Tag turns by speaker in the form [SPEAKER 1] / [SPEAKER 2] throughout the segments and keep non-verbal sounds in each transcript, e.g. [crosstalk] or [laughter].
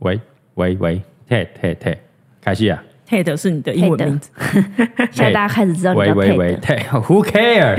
[SPEAKER 1] 喂喂喂，Ted，Ted，Ted，开始啊！
[SPEAKER 2] Ted 是你的英文
[SPEAKER 3] Ted
[SPEAKER 2] 名字， [laughs]
[SPEAKER 3] 现在大家开始知道你
[SPEAKER 1] 喂
[SPEAKER 3] 叫
[SPEAKER 1] 喂喂
[SPEAKER 3] Ted，
[SPEAKER 1] [laughs] ，Ted，Who care？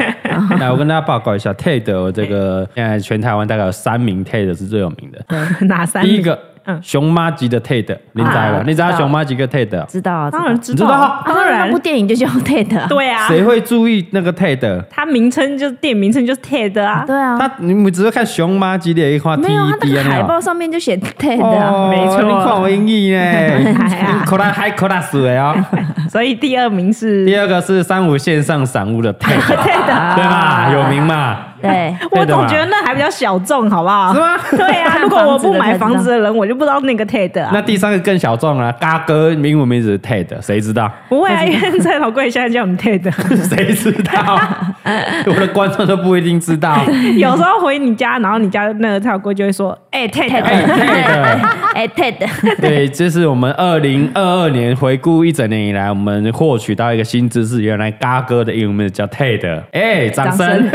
[SPEAKER 1] 来，
[SPEAKER 3] [laughs]
[SPEAKER 1] 我跟大家报告一下，Ted 这个现在全台湾大概有三名 Ted 是最有名的。
[SPEAKER 2] 哪三
[SPEAKER 1] 第
[SPEAKER 2] 名？
[SPEAKER 1] 一个，熊妈级的 Ted，你知道
[SPEAKER 3] 嗯啊
[SPEAKER 1] 吗？你知道
[SPEAKER 3] 知道
[SPEAKER 1] 熊妈级个 Ted？哦
[SPEAKER 3] 知道啊，
[SPEAKER 2] 当然知
[SPEAKER 1] 你知道
[SPEAKER 2] 道，
[SPEAKER 3] 当
[SPEAKER 2] 当
[SPEAKER 3] 然那
[SPEAKER 2] 然
[SPEAKER 3] 部电影就叫 Ted，啊
[SPEAKER 2] [laughs] 对 [laughs] 啊，
[SPEAKER 1] 谁会注意那个 Ted？
[SPEAKER 2] 它名称就是电影名称就是 Ted [laughs] 啊，
[SPEAKER 3] 对啊，
[SPEAKER 1] 他你们只是看熊妈级的一块 T
[SPEAKER 3] 没有，他那
[SPEAKER 1] D
[SPEAKER 3] 个
[SPEAKER 1] 啊，
[SPEAKER 3] 海
[SPEAKER 1] 那种
[SPEAKER 3] 报上面就写 Ted 啊，
[SPEAKER 1] 哦，
[SPEAKER 2] 没错
[SPEAKER 1] 你看我英
[SPEAKER 3] [laughs]
[SPEAKER 1] 语
[SPEAKER 3] 哎
[SPEAKER 1] 呢，
[SPEAKER 2] 啊
[SPEAKER 1] 可能还可能死的哦。
[SPEAKER 2] 所以第二名是
[SPEAKER 1] 第二个是三五线上散户的
[SPEAKER 3] [laughs]
[SPEAKER 1] Ted，对吧？有名嘛？
[SPEAKER 3] 对，
[SPEAKER 2] 我
[SPEAKER 1] 对的嘛
[SPEAKER 2] 总觉得那还比较小众，好不好？
[SPEAKER 1] 是吗
[SPEAKER 2] 对啊， [laughs]
[SPEAKER 3] 看
[SPEAKER 2] 如果我
[SPEAKER 3] 房子
[SPEAKER 2] 不
[SPEAKER 3] 的才
[SPEAKER 2] 买
[SPEAKER 3] 知
[SPEAKER 2] 房
[SPEAKER 3] 道
[SPEAKER 2] 子的人，我就不知道那个 Ted 啊。
[SPEAKER 1] 那第三个更小众啊，嘎哥英文名字是 Ted，谁知道？
[SPEAKER 2] 不会啊，因为在老贵现在叫我
[SPEAKER 1] [laughs]
[SPEAKER 2] 们 Ted，
[SPEAKER 1] 谁知道？我的观众都不一定知道。
[SPEAKER 2] 有时候回你家，然后你家那个蔡老贵就会说：“哎、t e d
[SPEAKER 1] 哎
[SPEAKER 2] 哦
[SPEAKER 1] Ted，
[SPEAKER 3] 哎 Ted，
[SPEAKER 1] 对，这是我们二零二二年回顾一整年以来，我们获取到一个新知识，原来嘎哥的英文名字叫 Ted。哎，掌声！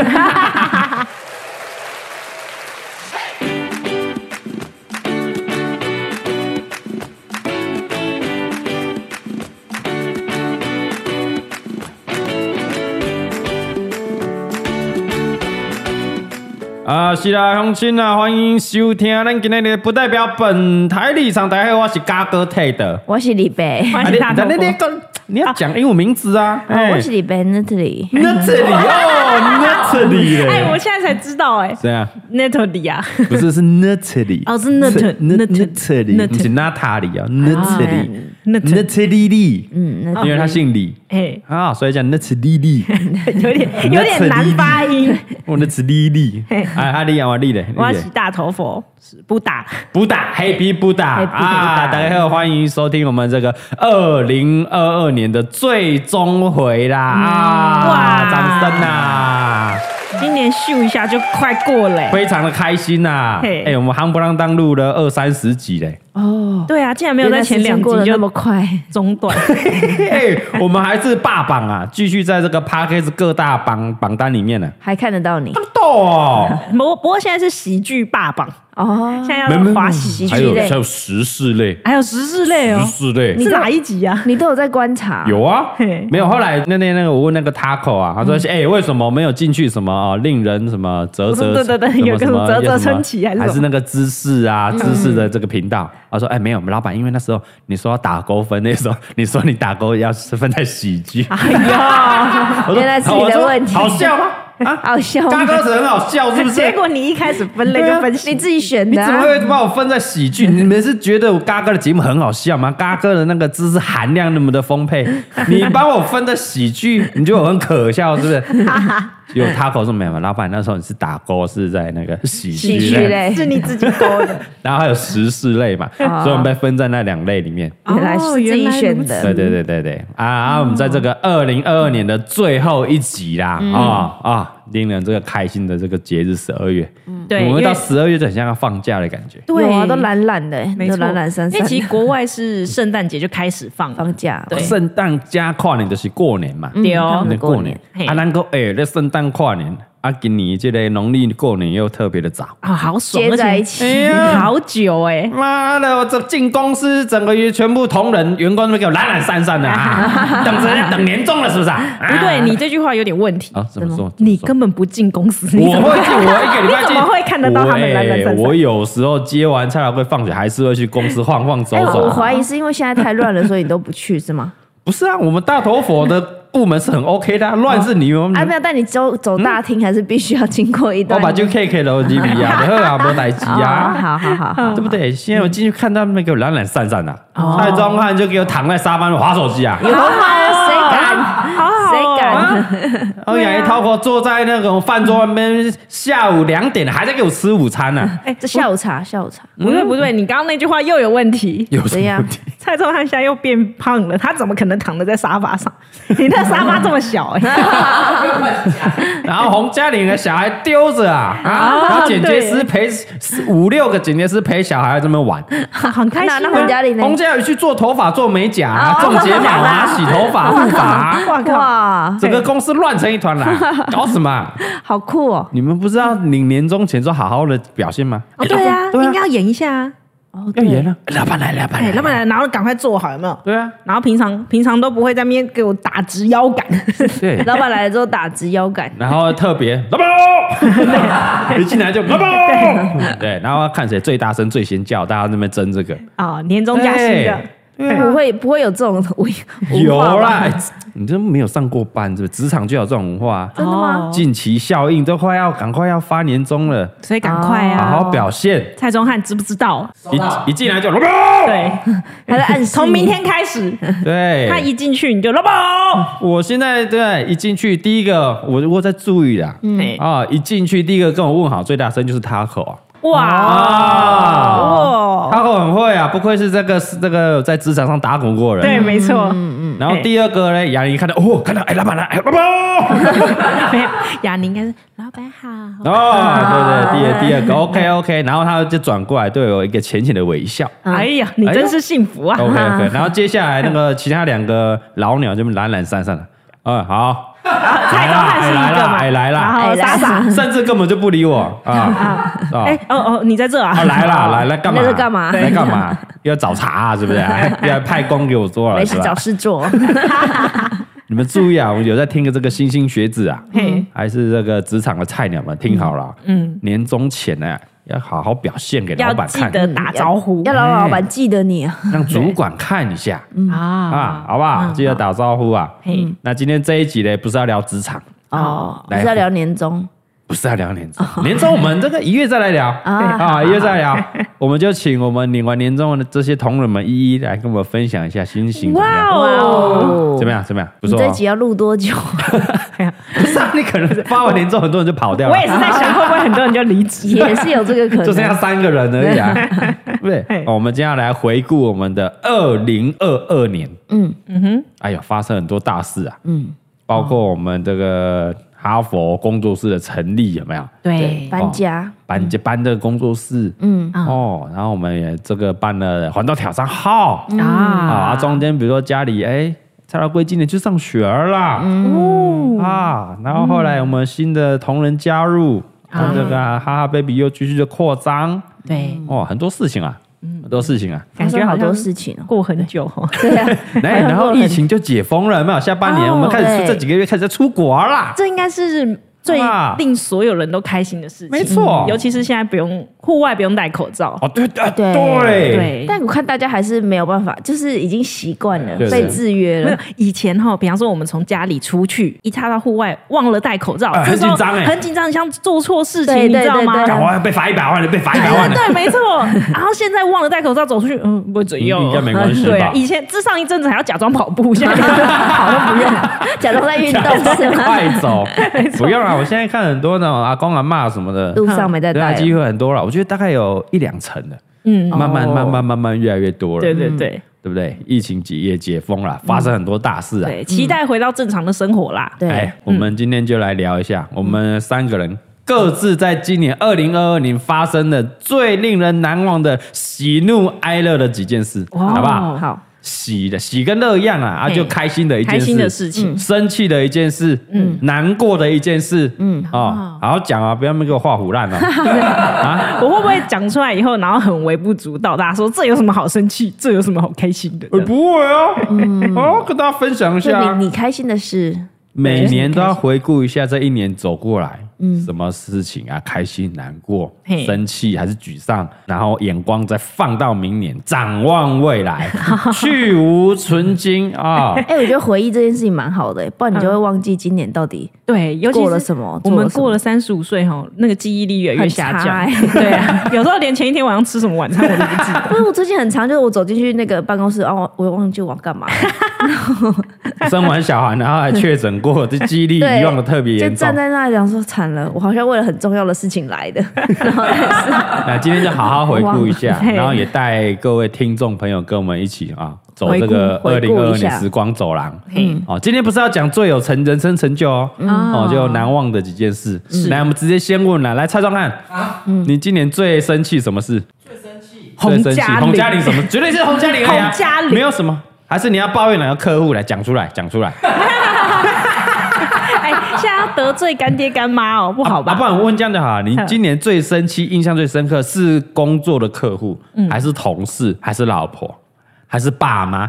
[SPEAKER 1] 啊，是啦，乡亲啊，欢迎收听咱今天的不代表本台立场。大家好，我是嘎哥 Ted。
[SPEAKER 3] 我是李贝，
[SPEAKER 2] 欢迎大头
[SPEAKER 1] 啊你你
[SPEAKER 2] 哥。
[SPEAKER 1] 个你要讲英文名字啊！
[SPEAKER 3] 哦
[SPEAKER 1] 哎
[SPEAKER 3] 我是李贝 Natalie，
[SPEAKER 1] 那这里哦，那这里耶！
[SPEAKER 2] 哎，我现在才知道哎、
[SPEAKER 1] 这样
[SPEAKER 2] n a t a l i e 啊，
[SPEAKER 1] 不是是那这里
[SPEAKER 2] 哦是
[SPEAKER 1] [laughs]
[SPEAKER 2] 那这
[SPEAKER 1] 那
[SPEAKER 2] 那这
[SPEAKER 1] 这里，
[SPEAKER 2] 那
[SPEAKER 1] 不
[SPEAKER 2] 这
[SPEAKER 1] 是娜塔里啊，那这里
[SPEAKER 2] 那
[SPEAKER 1] 那这里里，
[SPEAKER 3] 嗯，那
[SPEAKER 1] 因为他姓李 [laughs]
[SPEAKER 2] 哎、
[SPEAKER 1] 啊，所以叫那这里里，
[SPEAKER 2] [laughs] 有点有点难发音。
[SPEAKER 1] 我那这里里
[SPEAKER 2] 嘿。
[SPEAKER 1] 哦哎，阿丽啊，阿丽嘞，
[SPEAKER 2] 我要
[SPEAKER 1] 你嘞
[SPEAKER 2] 洗大头佛，不打。 [laughs]
[SPEAKER 1] 不打黑皮不打
[SPEAKER 3] 黑皮不打
[SPEAKER 1] 啊！大家好，欢迎收听我们这个二零二二年的最终回啦啊！
[SPEAKER 2] 嗯哇
[SPEAKER 1] 掌声呐！
[SPEAKER 2] 今年咻一下就快过了、欸。
[SPEAKER 1] 非常的开心呐！
[SPEAKER 2] 嘿
[SPEAKER 1] 哎，我们夯不啷当录了二三十集嘞，
[SPEAKER 3] 哦，
[SPEAKER 2] 对啊，竟然没有在前两
[SPEAKER 3] 原来时间过
[SPEAKER 2] 集
[SPEAKER 3] 得那
[SPEAKER 2] 就
[SPEAKER 3] 么快，
[SPEAKER 2] 中断。
[SPEAKER 1] [laughs] 嘿我们还是霸榜啊，继续在这个 p a c k a g e 各大榜榜单里面呢。
[SPEAKER 3] 还看得到你
[SPEAKER 1] 这么逗
[SPEAKER 2] [laughs]
[SPEAKER 1] 哦，
[SPEAKER 2] [laughs] 不过不过现在是喜剧霸榜，
[SPEAKER 3] 哦
[SPEAKER 2] 现，在要滑喜剧
[SPEAKER 1] 还有
[SPEAKER 3] 类
[SPEAKER 1] 还有时事类，
[SPEAKER 2] 还有时事类哦
[SPEAKER 1] 时。事类
[SPEAKER 2] 是哪一集啊？
[SPEAKER 3] 你都有在观察，
[SPEAKER 1] 有啊
[SPEAKER 2] 嘿，
[SPEAKER 1] 没有。后来那那那个我问那个 Taco 啊，他说：“哎、为什么没有进去什么啊、令人什么啧啧？
[SPEAKER 2] 对对对
[SPEAKER 1] 什么
[SPEAKER 2] 有个
[SPEAKER 1] 什么
[SPEAKER 2] 啧
[SPEAKER 1] 有
[SPEAKER 2] 啧
[SPEAKER 1] 什么
[SPEAKER 2] 称奇还是什
[SPEAKER 1] 还
[SPEAKER 2] 么
[SPEAKER 1] 是那个知识啊，知识的这个频道。他说：“哎、没有，我们老板因为那时候你说要打勾分，那时候 [laughs] 你说你打勾要是分在喜剧，[laughs] 我
[SPEAKER 3] 哎呦，
[SPEAKER 1] 说
[SPEAKER 3] 原来是你
[SPEAKER 1] 我
[SPEAKER 3] 的
[SPEAKER 1] 说
[SPEAKER 3] 问题，
[SPEAKER 1] 好笑吗？啊，
[SPEAKER 3] 好哦 [laughs] 笑吗，
[SPEAKER 1] 嘎哥是很好笑，是不是
[SPEAKER 2] [laughs] 结？”果你一开始分了一个分析
[SPEAKER 3] 啊你，自己选
[SPEAKER 1] 你
[SPEAKER 3] 的
[SPEAKER 1] 怎么
[SPEAKER 3] 啊，
[SPEAKER 1] 会把我分在喜剧？你们是觉得我嘎哥的节目很好笑吗？嘎哥的那个知识含量那么的丰沛，你把我分在喜剧，你觉得我很可笑是不是？有他口说没有嘛，老板那时候你是打勾是在那个喜剧
[SPEAKER 3] 喜剧
[SPEAKER 1] 类，
[SPEAKER 3] 类
[SPEAKER 2] 是你自己勾的。
[SPEAKER 1] 然后还有时事类嘛，
[SPEAKER 3] 哦
[SPEAKER 1] 所以我们被分在那两类里面。
[SPEAKER 3] 原来是自己选
[SPEAKER 2] 哦原来如
[SPEAKER 3] 的，
[SPEAKER 1] 对对对对对啊！啊我们在这个二零二二年的最后一集啦，
[SPEAKER 2] 嗯
[SPEAKER 1] 啊、啊，令人这个开心的这个节日十二月，
[SPEAKER 2] 嗯对
[SPEAKER 1] 我们
[SPEAKER 2] 因为
[SPEAKER 1] 到十二月就很像要放假的感觉。
[SPEAKER 3] 有啊，都懒懒的，
[SPEAKER 2] [laughs] 没
[SPEAKER 3] 都
[SPEAKER 2] 错，
[SPEAKER 3] 懒懒散
[SPEAKER 2] 因
[SPEAKER 3] 散
[SPEAKER 2] 为其实
[SPEAKER 3] 的，
[SPEAKER 2] 国外是圣诞节就开始放了，
[SPEAKER 3] 放假，嗯
[SPEAKER 2] 对
[SPEAKER 1] 圣诞加跨年就是过年嘛，
[SPEAKER 2] 对哦
[SPEAKER 3] 他们
[SPEAKER 1] 那
[SPEAKER 3] 的过年，
[SPEAKER 2] 嘿
[SPEAKER 1] 啊，咱个哎，这圣诞跨年啊，今年这个农历过年又特别的早。
[SPEAKER 2] 啊，好爽，
[SPEAKER 3] 接在
[SPEAKER 2] 而且
[SPEAKER 3] 一起
[SPEAKER 2] 哎呀 [laughs] 好久哎，
[SPEAKER 1] 妈的！我这进公司整个月全部同仁员工都给我懒懒散散的
[SPEAKER 2] [laughs]
[SPEAKER 1] 啊，等着等年终了是不是啊？
[SPEAKER 2] 不对，你这句话有点问题，
[SPEAKER 1] 啊怎么说？
[SPEAKER 2] 你根本不进公司，
[SPEAKER 1] 我
[SPEAKER 2] 你怎么
[SPEAKER 1] 会去，我一个礼拜
[SPEAKER 2] 你怎么
[SPEAKER 1] 进
[SPEAKER 2] 会看得到他们懒懒
[SPEAKER 1] 我
[SPEAKER 2] 散散
[SPEAKER 1] 哎我有时候接完蔡老贵放学，还是会去公司晃晃走啊
[SPEAKER 3] 哎，我
[SPEAKER 1] 走。
[SPEAKER 3] 怀疑是因为现在太乱了，所以你都不去是吗？
[SPEAKER 1] 不是啊，我们大头佛的部门是很 OK 的
[SPEAKER 2] 哦
[SPEAKER 1] 啊，乱是你们
[SPEAKER 3] 啊，没有，但你走走大厅还是必须要经过一
[SPEAKER 1] 嗯我
[SPEAKER 3] 段。
[SPEAKER 1] 把就 KK 了，我你比啊，然后啊，没代志
[SPEAKER 3] 哦
[SPEAKER 1] 啊。
[SPEAKER 3] 好
[SPEAKER 1] [laughs]
[SPEAKER 3] 好好好，
[SPEAKER 1] 对不对？现在我进去看他们给我懒懒散散的、
[SPEAKER 2] 哦
[SPEAKER 1] 蔡宗汉就给我躺在沙发上划手机啊，
[SPEAKER 3] 有吗？谁敢？
[SPEAKER 2] 好好哦
[SPEAKER 3] 谁敢？
[SPEAKER 1] 然后杨一涛给我坐在那种饭桌那边，下午两点了还在给我吃午餐呢、
[SPEAKER 2] 哎，
[SPEAKER 3] 这下午茶，下午茶，
[SPEAKER 2] 不对不对，你刚刚那句话又有问题。
[SPEAKER 1] 有什
[SPEAKER 3] 怎
[SPEAKER 1] 么
[SPEAKER 3] 样
[SPEAKER 1] 问？题？
[SPEAKER 2] 蔡宗汉现在又变胖了，他怎么可能躺得在沙发 [laughs] 上？你那沙发这么小 [laughs] 哎，
[SPEAKER 1] [laughs] 然后洪嘉玲的小孩丢着啊，啊然后剪接师陪四五六个剪接师陪小孩这么玩，
[SPEAKER 2] 很开
[SPEAKER 3] 那
[SPEAKER 2] 心
[SPEAKER 3] 那洪
[SPEAKER 2] 啊！
[SPEAKER 3] 嘉玲呢？
[SPEAKER 1] 洪嘉玲去做头发、做美甲、啊、种睫毛啊、洗头发、护发、啊，
[SPEAKER 2] 哇靠，
[SPEAKER 3] 哇，
[SPEAKER 1] 整个公司乱成一团啦，搞什么啊？
[SPEAKER 3] 好酷哦！
[SPEAKER 1] 你们不知道领年终前说好好的表现吗？
[SPEAKER 2] 哦对啊，
[SPEAKER 1] 对啊
[SPEAKER 2] 应该要演一下啊。
[SPEAKER 3] 哦，
[SPEAKER 1] 要
[SPEAKER 3] 对
[SPEAKER 1] 演，啊，老板来，老板
[SPEAKER 2] 哎，
[SPEAKER 1] 来，
[SPEAKER 2] 要不然然后赶快做好有没有？
[SPEAKER 1] 对啊，
[SPEAKER 2] 然后平常平常都不会在面给我打直腰 [laughs] 杆，
[SPEAKER 1] 对，
[SPEAKER 3] 老板来了之后打直腰杆，
[SPEAKER 1] 然后特别老板，一进来就老板，对，然后看谁最大声、最先叫，大家在那边争这个。哎
[SPEAKER 2] 啊，年终加薪的
[SPEAKER 1] 对，
[SPEAKER 3] 不会不会有这种 [laughs] 文
[SPEAKER 1] 有，
[SPEAKER 3] 文化
[SPEAKER 1] 啦，
[SPEAKER 3] 吧
[SPEAKER 1] 哎你真没有上过班是不是？职场就有这种文化啊，
[SPEAKER 3] 真的吗
[SPEAKER 2] 哦
[SPEAKER 1] 近期效应都快要赶快要发年终了，
[SPEAKER 2] 所以赶快啊！
[SPEAKER 1] 好好表现。
[SPEAKER 2] 蔡宗翰知不知道？
[SPEAKER 1] 一一进来就老板，
[SPEAKER 2] 对，
[SPEAKER 3] 还在暗示
[SPEAKER 2] 从明
[SPEAKER 3] 你
[SPEAKER 2] 天开始，
[SPEAKER 1] 对，
[SPEAKER 2] 他一进去你就老板，
[SPEAKER 1] 我现在对一进去，第一个我我在注意啦，
[SPEAKER 2] 嗯，
[SPEAKER 1] 啊，一进去第一个跟我问好最大声就是 Taco 啊，
[SPEAKER 2] 哇
[SPEAKER 1] 啊
[SPEAKER 2] 哇，
[SPEAKER 1] ，Taco 很会啊，不愧是这个是这个在职场上打滚过的
[SPEAKER 2] 对，
[SPEAKER 1] 人。
[SPEAKER 2] 没错，
[SPEAKER 1] 然后第二个呢，杨怡看到哦，看到哎，老板来，哎，老板哦，
[SPEAKER 2] 没有 [laughs] 雅宁应该是老板好，
[SPEAKER 1] 哦对对，第
[SPEAKER 2] [laughs]
[SPEAKER 1] 二第二个 OK OK，然后他就转过来对我一个浅浅的微
[SPEAKER 2] [laughs]
[SPEAKER 1] 笑。
[SPEAKER 3] 嗯
[SPEAKER 2] 哎呀，你真是幸福啊！
[SPEAKER 1] OK OK，然后接下来那个其他两个老鸟就懒懒散散了，嗯，
[SPEAKER 2] [laughs]
[SPEAKER 1] 好，
[SPEAKER 2] 蔡宗翰是一个嘛，
[SPEAKER 1] 哎来啦
[SPEAKER 2] 然
[SPEAKER 3] 哎
[SPEAKER 2] 后
[SPEAKER 3] 来啦
[SPEAKER 2] 莎莎，
[SPEAKER 1] 甚至根本就不理我
[SPEAKER 2] [laughs]
[SPEAKER 1] 啊啊
[SPEAKER 2] 哎哦哦，你在这啊
[SPEAKER 1] 啊，？来啦，
[SPEAKER 2] [laughs]
[SPEAKER 1] 来来干嘛？
[SPEAKER 3] 你在这干嘛
[SPEAKER 1] 来干嘛？要找茬啊，是不是？哎要派工给我做了，
[SPEAKER 3] 没
[SPEAKER 1] 是
[SPEAKER 3] 事找
[SPEAKER 1] 吧？
[SPEAKER 3] 事做，
[SPEAKER 1] 你们注意啊，我有在听个这个星星学子啊，
[SPEAKER 2] 嘿，
[SPEAKER 1] 还是这个职场的菜鸟们，听好了，嗯，年终前呢要好好表现给老
[SPEAKER 2] 要
[SPEAKER 1] 板
[SPEAKER 2] 记
[SPEAKER 1] 看，
[SPEAKER 2] 得打招呼
[SPEAKER 3] 要让老板记得你啊，
[SPEAKER 1] [laughs] 让主管看一下
[SPEAKER 3] 嗯
[SPEAKER 1] 啊，
[SPEAKER 2] 啊！
[SPEAKER 1] 好不好？记得打招呼啊。
[SPEAKER 2] 嘿，
[SPEAKER 1] 那今天这一集呢，不是要聊职场，
[SPEAKER 3] 哦，不
[SPEAKER 1] 来
[SPEAKER 3] 是要聊年终
[SPEAKER 1] 不是要聊年终，年终我们这个一月再来聊
[SPEAKER 3] 啊，
[SPEAKER 1] 啊，一月再来聊，我们就请我们领完年终的这些同仁们一一来跟我们分享一下心情怎么样
[SPEAKER 2] 哇。哦
[SPEAKER 1] 怎么？样？怎么样？不
[SPEAKER 3] 你
[SPEAKER 1] 错、
[SPEAKER 3] 这
[SPEAKER 1] 哦。
[SPEAKER 3] 集要录多久？ [laughs]
[SPEAKER 1] 不 [laughs] 是、啊，你可能发完年终，很多人就跑掉了
[SPEAKER 2] 我，也是在想，会不会很多人就离 [laughs] 职？
[SPEAKER 3] 也是有这个可
[SPEAKER 1] [laughs] 就剩下
[SPEAKER 3] 能。
[SPEAKER 1] 三个人而已啊。 [laughs] 对
[SPEAKER 2] 嘿，
[SPEAKER 1] 哦我们接下来回顾我们的二零二二年。
[SPEAKER 3] 嗯
[SPEAKER 1] 嗯哼，哎呦，发生很多大事啊。嗯，包括我们这个哈佛工作室的成立，有没有？哦
[SPEAKER 3] 对，搬家，
[SPEAKER 1] 搬搬这个工作室，
[SPEAKER 3] 嗯，
[SPEAKER 1] 哦，然后我们也这个办了环岛挑战号啊，
[SPEAKER 2] 啊
[SPEAKER 1] 中间比如说家里哎，蔡老贵今年去上学啦，
[SPEAKER 2] 哦，
[SPEAKER 1] 啊，然后后来我们新的同仁加入，那这个啊哈哈 baby 又继续的扩张，
[SPEAKER 2] 对，
[SPEAKER 1] 哦，很多事情啊，很多事情啊，
[SPEAKER 3] 发
[SPEAKER 2] 感觉
[SPEAKER 3] 生好
[SPEAKER 2] 好
[SPEAKER 3] 多
[SPEAKER 2] 像
[SPEAKER 3] 事情哦。
[SPEAKER 2] 过很久哦，
[SPEAKER 3] [laughs] 对啊，
[SPEAKER 1] 哎，然后疫情就解封了，有没有？下半年
[SPEAKER 3] 哦
[SPEAKER 1] 我们开始
[SPEAKER 3] 对
[SPEAKER 1] 这几个月开始在出国啦，
[SPEAKER 2] 这应该是最
[SPEAKER 1] 啊
[SPEAKER 2] 令所有人都开心的事情，嗯
[SPEAKER 1] 没错
[SPEAKER 2] 尤其是现在不用户外不用戴口罩，
[SPEAKER 1] 哦，对对
[SPEAKER 3] 对
[SPEAKER 1] 对，
[SPEAKER 2] 对，
[SPEAKER 3] 但我看大家还是没有办法，就是已经习惯了，
[SPEAKER 1] 对
[SPEAKER 3] 被
[SPEAKER 1] 对
[SPEAKER 3] 制约
[SPEAKER 2] 没有
[SPEAKER 3] 了。
[SPEAKER 2] 以前哈，比方说我们从家里出去，一踏到户外忘了戴口罩，
[SPEAKER 1] 哎
[SPEAKER 2] 这时
[SPEAKER 1] 很
[SPEAKER 2] 候
[SPEAKER 1] 紧张哎
[SPEAKER 2] 很紧张，像做错事情，
[SPEAKER 3] 对
[SPEAKER 2] 你知道吗？
[SPEAKER 3] 对对
[SPEAKER 1] 干我要啊被罚一百万了，被罚一百万
[SPEAKER 2] 哎对 [laughs]
[SPEAKER 1] 了，
[SPEAKER 2] 对，没错。然后现在忘了戴口罩走出去，嗯，不会怎样
[SPEAKER 1] 应，该没关系吧
[SPEAKER 2] [laughs] 对啊，以前至上一阵子还要假装跑步，现在
[SPEAKER 1] [laughs]
[SPEAKER 3] [laughs] 好像不用，假装在运动是吗？
[SPEAKER 1] 快走，不用啊！我现在看很多那种阿公阿妈什么的，
[SPEAKER 3] 路上没在
[SPEAKER 1] 对啊，
[SPEAKER 3] 带，
[SPEAKER 1] 机会很多了，我觉得大概有一两成的，
[SPEAKER 2] 嗯，
[SPEAKER 1] 慢慢
[SPEAKER 3] 哦
[SPEAKER 1] 慢慢慢慢越来越多了，嗯
[SPEAKER 2] 对对对
[SPEAKER 1] 对不对？疫情解也解封了，发生很多大事啊。
[SPEAKER 2] 对，期待回到正常的生活啦。
[SPEAKER 3] 对
[SPEAKER 1] 哎，，我们今天就来聊一下，我们三个人各自在今年二零二二年发生的最令人难忘的喜怒哀乐的几件事，
[SPEAKER 2] 哇
[SPEAKER 1] 好不好？
[SPEAKER 2] 哦
[SPEAKER 3] 好，
[SPEAKER 1] 喜的喜跟乐一样啊，啊
[SPEAKER 2] 嘿
[SPEAKER 1] 就开心的一件
[SPEAKER 2] 开
[SPEAKER 1] 事，
[SPEAKER 2] 心的事情
[SPEAKER 1] 嗯生气的一件事，嗯，难过的一件事，嗯，哦，好好讲啊，不要那么给我画虎烂哦。
[SPEAKER 2] [laughs] 我会不会讲出来以后，然后很微不足道？大家说这有什么好生气？这有什么好开心的？
[SPEAKER 3] 嗯
[SPEAKER 1] 呃不会哦，
[SPEAKER 2] 嗯
[SPEAKER 1] 哦，跟大家分享一下
[SPEAKER 3] 是
[SPEAKER 1] 啊
[SPEAKER 3] 你，你开心的事，
[SPEAKER 1] 每年都要回顾一下这一年走过来，嗯，什么事情啊，开心、难过、
[SPEAKER 2] 嘿
[SPEAKER 1] 生气还是沮丧，然后眼光再放到明年，展望未
[SPEAKER 3] [laughs]
[SPEAKER 1] 来，去无存菁啊。
[SPEAKER 3] 哎，我觉得回忆这件事情蛮好的，不然你就会忘记今年到底
[SPEAKER 2] 对，尤其
[SPEAKER 3] 过了
[SPEAKER 2] 是
[SPEAKER 3] 什么
[SPEAKER 2] 我
[SPEAKER 3] 做
[SPEAKER 2] 们
[SPEAKER 3] 了什么
[SPEAKER 2] 过了三十五岁后，那个记忆力越来越
[SPEAKER 3] 很
[SPEAKER 2] 下
[SPEAKER 3] 差
[SPEAKER 2] 降。
[SPEAKER 3] 欸
[SPEAKER 2] 对啊，有时候连前一天晚上吃什么晚餐我
[SPEAKER 3] [laughs]
[SPEAKER 2] 都不记得。
[SPEAKER 3] 因啊为我最近很常就是我走进去那个办公室，哦，我忘记我要
[SPEAKER 1] [laughs]
[SPEAKER 3] 干嘛，
[SPEAKER 1] 生完小孩，然后还确诊过，这记忆力
[SPEAKER 3] 对
[SPEAKER 1] 遗忘的特别
[SPEAKER 3] 就
[SPEAKER 1] 严重
[SPEAKER 3] 站。在那里想说惨了，我好像为了很重要的事情来 [laughs] 的，然后但
[SPEAKER 1] 那今天就好好回顾一下
[SPEAKER 2] 忘，了
[SPEAKER 1] 然后也带各位听众朋友跟我们一起啊，走这个二
[SPEAKER 3] 回
[SPEAKER 1] 零
[SPEAKER 3] 顾
[SPEAKER 1] 二
[SPEAKER 3] 回顾
[SPEAKER 1] 二
[SPEAKER 3] 一
[SPEAKER 1] 年
[SPEAKER 3] 下
[SPEAKER 1] 时光走廊。
[SPEAKER 2] 嗯
[SPEAKER 1] 哦，今天不是要讲最有成人生成就哦，哦，就难忘的几件事。来，我们直接先问了，来蔡壮汉，你今年最生气什么事？最
[SPEAKER 2] 洪
[SPEAKER 1] 生气
[SPEAKER 2] 嘉
[SPEAKER 1] 洪嘉
[SPEAKER 2] 玲
[SPEAKER 1] 玲什么？绝对是洪嘉玲而已啊，
[SPEAKER 2] 洪嘉玲
[SPEAKER 1] 没有什么，还是你要抱怨哪个客户来讲出来，讲出来。
[SPEAKER 2] 哎，现在要得罪干爹干妈哦，不好
[SPEAKER 1] 啊，不
[SPEAKER 2] 吧？
[SPEAKER 1] 然我问这样就好了。你今年最生气、印象最深刻是工作的客户，
[SPEAKER 2] 嗯
[SPEAKER 1] 还是同事，还是老婆，还是爸妈？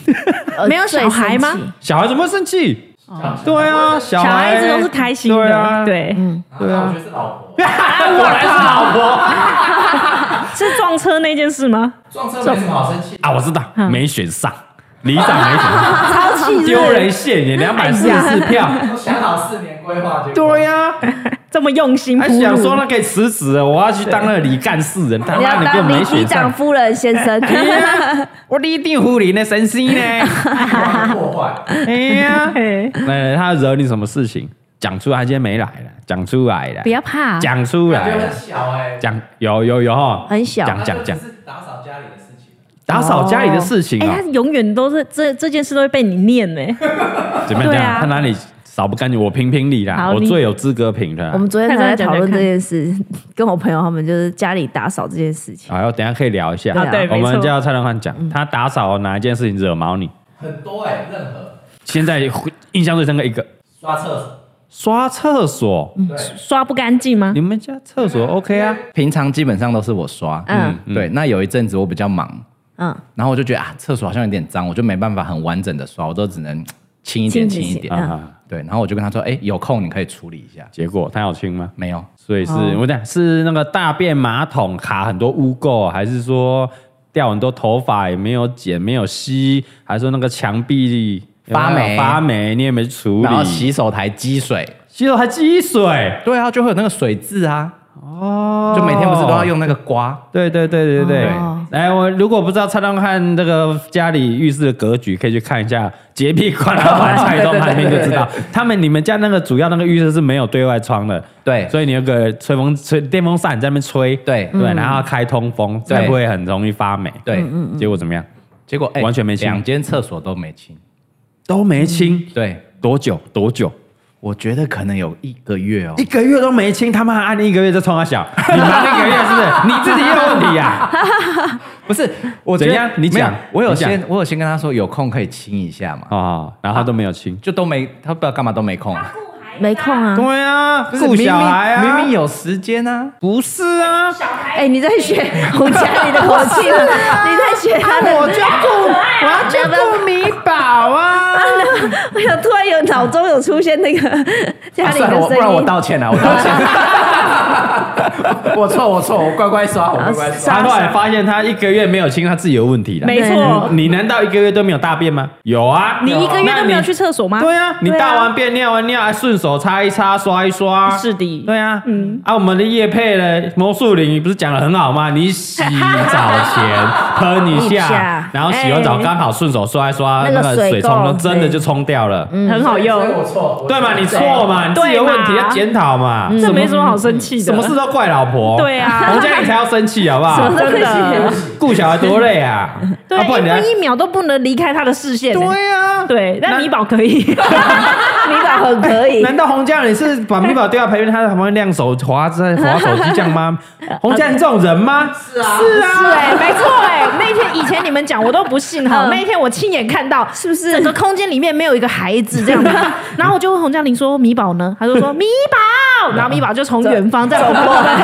[SPEAKER 3] [laughs] 呃
[SPEAKER 2] 没有小孩吗
[SPEAKER 3] 最生气
[SPEAKER 1] 小孩怎么会生气？对啊，小
[SPEAKER 2] 哦小
[SPEAKER 1] 孩
[SPEAKER 2] 孩子都是开心
[SPEAKER 1] 对啊，[laughs]
[SPEAKER 2] 的，，对，
[SPEAKER 1] 对啊
[SPEAKER 4] 我觉得是老婆
[SPEAKER 1] 我来是老婆
[SPEAKER 2] 是撞车那件事吗？
[SPEAKER 4] 撞车没什么好生气的，
[SPEAKER 1] 啊，我知道，
[SPEAKER 2] 嗯
[SPEAKER 1] 没选上，里长没选上，
[SPEAKER 2] [laughs]
[SPEAKER 3] 超气是不是
[SPEAKER 1] 丢人现眼，两百四十四票。
[SPEAKER 2] 哎
[SPEAKER 4] 我想好四年规划就
[SPEAKER 2] 啊
[SPEAKER 1] 对
[SPEAKER 2] [laughs]
[SPEAKER 1] 呀、
[SPEAKER 2] 这么用心
[SPEAKER 1] 还
[SPEAKER 2] 铺
[SPEAKER 1] 想
[SPEAKER 2] 路
[SPEAKER 1] 说那可以辞职了，我要去当那个李干事人，他
[SPEAKER 3] 你
[SPEAKER 1] 妈
[SPEAKER 3] 要
[SPEAKER 1] 你根本
[SPEAKER 3] 当里
[SPEAKER 1] 没
[SPEAKER 3] 里
[SPEAKER 1] 选
[SPEAKER 3] 长
[SPEAKER 1] 上，
[SPEAKER 3] 夫人先生，
[SPEAKER 1] 我一定护理那神仙
[SPEAKER 2] [laughs]
[SPEAKER 1] 呢。
[SPEAKER 4] 会破坏。
[SPEAKER 1] 哎呀， [laughs]
[SPEAKER 2] 嘿
[SPEAKER 1] 那他惹你什么事情？讲出来，他今天没来了，讲出来了，
[SPEAKER 3] [laughs] 不要怕，
[SPEAKER 1] 讲出来
[SPEAKER 4] 感觉
[SPEAKER 1] 了
[SPEAKER 4] 很，小哎，
[SPEAKER 1] 讲有有有哈，
[SPEAKER 3] 很小
[SPEAKER 1] 讲啊讲讲
[SPEAKER 4] 它，就只是打扫家里的事情，
[SPEAKER 1] 打扫家里的事情
[SPEAKER 2] 哎，
[SPEAKER 1] 啊
[SPEAKER 3] 哦
[SPEAKER 2] 他，永远都是这这件事都会被你念呢。
[SPEAKER 1] 怎么样？怎么
[SPEAKER 2] 对啊
[SPEAKER 1] 样他哪里扫不干净？我评评理啦，
[SPEAKER 2] 好
[SPEAKER 1] 我
[SPEAKER 2] 你
[SPEAKER 1] 最有资格评的
[SPEAKER 3] 我
[SPEAKER 1] 啦。
[SPEAKER 3] 们昨天才在讨论这件事，跟我朋友他们就是家里打扫这件事情。
[SPEAKER 1] 哎呦，等一下可以聊一下
[SPEAKER 3] 啊对。嗯
[SPEAKER 1] 我
[SPEAKER 2] 没
[SPEAKER 1] 们
[SPEAKER 2] 错
[SPEAKER 1] 叫蔡老汉讲，他打扫哪一件事情惹毛你？
[SPEAKER 4] 很多哎，任何
[SPEAKER 1] 现在回印象最深刻一个
[SPEAKER 4] 刷厕所，
[SPEAKER 1] 刷厕所，
[SPEAKER 3] 嗯
[SPEAKER 4] 对，
[SPEAKER 2] 刷不干净吗？
[SPEAKER 1] 你们家厕所 OK 啊？
[SPEAKER 5] 平常基本上都是我刷，
[SPEAKER 3] 嗯
[SPEAKER 5] 嗯，对。那有一阵子我比较忙，
[SPEAKER 3] 嗯，
[SPEAKER 5] 然后我就觉得啊，厕所好像有点脏，我就没办法很完整的刷，我都只能轻一点，
[SPEAKER 3] 轻
[SPEAKER 5] 轻
[SPEAKER 3] 一
[SPEAKER 5] 一
[SPEAKER 3] 些
[SPEAKER 5] 点
[SPEAKER 1] 啊
[SPEAKER 3] 嗯。
[SPEAKER 1] 啊，
[SPEAKER 5] 对，然后我就跟他说，哎，有空你可以处理一下。
[SPEAKER 1] 结果他有亲吗？
[SPEAKER 5] 没有，
[SPEAKER 1] 所以是、
[SPEAKER 3] 哦
[SPEAKER 1] 我讲是那个大便马桶卡很多污垢，还是说掉很多头发也没有剪没有吸，还是说那个墙壁
[SPEAKER 5] 发霉
[SPEAKER 1] 发霉你也没处理，
[SPEAKER 5] 然后洗手台积水，
[SPEAKER 1] 洗手还积水
[SPEAKER 5] 对啊，就会有那个水渍啊，
[SPEAKER 1] 哦
[SPEAKER 5] 就每天不是都要？用那个刮？
[SPEAKER 1] 对对对对对，
[SPEAKER 3] 哦
[SPEAKER 1] 来，我如果不知道蔡东汉这个家里浴室的格局，可以去看一下洁癖狂老板蔡东汉，你就
[SPEAKER 5] [laughs]
[SPEAKER 1] 知道，他们你们家那个主要那个浴室是没有对外窗的，
[SPEAKER 5] 对
[SPEAKER 1] 所以你有个吹风吹电风扇在那边吹，
[SPEAKER 5] 对嗯
[SPEAKER 1] 对，然后开通风，
[SPEAKER 5] 对
[SPEAKER 1] 才不会很容易发霉。嗯
[SPEAKER 5] 对，
[SPEAKER 3] 嗯
[SPEAKER 1] 结果怎么样？
[SPEAKER 5] 结果哎，
[SPEAKER 1] 完全没清
[SPEAKER 5] 两间厕所都没清。
[SPEAKER 1] 都没清，
[SPEAKER 5] 对，
[SPEAKER 1] 嗯多久？多久？
[SPEAKER 5] 我觉得可能有一个月哦
[SPEAKER 1] 一。个月都没清，他妈按一个月就冲他
[SPEAKER 5] [laughs]
[SPEAKER 1] 小，你忙一个月是不是？你自己也有问题啊呀？
[SPEAKER 5] 不是，我觉
[SPEAKER 1] 怎样
[SPEAKER 5] 得
[SPEAKER 1] 你
[SPEAKER 5] 没有
[SPEAKER 1] 讲
[SPEAKER 5] 我有
[SPEAKER 1] 你讲
[SPEAKER 5] 先我有先跟他说有空可以清一下嘛，
[SPEAKER 1] 啊，然后他都没有清。
[SPEAKER 5] 就都没他不知道干嘛都没空，
[SPEAKER 3] 没空
[SPEAKER 1] [laughs]
[SPEAKER 3] 啊。
[SPEAKER 1] 对啊，
[SPEAKER 5] 不是
[SPEAKER 1] 顾小孩啊，
[SPEAKER 5] 明明明明有时间啊，
[SPEAKER 1] 不是啊，
[SPEAKER 3] 哎，你在
[SPEAKER 1] [laughs]
[SPEAKER 3] 学我家里的火气吗？你在学他的？
[SPEAKER 1] 啊
[SPEAKER 3] [laughs]
[SPEAKER 1] 我就顾我要去顾米宝
[SPEAKER 3] [laughs]
[SPEAKER 1] 啊。
[SPEAKER 3] 我想突然有脑中有出现那个家
[SPEAKER 5] 啊
[SPEAKER 3] 里
[SPEAKER 5] 算了，
[SPEAKER 3] 的
[SPEAKER 5] 我不然
[SPEAKER 3] 声
[SPEAKER 5] 我
[SPEAKER 3] 音。
[SPEAKER 5] 道歉了，我道
[SPEAKER 3] [laughs]
[SPEAKER 5] 歉。我错，我错，我乖乖刷，我乖乖刷。
[SPEAKER 1] 他后来发现他一个月没有清，他自己有问题了。
[SPEAKER 2] 没错，
[SPEAKER 1] 你难道一个月都没有大便吗？有啊，
[SPEAKER 2] 你一个月
[SPEAKER 1] 那
[SPEAKER 2] 都
[SPEAKER 1] 你
[SPEAKER 2] 没有去厕所吗？
[SPEAKER 1] 对啊，你
[SPEAKER 2] 对啊
[SPEAKER 1] 大完便、尿完尿，还顺手擦一擦、刷一刷。
[SPEAKER 2] 是的
[SPEAKER 1] 对啊，嗯啊，我们的叶配呢，魔术林不是讲的很好吗？你洗澡前喷一
[SPEAKER 3] 一
[SPEAKER 1] 下
[SPEAKER 3] 下，
[SPEAKER 1] 然后洗完澡
[SPEAKER 2] 哎
[SPEAKER 1] 刚好顺手刷一刷，
[SPEAKER 3] 那个
[SPEAKER 1] 个水
[SPEAKER 3] 水
[SPEAKER 1] 冲
[SPEAKER 3] 垢
[SPEAKER 1] 就真的
[SPEAKER 3] 对
[SPEAKER 1] 就冲掉了。
[SPEAKER 2] 很好用
[SPEAKER 4] 所以，我错，我
[SPEAKER 1] 对嘛？你错嘛？你自己有问题
[SPEAKER 2] 嗯对嘛
[SPEAKER 1] 要检讨嘛？
[SPEAKER 2] 这没什么好生气的。
[SPEAKER 1] 什么事都怪老婆。
[SPEAKER 2] 对啊
[SPEAKER 1] 我们家里才要生气好不好
[SPEAKER 3] 什？么
[SPEAKER 2] 真的？
[SPEAKER 1] 顾小孩多累啊！
[SPEAKER 2] 对
[SPEAKER 1] 啊，不然你还
[SPEAKER 2] 一分一秒都不能离开他的视线。
[SPEAKER 1] 对啊，
[SPEAKER 2] 对，
[SPEAKER 1] 那
[SPEAKER 2] 但米宝可以，
[SPEAKER 3] 你倒很
[SPEAKER 1] [laughs]
[SPEAKER 3] 可以，
[SPEAKER 1] 难道洪家你是把米宝丢到旁边，他在旁边亮手滑在滑手机这样吗？洪家你这种人吗？是啊，是
[SPEAKER 2] 是
[SPEAKER 1] 啊。
[SPEAKER 2] 哎，没错哎。那天以前你们讲我都不信哈，
[SPEAKER 3] 嗯
[SPEAKER 2] 那一天我亲眼看到，是
[SPEAKER 3] 不是
[SPEAKER 2] 整个空间里面没有一个孩子这样子？ [laughs] 然后我就问洪嘉玲说：“米宝呢？”他就说：“米宝。”然后米宝就从远方在我们过来，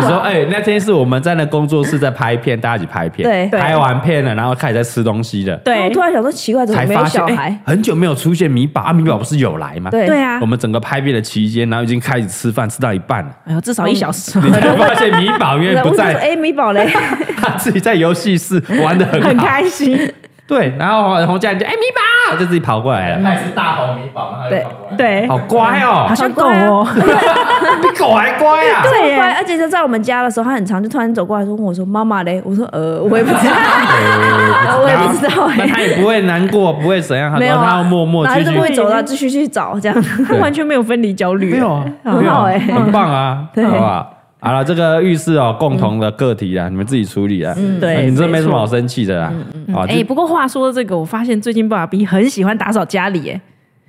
[SPEAKER 1] 你说，哎、那天是我们在那工作室在拍片，大家一起拍片，
[SPEAKER 3] 对对
[SPEAKER 1] 拍完片了，然后开始在吃东西了，
[SPEAKER 3] 我
[SPEAKER 2] 对
[SPEAKER 3] 突然想说奇怪，怎么
[SPEAKER 1] 才
[SPEAKER 3] 没有
[SPEAKER 1] 发现，
[SPEAKER 3] 小
[SPEAKER 1] 哎、
[SPEAKER 3] 孩？
[SPEAKER 1] 很久没有出现米宝啊，米宝不是有来吗？
[SPEAKER 3] 对
[SPEAKER 2] 对啊
[SPEAKER 1] 我。们整个拍片的期间，然后已经开始吃饭，吃到一半了，
[SPEAKER 2] 哎呦，至少一小时，
[SPEAKER 1] 你才发现米宝因为
[SPEAKER 3] 我
[SPEAKER 1] 不
[SPEAKER 3] 就说
[SPEAKER 1] 在，
[SPEAKER 3] 哎，米宝嘞，
[SPEAKER 1] 他自己在游戏室玩的很好，
[SPEAKER 2] 很开心。
[SPEAKER 1] 对，然后洪家人就哎、米宝，就自己跑过来了，
[SPEAKER 4] 他也是大红米宝，然后他
[SPEAKER 3] 对
[SPEAKER 4] 就跑过来，
[SPEAKER 2] 对，
[SPEAKER 1] 好乖哦、
[SPEAKER 2] 好像狗哦。
[SPEAKER 1] 比狗还乖啊！
[SPEAKER 3] 超
[SPEAKER 2] 对耶
[SPEAKER 3] 乖。而且他在我们家的时候，他很常就突然走过来说问我说妈妈嘞，我说呃，我也不知 [laughs] 道，我也不知道
[SPEAKER 1] 那
[SPEAKER 3] 哎。
[SPEAKER 1] 他也不会难过，不会怎样，
[SPEAKER 3] 没
[SPEAKER 1] 然
[SPEAKER 3] 有
[SPEAKER 1] 后
[SPEAKER 3] 啊，
[SPEAKER 1] 他要默默
[SPEAKER 3] 然后
[SPEAKER 1] 继
[SPEAKER 3] 就
[SPEAKER 1] 续
[SPEAKER 3] 不。会走到继续去找这样。
[SPEAKER 2] 他 [laughs] 完全没有分离焦虑，
[SPEAKER 1] 没有啊，
[SPEAKER 3] 很好哎
[SPEAKER 1] 很棒啊，好不好？好了，这个浴室哦，共同的个体啊，你们自己处理啊。
[SPEAKER 2] 对
[SPEAKER 1] 你这没什么
[SPEAKER 2] 没错
[SPEAKER 1] 好生气的啦。啊，
[SPEAKER 2] 哎、
[SPEAKER 1] 就
[SPEAKER 2] 不过话说这个，我发现最近爸爸 B 很喜欢打扫家里，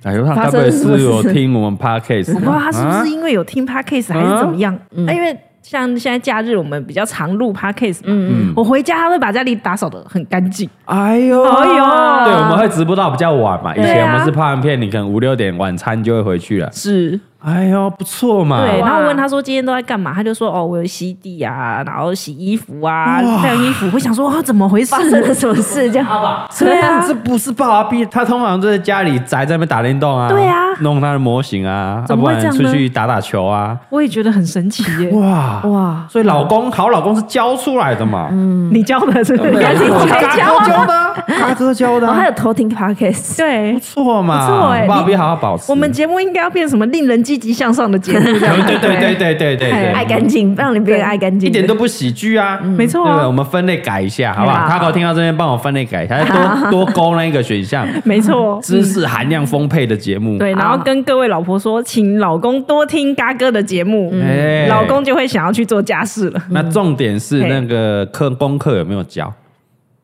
[SPEAKER 2] 哎，
[SPEAKER 1] 哎呦，他
[SPEAKER 3] 发
[SPEAKER 1] 该不
[SPEAKER 3] 生
[SPEAKER 1] 会
[SPEAKER 3] 什么
[SPEAKER 1] 是有
[SPEAKER 3] 事
[SPEAKER 1] 听我们
[SPEAKER 2] 我不知道
[SPEAKER 1] podcast？啊
[SPEAKER 2] 他是不是因为有听 podcast 还是怎么样，
[SPEAKER 3] 嗯
[SPEAKER 2] 哎因为像现在假日我们比较常录 podcast，嗯，
[SPEAKER 1] 嗯，
[SPEAKER 2] 我回家他会把家里打扫的很干净，
[SPEAKER 5] 哎呦
[SPEAKER 2] 哎呦
[SPEAKER 1] 对，我们会直播到比较晚嘛。以
[SPEAKER 2] 对啊
[SPEAKER 1] 前我们是拍完片，你可能五六点晚餐就会回去了。
[SPEAKER 2] 是，
[SPEAKER 1] 哎呦，不错嘛。
[SPEAKER 2] 对，
[SPEAKER 3] 哇
[SPEAKER 2] 然后我问他说今天都在干嘛，他就说哦，我有洗地啊，然后洗衣服啊，晾衣服。我想说啊，怎么回事
[SPEAKER 3] [laughs] 发？生了什么事这样？
[SPEAKER 4] 他吧，
[SPEAKER 3] 对啊，
[SPEAKER 1] [laughs] 这不是爸爸逼，他通常都在家里宅在那边打电动啊，
[SPEAKER 2] 对啊
[SPEAKER 1] 弄他的模型啊，要
[SPEAKER 2] 怎么
[SPEAKER 1] 不
[SPEAKER 2] 会这
[SPEAKER 1] 然
[SPEAKER 2] 样呢
[SPEAKER 1] 出去打打球啊，
[SPEAKER 2] [laughs] 我也觉得很神奇耶。
[SPEAKER 1] 哇
[SPEAKER 2] 哇，
[SPEAKER 1] 所以老公好老公是教出来的嘛，
[SPEAKER 2] 嗯你教的是不是？
[SPEAKER 3] 自己
[SPEAKER 1] 我
[SPEAKER 3] 才
[SPEAKER 1] 嘎
[SPEAKER 3] 教
[SPEAKER 1] 哥教的啊，嘎哥教的
[SPEAKER 3] 然后还
[SPEAKER 1] 啊，
[SPEAKER 3] 有偷听 podcast，
[SPEAKER 2] 对
[SPEAKER 1] 不，错嘛，
[SPEAKER 2] 哦不错欸
[SPEAKER 1] 爸爸逼好好保持。
[SPEAKER 2] 我们节目应该要变什么令人积极向上
[SPEAKER 1] [laughs]
[SPEAKER 2] 的节目？这样
[SPEAKER 1] 对对对对对对对对，
[SPEAKER 3] 爱干净，让你变得爱干净，
[SPEAKER 1] 一点都不喜剧啊，
[SPEAKER 2] 没错
[SPEAKER 1] 对不对？
[SPEAKER 2] 啊
[SPEAKER 1] 我们分类改一下好不好？
[SPEAKER 2] 好
[SPEAKER 1] 他给我听到这边帮我分类改一下，多
[SPEAKER 2] [laughs]
[SPEAKER 1] 多勾那一个选项，
[SPEAKER 2] 没错。
[SPEAKER 1] 知识含量丰沛的节
[SPEAKER 3] 嗯
[SPEAKER 1] 目，
[SPEAKER 3] 啊
[SPEAKER 2] 对，然后跟各位老婆说，请老公多听嘎哥的节目，
[SPEAKER 3] 嗯
[SPEAKER 1] 哎
[SPEAKER 2] 老公就会想要去做家事了。
[SPEAKER 1] 那重点是
[SPEAKER 2] 嘿
[SPEAKER 1] 那个课功课有没有教？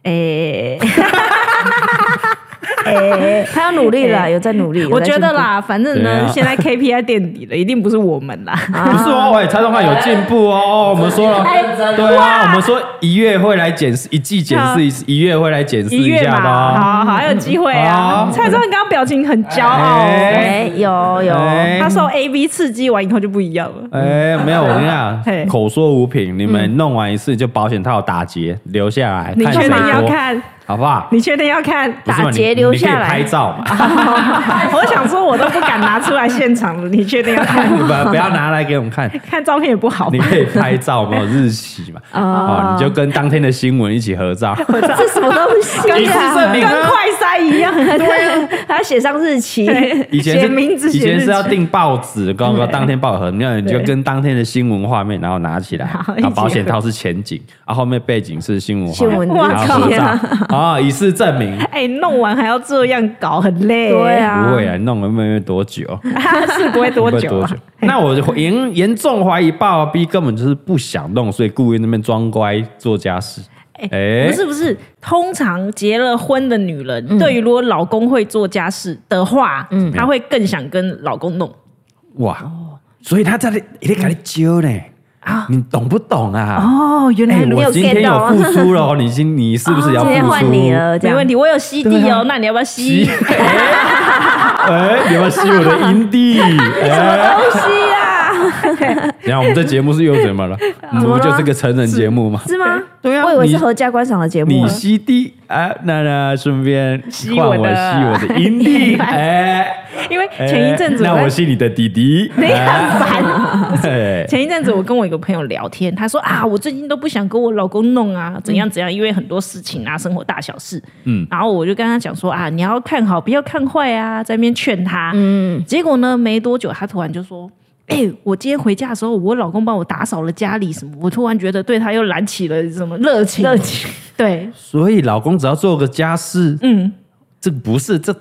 [SPEAKER 2] 哎，
[SPEAKER 3] 哎，他要努力了，有在努力。有
[SPEAKER 2] 我
[SPEAKER 3] 在
[SPEAKER 2] 觉
[SPEAKER 3] 进
[SPEAKER 2] 得
[SPEAKER 3] 步，
[SPEAKER 2] 啦，反正
[SPEAKER 1] 对
[SPEAKER 2] 呢，
[SPEAKER 1] 啊
[SPEAKER 2] 现在 KPI 垫底了，一定不是我们
[SPEAKER 1] [laughs]
[SPEAKER 2] 啦。
[SPEAKER 1] 不是哦，喂，蔡宗汉有进步哦
[SPEAKER 2] [laughs]
[SPEAKER 1] 哦，我们说
[SPEAKER 2] 哎
[SPEAKER 1] 了，
[SPEAKER 4] 认真
[SPEAKER 1] 对啊，我们说一月会来检视，一季检视一次，一月会来检视
[SPEAKER 2] 一月
[SPEAKER 1] 下的哦。
[SPEAKER 2] 嘛，好好还有机会
[SPEAKER 1] 好
[SPEAKER 2] 啊！蔡宗翰刚刚表情很骄傲哦，
[SPEAKER 1] 哎
[SPEAKER 3] 哎，有有，
[SPEAKER 1] 哎
[SPEAKER 2] 他受 A B 刺激完以后就不一样了。
[SPEAKER 1] 哎，没有，我跟你讲，
[SPEAKER 2] [laughs] 嘿嗯
[SPEAKER 1] 口说无凭，你们弄完一次就保险套打结留下来，
[SPEAKER 2] 你
[SPEAKER 1] 看
[SPEAKER 2] 确
[SPEAKER 1] 谁
[SPEAKER 2] 定要
[SPEAKER 1] 多，
[SPEAKER 2] 看？
[SPEAKER 1] 好不好？
[SPEAKER 2] 你确定要看？
[SPEAKER 1] 不是嘛
[SPEAKER 3] 打结
[SPEAKER 1] 你
[SPEAKER 3] 留下来
[SPEAKER 1] 你可以拍照嘛，
[SPEAKER 2] [laughs] 我想说，我都不敢拿出来现场
[SPEAKER 1] [laughs]
[SPEAKER 2] 了。你确定要看？
[SPEAKER 1] 你不不要拿来给我们看，
[SPEAKER 2] 看照片也不好
[SPEAKER 1] 你。可以拍照，没有日期
[SPEAKER 2] [laughs]
[SPEAKER 1] 嘛，哦，你就跟当天的新闻一起合照，
[SPEAKER 3] 这什么东西
[SPEAKER 2] 跟
[SPEAKER 1] 一次证
[SPEAKER 3] 啊？
[SPEAKER 1] 明
[SPEAKER 2] 跟
[SPEAKER 1] 啊
[SPEAKER 2] 快筛一样，
[SPEAKER 3] 还要写上日期，
[SPEAKER 1] 以前
[SPEAKER 2] 写
[SPEAKER 1] 是
[SPEAKER 2] 名字
[SPEAKER 1] 以前
[SPEAKER 2] 写日
[SPEAKER 1] 是要
[SPEAKER 2] 期
[SPEAKER 1] 订报纸，刚刚当天报盒，那你就跟当天的新闻画面，然后拿起来
[SPEAKER 2] 好，
[SPEAKER 1] 然后
[SPEAKER 2] 一起
[SPEAKER 1] 保险套是前景，然后后面背景是新闻画
[SPEAKER 3] 新
[SPEAKER 1] 面，
[SPEAKER 3] 闻
[SPEAKER 2] 哇
[SPEAKER 1] 然后合
[SPEAKER 3] 日期
[SPEAKER 1] 照
[SPEAKER 3] 啊，
[SPEAKER 1] 啊，以示证明。
[SPEAKER 2] 哎，弄完还要这样搞，很累。
[SPEAKER 3] 对，啊，
[SPEAKER 1] 不会啊，弄了没有多久，
[SPEAKER 2] 是不会多
[SPEAKER 1] 不会
[SPEAKER 2] 久
[SPEAKER 1] 多
[SPEAKER 2] 啊
[SPEAKER 1] 久？。那我就严严重怀疑爸爸 B 根本就是不想弄，所以故意那边装乖做家事。哎
[SPEAKER 2] 不，是不是，通常结了婚的女人，
[SPEAKER 3] 嗯
[SPEAKER 2] 对于如果老公会做家事的话，嗯，她会更想跟老公弄。
[SPEAKER 1] 哇，所以他在那一定给你揪呢，你懂不懂啊？
[SPEAKER 2] 哦，原
[SPEAKER 1] 哎，
[SPEAKER 3] 你
[SPEAKER 1] 我
[SPEAKER 3] 有
[SPEAKER 1] 今天
[SPEAKER 3] get 到
[SPEAKER 1] 有
[SPEAKER 3] 啊 [laughs]
[SPEAKER 1] 付出了哦，你今你是不是也要付
[SPEAKER 3] 今天
[SPEAKER 1] 出？
[SPEAKER 3] 换你了，呃这
[SPEAKER 2] 没
[SPEAKER 3] 样
[SPEAKER 2] 问题，我有吸地
[SPEAKER 1] 对
[SPEAKER 2] 哦
[SPEAKER 1] 啊，
[SPEAKER 2] 那你要不要吸
[SPEAKER 1] 吸？，哎，你们吸我的阴
[SPEAKER 2] [laughs]
[SPEAKER 1] 蒂，哎，
[SPEAKER 3] 东西啊，
[SPEAKER 1] 然后我们这节目是又怎
[SPEAKER 2] [laughs]
[SPEAKER 1] 么了？我们不就是个成人节目吗？
[SPEAKER 3] 是吗？
[SPEAKER 1] 对啊
[SPEAKER 3] 我以为
[SPEAKER 1] 你
[SPEAKER 3] 是合家观赏的节目
[SPEAKER 1] 你
[SPEAKER 3] 啊。
[SPEAKER 1] 吸地啊，那那顺便
[SPEAKER 2] 吸
[SPEAKER 1] 换
[SPEAKER 2] 我
[SPEAKER 1] 我
[SPEAKER 2] 的
[SPEAKER 1] 吸我的阴
[SPEAKER 2] [laughs]
[SPEAKER 1] 蒂，哎，
[SPEAKER 2] 因为
[SPEAKER 1] 哎
[SPEAKER 2] 前一阵子我
[SPEAKER 1] 那
[SPEAKER 2] 在
[SPEAKER 1] 我吸你的弟弟，
[SPEAKER 2] [laughs] 你很烦。
[SPEAKER 1] [laughs] 哎，
[SPEAKER 2] 前一阵子我跟我一个朋友聊天，他说啊，我最近都不想跟我老公弄啊，怎样怎样，因为很多事情啊，生活大小事。
[SPEAKER 1] 嗯
[SPEAKER 2] 嗯，然后我就跟他讲说啊，你要看好，不要看坏啊，在那边劝他。嗯，结果呢，没多久他突然就说。哎、我今天回家的时候，我老公帮我打扫了家里什么，我突然觉得对他又燃起了什么热情。热情， [laughs] 对，
[SPEAKER 1] 所以老公只要做个家事，
[SPEAKER 2] 嗯，
[SPEAKER 1] 这不是这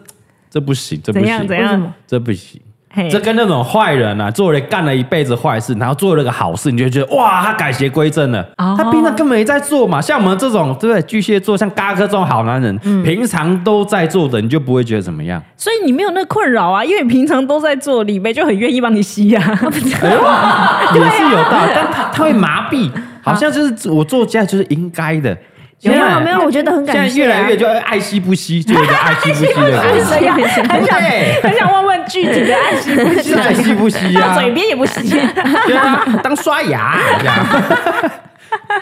[SPEAKER 1] 这不行，这不
[SPEAKER 2] 怎样怎
[SPEAKER 1] 行，
[SPEAKER 2] 样，
[SPEAKER 1] 这不行。
[SPEAKER 3] 嗯
[SPEAKER 2] 嘿
[SPEAKER 1] 这跟那种坏人啊，做了干了一辈子坏事，然后做了个好事，你就会觉得哇，他改邪归正了。
[SPEAKER 2] 哦
[SPEAKER 1] 他平常根本没在做嘛。像我们这种对不对巨蟹座，像嘎哥这种好男人，
[SPEAKER 3] 嗯
[SPEAKER 1] 平常都在做的，你就不会觉得怎么
[SPEAKER 3] [laughs]
[SPEAKER 1] 样。
[SPEAKER 2] 所以你没有那困扰啊，因为你平常都在做，李梅就很愿意帮你吸 [laughs] 啊。
[SPEAKER 1] 哎呦，
[SPEAKER 3] 啊
[SPEAKER 1] 也是有道理，但他他会麻痹，好像就是我做家就是应该的。
[SPEAKER 3] 没
[SPEAKER 1] 现在
[SPEAKER 3] 有没有，我觉得很
[SPEAKER 1] 现
[SPEAKER 3] 感
[SPEAKER 1] 在
[SPEAKER 3] 谢
[SPEAKER 1] 越
[SPEAKER 3] 啊。
[SPEAKER 1] 来越就爱惜不惜，就有点爱惜不惜的
[SPEAKER 2] [laughs]
[SPEAKER 1] 感
[SPEAKER 3] [laughs]
[SPEAKER 1] 觉。
[SPEAKER 2] 呀，很想
[SPEAKER 1] 对，
[SPEAKER 2] 很想问问具体的爱惜不惜
[SPEAKER 1] 是，爱惜不惜
[SPEAKER 3] [laughs]
[SPEAKER 2] 到
[SPEAKER 1] 啊。
[SPEAKER 2] 嘴边也不惜。
[SPEAKER 1] [laughs] 对啊，当刷牙这样，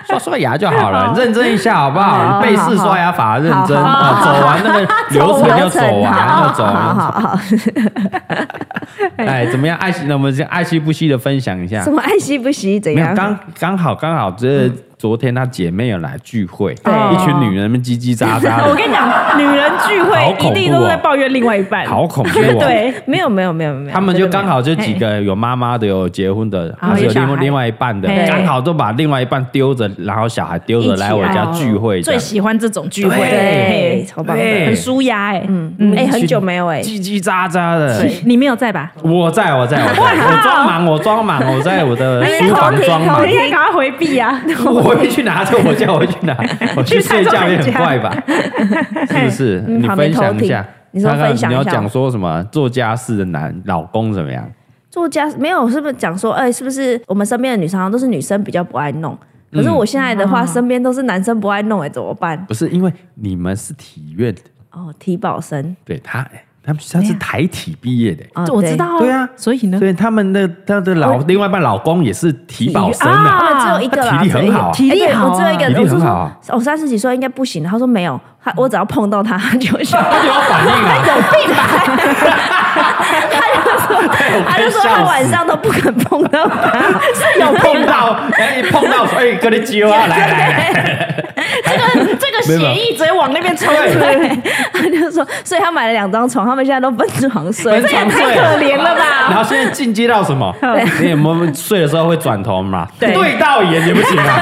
[SPEAKER 1] 刷刷牙就好了，认真一下好不好？
[SPEAKER 3] 好
[SPEAKER 1] 背式刷牙法认真
[SPEAKER 3] 好
[SPEAKER 1] 啊，走完那个流程要走完，要走啊
[SPEAKER 3] 好
[SPEAKER 1] 完。
[SPEAKER 3] 好好，
[SPEAKER 1] 哎，怎么样？爱惜，那我们先爱惜不惜的分享一下
[SPEAKER 3] 什。么爱惜不惜怎
[SPEAKER 1] 没有，
[SPEAKER 3] 样？
[SPEAKER 1] 刚刚好刚好，这昨天她姐妹有来聚会，
[SPEAKER 3] 对
[SPEAKER 1] 一群女人们叽叽喳喳
[SPEAKER 2] 我
[SPEAKER 1] 的，
[SPEAKER 2] 跟你讲，女人聚
[SPEAKER 1] 啊好
[SPEAKER 2] 会
[SPEAKER 1] 恐怖哦
[SPEAKER 2] 一定都在抱怨另外一半，
[SPEAKER 1] 好恐怖哦。
[SPEAKER 2] 对，
[SPEAKER 3] 没有没有没有没有，
[SPEAKER 1] 他们就刚好就几
[SPEAKER 3] 真的没有。
[SPEAKER 1] 个有妈妈的，有结婚的，
[SPEAKER 2] 哦
[SPEAKER 1] 还是有
[SPEAKER 2] 有小
[SPEAKER 1] 另外
[SPEAKER 2] 孩
[SPEAKER 1] 另外一半的
[SPEAKER 2] 嘿，
[SPEAKER 1] 刚好都把另外一半丢着，然后小孩丢着
[SPEAKER 2] 一
[SPEAKER 1] 哦
[SPEAKER 2] 起啊哦
[SPEAKER 1] 来我家
[SPEAKER 3] 来
[SPEAKER 1] 聚会这
[SPEAKER 2] 最
[SPEAKER 1] 样，
[SPEAKER 2] 喜欢这种聚会，
[SPEAKER 1] 对
[SPEAKER 3] 对，
[SPEAKER 2] 嘿
[SPEAKER 3] 超棒
[SPEAKER 1] 对
[SPEAKER 3] 的。
[SPEAKER 2] 很舒压哎。
[SPEAKER 3] 嗯，哎，很久没有哎，
[SPEAKER 1] 叽叽喳喳的。
[SPEAKER 2] 你没有在吧？
[SPEAKER 1] 我在我在我在，我装忙我装忙，我在我
[SPEAKER 3] [laughs]
[SPEAKER 1] 的书房装忙
[SPEAKER 3] 哦
[SPEAKER 2] 你。应该赶快回避啊！
[SPEAKER 1] 我回去拿，这我叫我去
[SPEAKER 3] [laughs]
[SPEAKER 1] 拿，我去睡觉也很怪吧？是不是？
[SPEAKER 3] 嗯
[SPEAKER 1] 你分享一下
[SPEAKER 3] 旁边偷听，你说
[SPEAKER 1] 看看
[SPEAKER 3] 分享一
[SPEAKER 1] 你
[SPEAKER 3] 下
[SPEAKER 1] 要讲说什么做家事的男老公怎么样？
[SPEAKER 3] 做家没有，是不是讲说，哎、是不是我们身边的女生好像都是女生比较不爱弄？可是我现在的话，
[SPEAKER 2] 嗯
[SPEAKER 3] 身边都是男生不爱弄、哎，怎么办？
[SPEAKER 1] 不是因为你们是体院的，
[SPEAKER 3] 哦，体保生
[SPEAKER 1] 对他，他们
[SPEAKER 3] 哎
[SPEAKER 1] 他是台体毕业的，
[SPEAKER 3] 啊，
[SPEAKER 2] 我知
[SPEAKER 3] 对。
[SPEAKER 2] 道啊，
[SPEAKER 1] 对啊
[SPEAKER 2] 所以呢
[SPEAKER 1] 所，以他们的他的老另外一半老公也是体保生的、
[SPEAKER 2] 啊
[SPEAKER 3] 他哦们只有一个啦，
[SPEAKER 1] 他体力很好啊
[SPEAKER 3] 只有一个
[SPEAKER 2] 体力好啊
[SPEAKER 3] 哎对我只有
[SPEAKER 1] 体
[SPEAKER 3] 一
[SPEAKER 1] 力
[SPEAKER 3] 个，我
[SPEAKER 1] 很
[SPEAKER 3] 就
[SPEAKER 1] 好啊
[SPEAKER 3] 说，我三十几岁应该不行了。他说没有，他我只要碰到他他就行。
[SPEAKER 1] 他就有反应啊了，
[SPEAKER 3] 有病吧？他就说他晚上都不肯碰到他，是有
[SPEAKER 1] 要
[SPEAKER 3] 病
[SPEAKER 1] 碰到，哎、碰到，哎、跟你接啊，来来来，
[SPEAKER 2] 这个这个
[SPEAKER 1] 没有
[SPEAKER 2] 协议直接往那边冲，
[SPEAKER 1] 对
[SPEAKER 3] 对，他就说，所以他买了两张床，他们现在都分床睡
[SPEAKER 1] 分，床睡
[SPEAKER 3] 这也太可怜了吧？
[SPEAKER 1] 然后现在进阶到什么？你我们睡的时候会转头嘛？
[SPEAKER 3] 对
[SPEAKER 1] 对到眼也不行啊，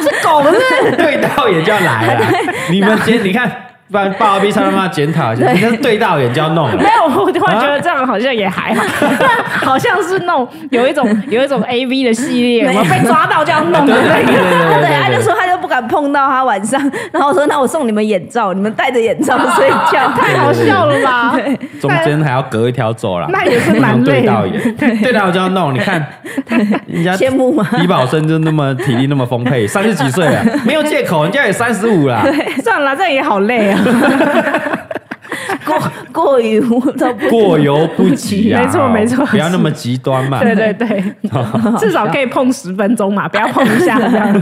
[SPEAKER 3] 是狗是
[SPEAKER 1] 对到眼就要来了。你们检，你看，不然爸爸 B 上他妈检讨一下，
[SPEAKER 3] 对
[SPEAKER 1] 你这对到眼就要弄了
[SPEAKER 2] 没。有，我突然觉得这样好像也还好，
[SPEAKER 1] 啊
[SPEAKER 2] [laughs] 好像是那种有一种有一种 A V 的系列，我被抓到就要弄
[SPEAKER 1] 对
[SPEAKER 2] 的
[SPEAKER 1] 对
[SPEAKER 2] 那
[SPEAKER 1] 对对
[SPEAKER 2] 个。
[SPEAKER 1] 对
[SPEAKER 3] 对，他
[SPEAKER 1] 对
[SPEAKER 3] 就
[SPEAKER 1] 对
[SPEAKER 3] 说他就不敢碰到他晚上，然后我说那我送你们眼罩，你们戴着眼罩睡觉，
[SPEAKER 2] 太好笑了吧？
[SPEAKER 1] 对，中间还要隔一条走廊，
[SPEAKER 2] 那也是蛮
[SPEAKER 1] 不能对
[SPEAKER 2] 累的
[SPEAKER 1] 到眼，对到眼就要弄。你看人家
[SPEAKER 3] 羡慕吗？
[SPEAKER 2] [laughs]
[SPEAKER 1] 李宝生就那么体力那么丰沛，三十几岁了，没有借口，人家也三十五了，
[SPEAKER 2] 算了，这样也好累啊。
[SPEAKER 3] [laughs] 过过于我都不
[SPEAKER 1] 过犹不及啊！
[SPEAKER 2] [laughs] 没错
[SPEAKER 1] 哦
[SPEAKER 2] 没错
[SPEAKER 1] 不要那么极端嘛。
[SPEAKER 2] [laughs] 对对对， [laughs] 至少可以碰十分钟 [laughs] 嘛，不要碰一下这样。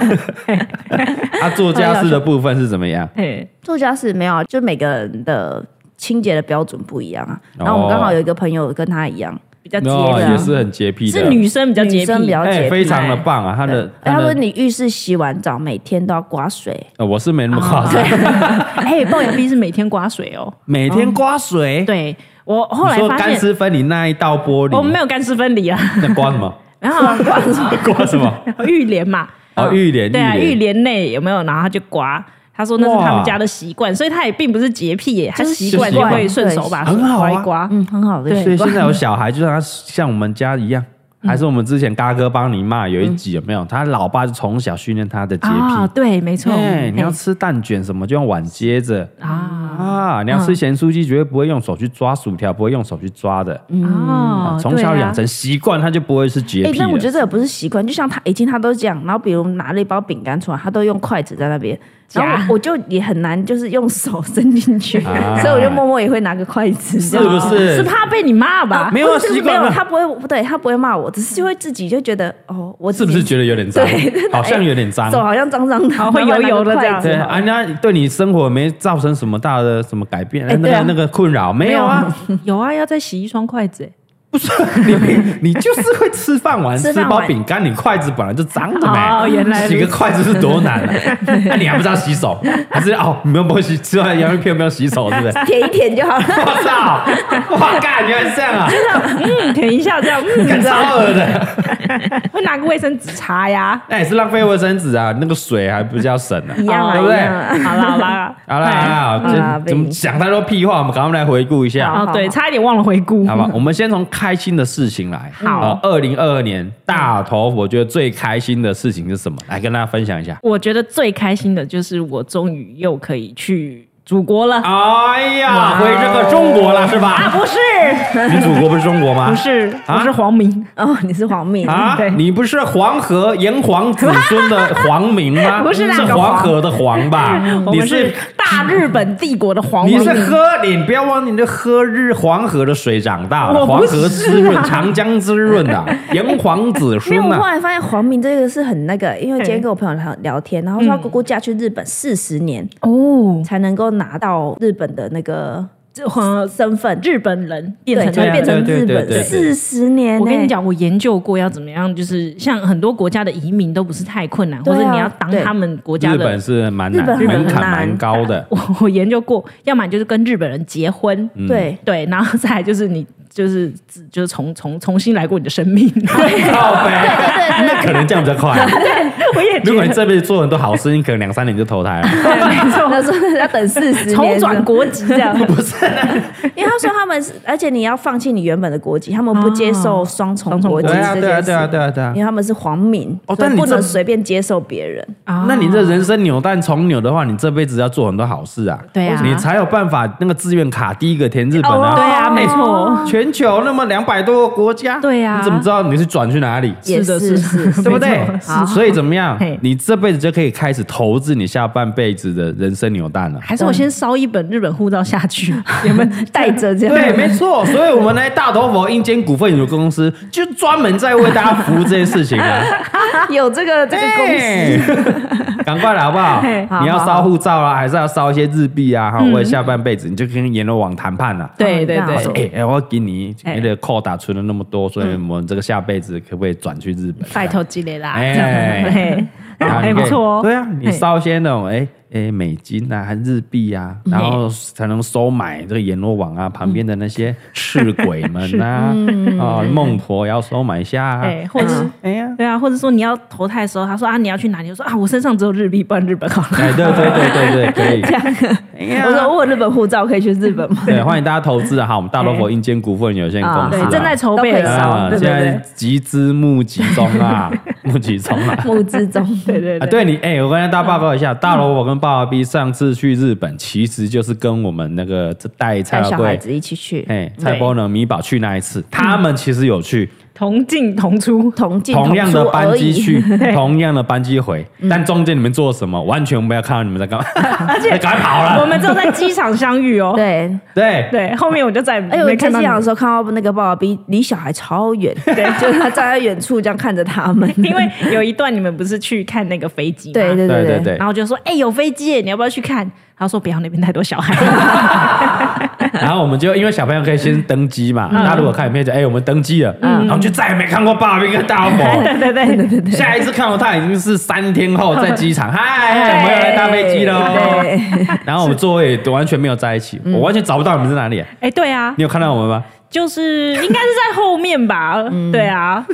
[SPEAKER 1] 啊，做家事的部分是怎么样？
[SPEAKER 2] 哎，
[SPEAKER 3] 做家事没有啊，就每个人的清洁的标准不一样啊。然后我们
[SPEAKER 1] 哦
[SPEAKER 3] 刚好有一个朋友跟他一样，比较洁
[SPEAKER 1] 哦，
[SPEAKER 3] 的啊
[SPEAKER 1] 也是很洁癖的，
[SPEAKER 2] 是女生比较洁
[SPEAKER 3] 女生比
[SPEAKER 2] 癖， [laughs]
[SPEAKER 3] 较洁
[SPEAKER 1] 哎，
[SPEAKER 3] 癖，
[SPEAKER 1] 非常的棒啊！她
[SPEAKER 3] 对。
[SPEAKER 1] 的，
[SPEAKER 3] 哎他
[SPEAKER 1] 她
[SPEAKER 3] 说
[SPEAKER 1] 的，
[SPEAKER 3] 你浴室洗完澡每天都要刮水，
[SPEAKER 1] 呃我是没那么夸
[SPEAKER 2] 哦
[SPEAKER 1] 张，
[SPEAKER 2] 哎，龅牙逼是每天刮水哦。
[SPEAKER 1] 每天刮水。
[SPEAKER 2] 对我后
[SPEAKER 1] 你
[SPEAKER 2] 来
[SPEAKER 1] 说
[SPEAKER 2] 发
[SPEAKER 1] 干
[SPEAKER 2] 现，
[SPEAKER 1] 湿分离那一道玻璃，
[SPEAKER 2] 我们没有干湿分离啊， [laughs]
[SPEAKER 1] 那刮什么？
[SPEAKER 2] 然后刮
[SPEAKER 1] 刮什么？
[SPEAKER 2] 浴帘嘛，
[SPEAKER 1] 哦，浴帘，
[SPEAKER 2] 对啊，浴
[SPEAKER 1] 浴帘，
[SPEAKER 2] 帘内有没有？然后他就刮，他说那是他们家的习惯，所以他也并不是洁癖耶，他
[SPEAKER 3] 就是
[SPEAKER 2] 习惯就
[SPEAKER 1] 习惯
[SPEAKER 2] 会顺手把
[SPEAKER 1] 对
[SPEAKER 2] 手
[SPEAKER 1] 很好
[SPEAKER 2] 刮
[SPEAKER 1] 啊
[SPEAKER 2] 一刮。
[SPEAKER 3] 嗯，很好的
[SPEAKER 2] 对
[SPEAKER 1] 所
[SPEAKER 3] 习
[SPEAKER 1] 以现
[SPEAKER 3] 惯。
[SPEAKER 1] 在有小孩，就让他像我们家一样，还是我们之前嘎哥帮你骂有一集有没有？他老爸就从小训练他的洁
[SPEAKER 2] 啊，
[SPEAKER 1] 癖。
[SPEAKER 2] 对，没错，
[SPEAKER 1] 哎，
[SPEAKER 2] 哎
[SPEAKER 1] 你要吃蛋卷什么就用碗接着
[SPEAKER 2] 啊
[SPEAKER 1] 啊！你要吃咸酥鸡，绝对不会用手去抓薯条，不会用手去抓的。
[SPEAKER 2] 哦，
[SPEAKER 1] 从小
[SPEAKER 2] 对啊
[SPEAKER 1] 养成习惯，他就不会是洁
[SPEAKER 3] 哎
[SPEAKER 1] 癖，了。
[SPEAKER 3] 但我觉得这也不是习惯，就像他以前他都这样，然后比如拿了一包饼干出来，他都用筷子在那边，然后
[SPEAKER 2] 夹
[SPEAKER 3] 我我就也很难就是用手 [laughs] 伸进去，
[SPEAKER 1] 啊
[SPEAKER 3] 所以我就默默也会拿个筷子，这
[SPEAKER 1] 是
[SPEAKER 3] 样
[SPEAKER 1] 不是？
[SPEAKER 2] 是怕被你骂吧？
[SPEAKER 1] 没有啊
[SPEAKER 3] 不是
[SPEAKER 1] 习
[SPEAKER 3] 没
[SPEAKER 1] 惯
[SPEAKER 3] 有，
[SPEAKER 1] 了
[SPEAKER 3] 他不会，不对，他不会骂我，只是就会自己就觉得哦，我
[SPEAKER 1] 是
[SPEAKER 3] 自
[SPEAKER 1] 不
[SPEAKER 3] 己
[SPEAKER 1] 是觉得有点脏
[SPEAKER 3] 对
[SPEAKER 1] [laughs]
[SPEAKER 3] 对？
[SPEAKER 1] 好像有点脏。哦
[SPEAKER 3] 手好像脏脏的，
[SPEAKER 2] 好会
[SPEAKER 3] 然后拿
[SPEAKER 2] 油油
[SPEAKER 3] 个
[SPEAKER 2] 的
[SPEAKER 3] 筷
[SPEAKER 2] 这样
[SPEAKER 3] 子
[SPEAKER 1] 对
[SPEAKER 3] 好
[SPEAKER 1] 啊，那对你生活没造成什么大的什么改变？
[SPEAKER 3] 哎
[SPEAKER 1] 那
[SPEAKER 3] 对啊
[SPEAKER 1] 个那个困扰没有啊？
[SPEAKER 2] [laughs] 有啊，要再洗一双筷子 [laughs] 耶。
[SPEAKER 1] 你 [laughs] 你就是会吃饭完
[SPEAKER 3] 吃
[SPEAKER 1] 吃
[SPEAKER 3] 饭完
[SPEAKER 1] 包饼干，你筷子本来就脏的嘛。
[SPEAKER 2] 哦原来如此
[SPEAKER 1] 洗个筷子是多
[SPEAKER 3] [laughs]
[SPEAKER 1] 难啊！那你还不知道洗手？还是哦，你们没有洗吃完洋芋片没有洗手，
[SPEAKER 3] [laughs]
[SPEAKER 1] 是不是？
[SPEAKER 3] [laughs] 舔一舔就好了。 [laughs]
[SPEAKER 1] 我操！哦哇，干，原来是这样啊！
[SPEAKER 2] 嗯，舔一下这 [laughs] 样，嗯，
[SPEAKER 1] 干
[SPEAKER 2] 这样
[SPEAKER 1] 超恶的，
[SPEAKER 2] 会拿个卫生纸擦 [laughs] 呀，
[SPEAKER 1] 那也是浪费卫生纸啊！那个水还比较省呢。
[SPEAKER 3] 一样啊，
[SPEAKER 1] 对不对
[SPEAKER 3] 一样啊哎
[SPEAKER 2] 好啦好 [laughs] 啦，
[SPEAKER 1] 好啦，好
[SPEAKER 3] 好啦
[SPEAKER 1] 啦，这怎么
[SPEAKER 3] 被
[SPEAKER 1] 讲太多屁话？我们赶快来回顾一下。
[SPEAKER 2] 哦对，差一点忘了回顾，
[SPEAKER 1] 好吧，我们先从开心的事情来。
[SPEAKER 2] 好
[SPEAKER 1] 二零二二年大头，我觉得最开心的事情是什么？来跟大家分享一下。
[SPEAKER 2] 我觉得最开心的就是我终于又可以去祖国了
[SPEAKER 1] 哎呀，回这个中国了是
[SPEAKER 2] 啊！
[SPEAKER 1] 吧？
[SPEAKER 2] 不是，
[SPEAKER 1] [laughs] 你祖国不是中国吗
[SPEAKER 2] 不？是，
[SPEAKER 1] 啊
[SPEAKER 2] 我是黄明，
[SPEAKER 3] 哦，你是黄敏，
[SPEAKER 1] 啊
[SPEAKER 2] 对，
[SPEAKER 1] 你不是黄河炎黄子孙的黄明吗？
[SPEAKER 2] 不是那个
[SPEAKER 1] 是黄河的黄吧？
[SPEAKER 2] [laughs] 我
[SPEAKER 1] 你
[SPEAKER 2] 们
[SPEAKER 1] 是
[SPEAKER 2] 嗯是大日本帝国的黄
[SPEAKER 1] 你
[SPEAKER 2] 明
[SPEAKER 1] 是。喝，你不要忘记，你是喝日黄河的水长大的，
[SPEAKER 2] 我
[SPEAKER 1] 黄
[SPEAKER 2] 不是
[SPEAKER 1] 河滋润，长江滋润的，炎黄子
[SPEAKER 3] 没有，
[SPEAKER 1] 孙啊
[SPEAKER 3] 我后
[SPEAKER 1] 呐。
[SPEAKER 3] 来发现黄敏这个是很那个，因为今天跟我朋友聊聊天，然后说她姑姑嫁去日本四十年
[SPEAKER 2] 哦，
[SPEAKER 3] 才能够拿到日本的那个
[SPEAKER 2] 这呃
[SPEAKER 3] 身份，
[SPEAKER 2] 日本人变
[SPEAKER 3] 对，
[SPEAKER 2] 成
[SPEAKER 3] 才
[SPEAKER 1] 对啊
[SPEAKER 3] 变成日
[SPEAKER 1] 对对对
[SPEAKER 3] 本
[SPEAKER 1] 对
[SPEAKER 3] 四
[SPEAKER 1] 对
[SPEAKER 3] 十年。
[SPEAKER 2] 我跟你，讲，我研究过要怎么样，就是像很多国家的移民都不是太困难，
[SPEAKER 3] 对
[SPEAKER 2] 或
[SPEAKER 3] 啊
[SPEAKER 2] 者你要当他们国家
[SPEAKER 1] 日
[SPEAKER 2] 的
[SPEAKER 1] 本。是蛮
[SPEAKER 3] 日本
[SPEAKER 1] 难，
[SPEAKER 3] 很
[SPEAKER 1] 门槛
[SPEAKER 3] 难
[SPEAKER 1] 蛮高
[SPEAKER 2] [laughs]
[SPEAKER 1] 的。
[SPEAKER 2] 我我研究过，要么你就是跟日本人结婚，
[SPEAKER 1] 嗯
[SPEAKER 3] 对，
[SPEAKER 2] 对，然后再来就是你就是就是重重重新来过你的生
[SPEAKER 1] [laughs]
[SPEAKER 2] 命。
[SPEAKER 1] 靠背，那可能这样比较快。啊
[SPEAKER 2] [laughs] 我也
[SPEAKER 1] 如
[SPEAKER 2] 觉
[SPEAKER 1] 果你
[SPEAKER 2] 得
[SPEAKER 1] 这辈子做很多好事，你可能两三年就投胎了。
[SPEAKER 2] 没错，
[SPEAKER 3] 他说要等四
[SPEAKER 2] [laughs]
[SPEAKER 3] 十年，
[SPEAKER 2] 重转国籍这样。
[SPEAKER 1] [laughs] 不是，
[SPEAKER 3] 因为他说他们是，而且你要放弃你原本的国籍，他们不接受双重国籍
[SPEAKER 1] 对啊，
[SPEAKER 3] 这
[SPEAKER 1] 对啊，
[SPEAKER 3] 件
[SPEAKER 1] 对啊，
[SPEAKER 3] 事。
[SPEAKER 1] 对啊，对啊
[SPEAKER 3] 因为。他们是皇民，
[SPEAKER 1] 哦
[SPEAKER 3] 所以
[SPEAKER 1] 但你
[SPEAKER 3] 不
[SPEAKER 1] 这
[SPEAKER 3] 能随便接受别人。
[SPEAKER 2] 哦啊
[SPEAKER 1] 那你这人生扭蛋重扭的话，你这辈子要做很多好事啊，
[SPEAKER 2] 对啊哦
[SPEAKER 1] 你才有办法那个志愿卡第一个填日本
[SPEAKER 2] 对
[SPEAKER 1] 啊，
[SPEAKER 2] 啊，没错，
[SPEAKER 1] 缺全球那么两百多个国家，
[SPEAKER 2] 对啊呀
[SPEAKER 1] 你怎么知道你是转去哪里？
[SPEAKER 3] 也
[SPEAKER 2] 是的
[SPEAKER 3] 是
[SPEAKER 2] 是
[SPEAKER 1] 对不对
[SPEAKER 2] 没错？
[SPEAKER 1] 是所以怎么样
[SPEAKER 2] 嘿？
[SPEAKER 1] 你这辈子就可以开始投资你下半辈子的人生扭蛋了。
[SPEAKER 2] 还是我先烧一本日本护照下
[SPEAKER 3] [laughs]
[SPEAKER 2] 去，
[SPEAKER 3] 你们带着这样？
[SPEAKER 1] 对，没错。所以我们呢，大头佛硬间股份有限公司就专门在为大家服务这些事情啊。
[SPEAKER 3] [laughs] 有这个这个公司，
[SPEAKER 1] 嘿赶快来好不好
[SPEAKER 2] 嘿？
[SPEAKER 3] 好
[SPEAKER 1] 你要
[SPEAKER 3] 好
[SPEAKER 1] 烧护照啊，还是要烧一些日币啊？哈，为了下半辈子，你就跟阎罗王谈判了。
[SPEAKER 2] 嗯对对
[SPEAKER 1] 他
[SPEAKER 2] 对
[SPEAKER 1] 说：“
[SPEAKER 3] 对
[SPEAKER 1] 哎、哎，我给你
[SPEAKER 2] 哎
[SPEAKER 1] 你的扣打存了那么多，所以我们这个下辈子可不可以转去日本？
[SPEAKER 2] 拜托积累啦，
[SPEAKER 1] 哎
[SPEAKER 2] 这样嘿
[SPEAKER 1] 然后你
[SPEAKER 2] 嗯 [laughs] 哎
[SPEAKER 1] 可以
[SPEAKER 2] 不错哦
[SPEAKER 1] 对啊，你
[SPEAKER 2] 哎
[SPEAKER 1] 烧一些那种哎哎美金啊，还日币啊，然后才能收买这个阎罗王啊旁边的那些赤鬼们
[SPEAKER 2] [laughs]
[SPEAKER 1] 呐，哦，孟婆也要收买一下啊，
[SPEAKER 2] 嗯哎，或者是
[SPEAKER 1] 哎呀，
[SPEAKER 2] 对啊，或者说你要投胎的时候，他说啊你要去哪里，我说啊我身上只有日币，不然日本好了。
[SPEAKER 1] 哎，对对对对对，可
[SPEAKER 2] [laughs]
[SPEAKER 1] 以，哎呀
[SPEAKER 3] 我说我有日本护照可以去日
[SPEAKER 1] [laughs]
[SPEAKER 3] [laughs] 本吗？
[SPEAKER 1] 对，欢迎大家投资啊！哈，我们大萝
[SPEAKER 3] 哎
[SPEAKER 1] 佛硬间股份有限公司、啊
[SPEAKER 3] 啊
[SPEAKER 2] 对，正在筹备
[SPEAKER 3] 都可以烧
[SPEAKER 2] 了，
[SPEAKER 1] 啊，
[SPEAKER 3] 对
[SPEAKER 1] 现
[SPEAKER 3] 对对
[SPEAKER 1] 在集资募集中
[SPEAKER 3] [laughs]
[SPEAKER 1] 啊，募集中啊。
[SPEAKER 3] 木之中， [laughs] 对对
[SPEAKER 1] 啊，对你，哎、我跟大家报告一下，大萝我跟爸爸 B 上次去日本，其实就是跟我们那个带蔡
[SPEAKER 3] 带
[SPEAKER 1] 老
[SPEAKER 3] 小孩
[SPEAKER 1] 贵，
[SPEAKER 3] 子一起去，
[SPEAKER 1] 哎、蔡波呢、米宝去那一次，他们其实有去，
[SPEAKER 2] 同进同
[SPEAKER 1] [laughs]
[SPEAKER 2] 出。
[SPEAKER 3] 同嗯进
[SPEAKER 1] 同样的
[SPEAKER 3] 出
[SPEAKER 1] 班
[SPEAKER 3] 而
[SPEAKER 1] 机
[SPEAKER 3] 已嗯
[SPEAKER 1] 去，同样的班机回，但中间你们做什么，完全不要看到你们在
[SPEAKER 3] [laughs]
[SPEAKER 1] 干嘛，而且 [laughs] 赶快跑
[SPEAKER 2] 我
[SPEAKER 1] 了，
[SPEAKER 2] 们只有在机场相遇哦。
[SPEAKER 3] [laughs] 对，
[SPEAKER 1] 对，
[SPEAKER 2] 对，后面我就再也
[SPEAKER 3] 哎呦，
[SPEAKER 2] 没
[SPEAKER 3] 我在
[SPEAKER 2] 看到
[SPEAKER 3] 机
[SPEAKER 2] 你
[SPEAKER 3] 场的时候看到那个爸爸比离小孩超
[SPEAKER 2] [laughs]
[SPEAKER 3] 远，对，就是他站在远处这样看着他们， [laughs]
[SPEAKER 2] 因为有一段你们不是去看那个飞机吗？
[SPEAKER 3] 对对
[SPEAKER 1] 对
[SPEAKER 3] 对
[SPEAKER 1] 对
[SPEAKER 2] 然后就说：“哎、有飞机耶，你要不要去看？”他说：“不要，那边太多小孩。
[SPEAKER 3] [laughs]
[SPEAKER 2] [laughs]
[SPEAKER 1] 然后我们就因为小朋友可以先登机嘛，
[SPEAKER 2] 嗯
[SPEAKER 1] 大家如果看影片就哎我们登机了，然后就再也没看过爸爸跟大老婆。
[SPEAKER 2] [laughs] 对对对对对对，
[SPEAKER 1] 下一次看到他已经是三天后在机场，
[SPEAKER 2] [laughs] 哎
[SPEAKER 1] 嗨，我们要来搭飞机喽。
[SPEAKER 3] 对，
[SPEAKER 1] 然后我们座位也完全没有在一
[SPEAKER 2] 嗯
[SPEAKER 1] 起，我完全找不到你们在哪里。
[SPEAKER 2] [laughs] 哎、对啊
[SPEAKER 1] 你，有看到我们吗？
[SPEAKER 2] 就是应该是在后面
[SPEAKER 3] [laughs]
[SPEAKER 2] 吧。对啊，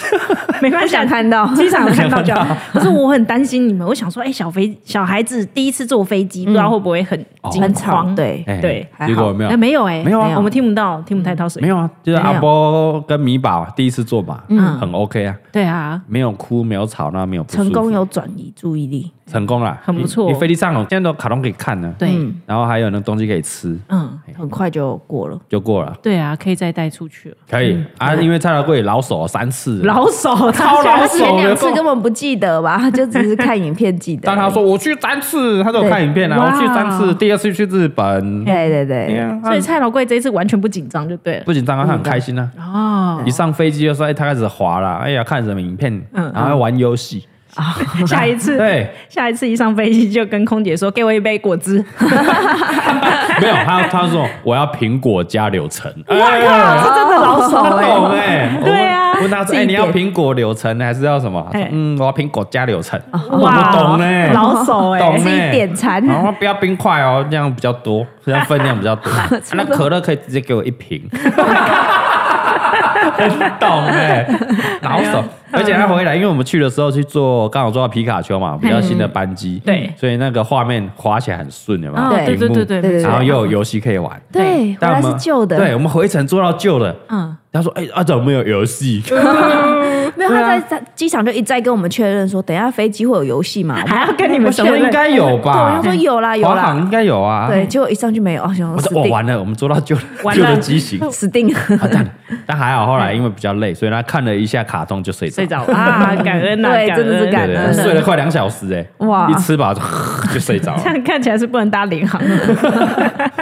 [SPEAKER 2] 没关
[SPEAKER 3] 不
[SPEAKER 2] 系，
[SPEAKER 3] 嗯想看到，
[SPEAKER 2] 机场有看到就好。可是我很担心你们，我想说，哎、小飞小孩子第一次坐飞机，不知道会不会很惊
[SPEAKER 3] [laughs] 嗯很吵
[SPEAKER 2] 慌？，
[SPEAKER 3] 对，
[SPEAKER 1] 哎
[SPEAKER 2] 对
[SPEAKER 3] 还好
[SPEAKER 1] 结果哦没
[SPEAKER 2] 哎、
[SPEAKER 1] 有，
[SPEAKER 2] 没有哎、
[SPEAKER 1] 没有啊
[SPEAKER 2] 我们听不到，听不太到声
[SPEAKER 1] 没
[SPEAKER 2] 音。
[SPEAKER 1] 有啊，就是阿波跟米宝啊第一次坐嘛，
[SPEAKER 2] 嗯
[SPEAKER 1] 很 OK 啊，
[SPEAKER 2] 对啊，
[SPEAKER 1] 没有哭，没有吵闹，没有不舒服
[SPEAKER 3] 成功有转移注意力，
[SPEAKER 1] 成功了，
[SPEAKER 2] 很不错
[SPEAKER 1] 你你飞机上哦有现在都有卡通可以看呢，
[SPEAKER 2] 对，嗯
[SPEAKER 3] 嗯
[SPEAKER 1] 然后还有那东西可以吃，
[SPEAKER 3] 很快就过了，
[SPEAKER 1] 就过了。
[SPEAKER 2] 对啊，可以再带出去了。
[SPEAKER 1] 可以啊，因为蔡老贵老手三次，
[SPEAKER 2] 嗯老手，
[SPEAKER 1] 超老
[SPEAKER 3] 他
[SPEAKER 1] 手
[SPEAKER 3] 前两
[SPEAKER 1] 有
[SPEAKER 3] 次
[SPEAKER 1] 够
[SPEAKER 3] 根本不记得吧， [laughs] 就只是看影片记得，
[SPEAKER 1] 但他说我去三次，他说我看影片啊，
[SPEAKER 2] 对
[SPEAKER 1] 我去三次，
[SPEAKER 2] 哇
[SPEAKER 1] 第二次去日本，
[SPEAKER 3] 对对
[SPEAKER 1] 哎
[SPEAKER 3] 对，
[SPEAKER 1] 呀，他
[SPEAKER 2] [laughs] 所以蔡老贵这一次完全不紧张就对了。
[SPEAKER 1] [laughs] 不紧张啊，他很开心啊。
[SPEAKER 2] 哦，
[SPEAKER 1] 一上飞机就说，哎，他开始滑了，哎呀，看什么影片，
[SPEAKER 2] 嗯
[SPEAKER 1] 然后玩游
[SPEAKER 2] [laughs]
[SPEAKER 1] 戏，
[SPEAKER 2] 下一次，
[SPEAKER 1] 对，
[SPEAKER 2] [laughs] 下一次一上飞机就跟空姐说：“给我一杯果汁。
[SPEAKER 1] 没有，他他说我要苹果加柳橙，哎
[SPEAKER 2] [laughs] 哇靠，这真的老手
[SPEAKER 1] 他 [laughs]
[SPEAKER 2] 哎、
[SPEAKER 1] 懂哎，
[SPEAKER 2] 对啊
[SPEAKER 1] 我问他说，哎，你要苹果柳橙还是要什么？他说
[SPEAKER 2] 哎
[SPEAKER 1] 嗯，我要苹果加柳橙，
[SPEAKER 2] 哦
[SPEAKER 1] 我懂哎，
[SPEAKER 2] 老
[SPEAKER 3] [laughs]
[SPEAKER 2] 手哎、
[SPEAKER 1] 懂
[SPEAKER 3] 自己
[SPEAKER 1] 欸
[SPEAKER 3] 点餐
[SPEAKER 1] 然后不要冰块哦，这样比较多，这样分量比较
[SPEAKER 2] [laughs]
[SPEAKER 1] 多。那可乐可以直接给我一瓶。很懂哎、老手，而且他回来，因为我们去的时候去做，刚好做到啊皮卡丘嘛，比较新的班机，
[SPEAKER 2] 对
[SPEAKER 1] 所以那个画面滑起来很顺，有没
[SPEAKER 2] 哦
[SPEAKER 1] 有？
[SPEAKER 2] 对
[SPEAKER 1] 屏
[SPEAKER 2] 对
[SPEAKER 1] 幕
[SPEAKER 2] 对对
[SPEAKER 3] 对
[SPEAKER 2] 没错
[SPEAKER 1] 然后又有游戏可以玩，
[SPEAKER 3] 对，回
[SPEAKER 1] 但
[SPEAKER 3] 来
[SPEAKER 1] 我
[SPEAKER 3] 是
[SPEAKER 1] 们
[SPEAKER 3] 旧的，
[SPEAKER 1] 哎对，我们回程做到旧的。
[SPEAKER 2] 嗯，
[SPEAKER 1] 他说：“哎、啊，怎么没有游戏？
[SPEAKER 3] 没有，他在在机场就一再跟我们确认说，等一下飞机会有游戏
[SPEAKER 1] [laughs]
[SPEAKER 3] 嘛？
[SPEAKER 2] 还要跟你们
[SPEAKER 1] 我
[SPEAKER 2] 说
[SPEAKER 1] 想说应该有
[SPEAKER 3] 对，
[SPEAKER 1] 吧
[SPEAKER 3] 他？说有啦有
[SPEAKER 1] 华
[SPEAKER 3] 啦
[SPEAKER 1] 航，应该有啊。
[SPEAKER 3] 对，，结果一上去没有，哦，想
[SPEAKER 1] 我
[SPEAKER 3] 说死
[SPEAKER 1] 说我
[SPEAKER 3] 定
[SPEAKER 1] 完了，我们做到旧的
[SPEAKER 2] 完
[SPEAKER 1] 旧
[SPEAKER 2] 了
[SPEAKER 1] 的机型，
[SPEAKER 3] [laughs] 死定了，
[SPEAKER 1] 啊，但但还好，后来因为比较累，所以他看了一下卡通就睡着
[SPEAKER 2] 睡。着了啊，感恩呐、
[SPEAKER 3] 对
[SPEAKER 2] 感恩嗯
[SPEAKER 3] 真的是感
[SPEAKER 1] 对对，
[SPEAKER 3] 恩了
[SPEAKER 1] 对睡了快两小时哎，
[SPEAKER 3] 哇
[SPEAKER 1] 一吃饱就 [laughs] 就睡
[SPEAKER 2] [laughs]
[SPEAKER 1] 着了
[SPEAKER 2] 这，样看起来是不能搭联航的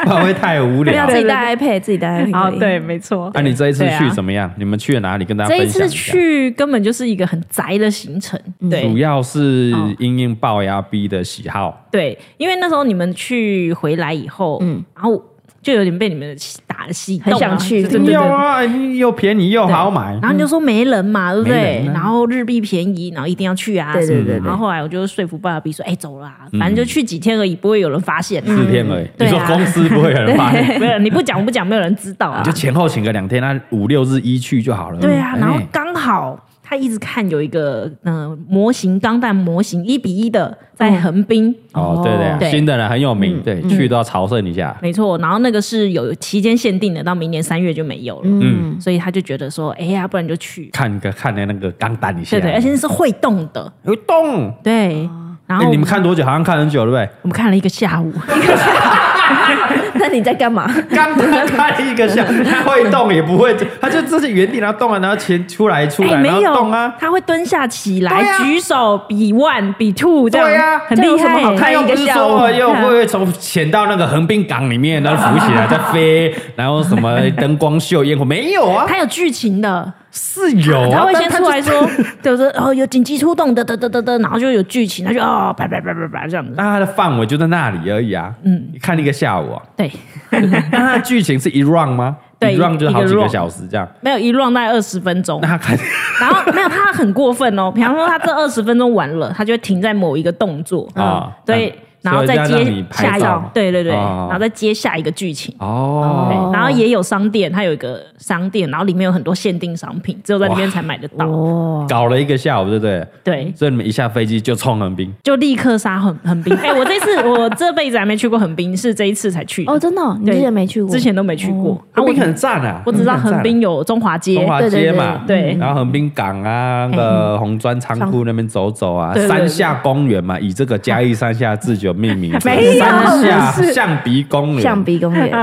[SPEAKER 1] 不然会太无
[SPEAKER 3] 不
[SPEAKER 1] 聊
[SPEAKER 3] 要。自己带 iPad，自己带 iPad
[SPEAKER 2] 啊，
[SPEAKER 3] 可以
[SPEAKER 2] 对，没错。
[SPEAKER 1] 那你这一次
[SPEAKER 2] 对啊
[SPEAKER 1] 去怎么样？你们去了哪里？跟大家
[SPEAKER 2] 这一
[SPEAKER 1] 分享
[SPEAKER 2] 次
[SPEAKER 1] 一下。
[SPEAKER 2] 去根本就是一个很宅的行程，
[SPEAKER 1] 主
[SPEAKER 2] 对哦
[SPEAKER 1] 要是因应龅牙 B 的喜好，
[SPEAKER 2] 对，因为那时候你们去回来以后，嗯，然后就有点被你们的气打的戏动啊，
[SPEAKER 3] 很想去
[SPEAKER 2] 对对对
[SPEAKER 1] 有
[SPEAKER 2] 对
[SPEAKER 1] 啊，你又便宜又好买
[SPEAKER 2] 然，后你就说没人嘛，对
[SPEAKER 1] 嗯
[SPEAKER 2] 不
[SPEAKER 1] 没
[SPEAKER 2] 对
[SPEAKER 1] 人？啊
[SPEAKER 2] 然后日币便宜，然后一定要去啊。
[SPEAKER 3] 对对
[SPEAKER 2] 什么的
[SPEAKER 3] 对对
[SPEAKER 2] 然后后来我就说服爸爸比说，哎，走啦，反正就去几天而已，不会有人发现啊。
[SPEAKER 1] 嗯四天而已。
[SPEAKER 2] 对
[SPEAKER 1] 你
[SPEAKER 2] 啊
[SPEAKER 1] 说公司不会有
[SPEAKER 2] [laughs]
[SPEAKER 1] 人发现，
[SPEAKER 2] 没有，你不讲不讲，没有人知道啊
[SPEAKER 1] 你就。前后请个两天，那五六日一去就好了。
[SPEAKER 2] 对啊，
[SPEAKER 1] 哎
[SPEAKER 2] 然后刚好他一直看有一个嗯、呃模型钢弹模型一比一的在横滨，
[SPEAKER 1] 哦，对对啊
[SPEAKER 2] 对，嗯
[SPEAKER 1] 新的人很有名，对，去都要朝圣一下。
[SPEAKER 2] 没错。然后那个是有期间限定的，到明年三月就没有了。
[SPEAKER 1] 嗯
[SPEAKER 2] 嗯，所以他就觉得说，哎呀，不然就去。
[SPEAKER 1] 看个看那那个钢弹一下，
[SPEAKER 2] 对对，而且是会动的，
[SPEAKER 1] 有动。
[SPEAKER 2] 对。然后
[SPEAKER 1] 哎
[SPEAKER 2] [laughs]
[SPEAKER 1] 欸你们看多久？好像看很久，对不对？
[SPEAKER 2] 我们看了一个下午，
[SPEAKER 3] 那你在干嘛？
[SPEAKER 1] 刚刚开一个箱，它 [laughs] 会动也不会，它就自己原地然后动啊，然后前出来出来，
[SPEAKER 2] 哎，没
[SPEAKER 1] 然后
[SPEAKER 2] 有
[SPEAKER 1] 动啊，
[SPEAKER 2] 他会蹲下起
[SPEAKER 1] 对
[SPEAKER 2] 来，
[SPEAKER 1] 啊
[SPEAKER 2] 举手比 one 比 two 这
[SPEAKER 1] 对
[SPEAKER 2] 样
[SPEAKER 1] 啊，
[SPEAKER 2] 很
[SPEAKER 3] 这有
[SPEAKER 2] 厉
[SPEAKER 3] 什么
[SPEAKER 2] 害
[SPEAKER 3] 好
[SPEAKER 2] 欸。
[SPEAKER 3] 看
[SPEAKER 1] 它又不是
[SPEAKER 3] 看一个
[SPEAKER 1] 说
[SPEAKER 3] 下午
[SPEAKER 1] 又不会从潜到那个横滨港里面，然后浮起来再飞，然后什么灯光秀烟火没有啊，
[SPEAKER 2] 他有剧情的，
[SPEAKER 1] 是有啊，
[SPEAKER 2] 他会
[SPEAKER 1] 但
[SPEAKER 2] 先
[SPEAKER 1] 它
[SPEAKER 2] 出
[SPEAKER 1] 就
[SPEAKER 2] 来说，就是哦有紧急出动的，得得得得，然后就有剧情，他就哦叭叭叭叭叭这样子。
[SPEAKER 1] 那它的范围就在那里而已啊。嗯，看一个下午啊。
[SPEAKER 2] [laughs] 对，
[SPEAKER 1] 那它的剧情是一 round 吗？
[SPEAKER 2] 对
[SPEAKER 1] 一 round 就是好几
[SPEAKER 2] 一个
[SPEAKER 1] 个
[SPEAKER 2] round
[SPEAKER 1] 小时这样。
[SPEAKER 2] 没有一 round 大概二十分
[SPEAKER 1] [laughs]
[SPEAKER 2] 钟
[SPEAKER 1] 那，他看，
[SPEAKER 2] 然后没有他很过分哦，比方说他这二十分钟完了，他就会停在某一个动作
[SPEAKER 1] 啊
[SPEAKER 2] 对
[SPEAKER 1] 嗯，
[SPEAKER 2] 然
[SPEAKER 1] 所
[SPEAKER 2] 后
[SPEAKER 1] 以
[SPEAKER 2] 再
[SPEAKER 1] 这样让
[SPEAKER 2] 接
[SPEAKER 1] 你拍
[SPEAKER 2] 下一
[SPEAKER 1] 照，
[SPEAKER 2] 对对对，
[SPEAKER 1] 哦
[SPEAKER 2] 然后再接下一个剧情。对
[SPEAKER 1] 哦，
[SPEAKER 2] 然后也有商店，它有一个商店，然后里面有很多限定商品，只有在里面才买得到。
[SPEAKER 3] 哦，
[SPEAKER 1] 搞了一个下午，对不对？
[SPEAKER 2] 对，
[SPEAKER 1] 所以你们一下飞机就冲横滨，
[SPEAKER 2] 就立刻杀横横
[SPEAKER 3] [laughs]
[SPEAKER 2] 滨。哎、我这次我这辈子还没去过横滨，是这一次才去的，
[SPEAKER 3] [laughs] 哦，真的哦，你之
[SPEAKER 2] 对
[SPEAKER 3] 前没去过，
[SPEAKER 2] 之前都没去过。啊，
[SPEAKER 1] 横
[SPEAKER 2] 我
[SPEAKER 1] 滨很赞啊！
[SPEAKER 2] 我只知道横滨
[SPEAKER 1] 很
[SPEAKER 2] 有中华街，
[SPEAKER 1] 赞啊中华
[SPEAKER 3] 对对
[SPEAKER 1] 街
[SPEAKER 3] 对
[SPEAKER 1] 嘛，
[SPEAKER 2] 对
[SPEAKER 1] 然后横滨港啊，那个红砖仓库那边走走啊，
[SPEAKER 2] 对对对
[SPEAKER 1] 山下公园嘛，以这个嘉义山下自久命名，
[SPEAKER 2] 没有
[SPEAKER 1] 山下
[SPEAKER 3] 是
[SPEAKER 1] 象鼻公园，
[SPEAKER 3] 象鼻公
[SPEAKER 2] 嗯
[SPEAKER 3] 园，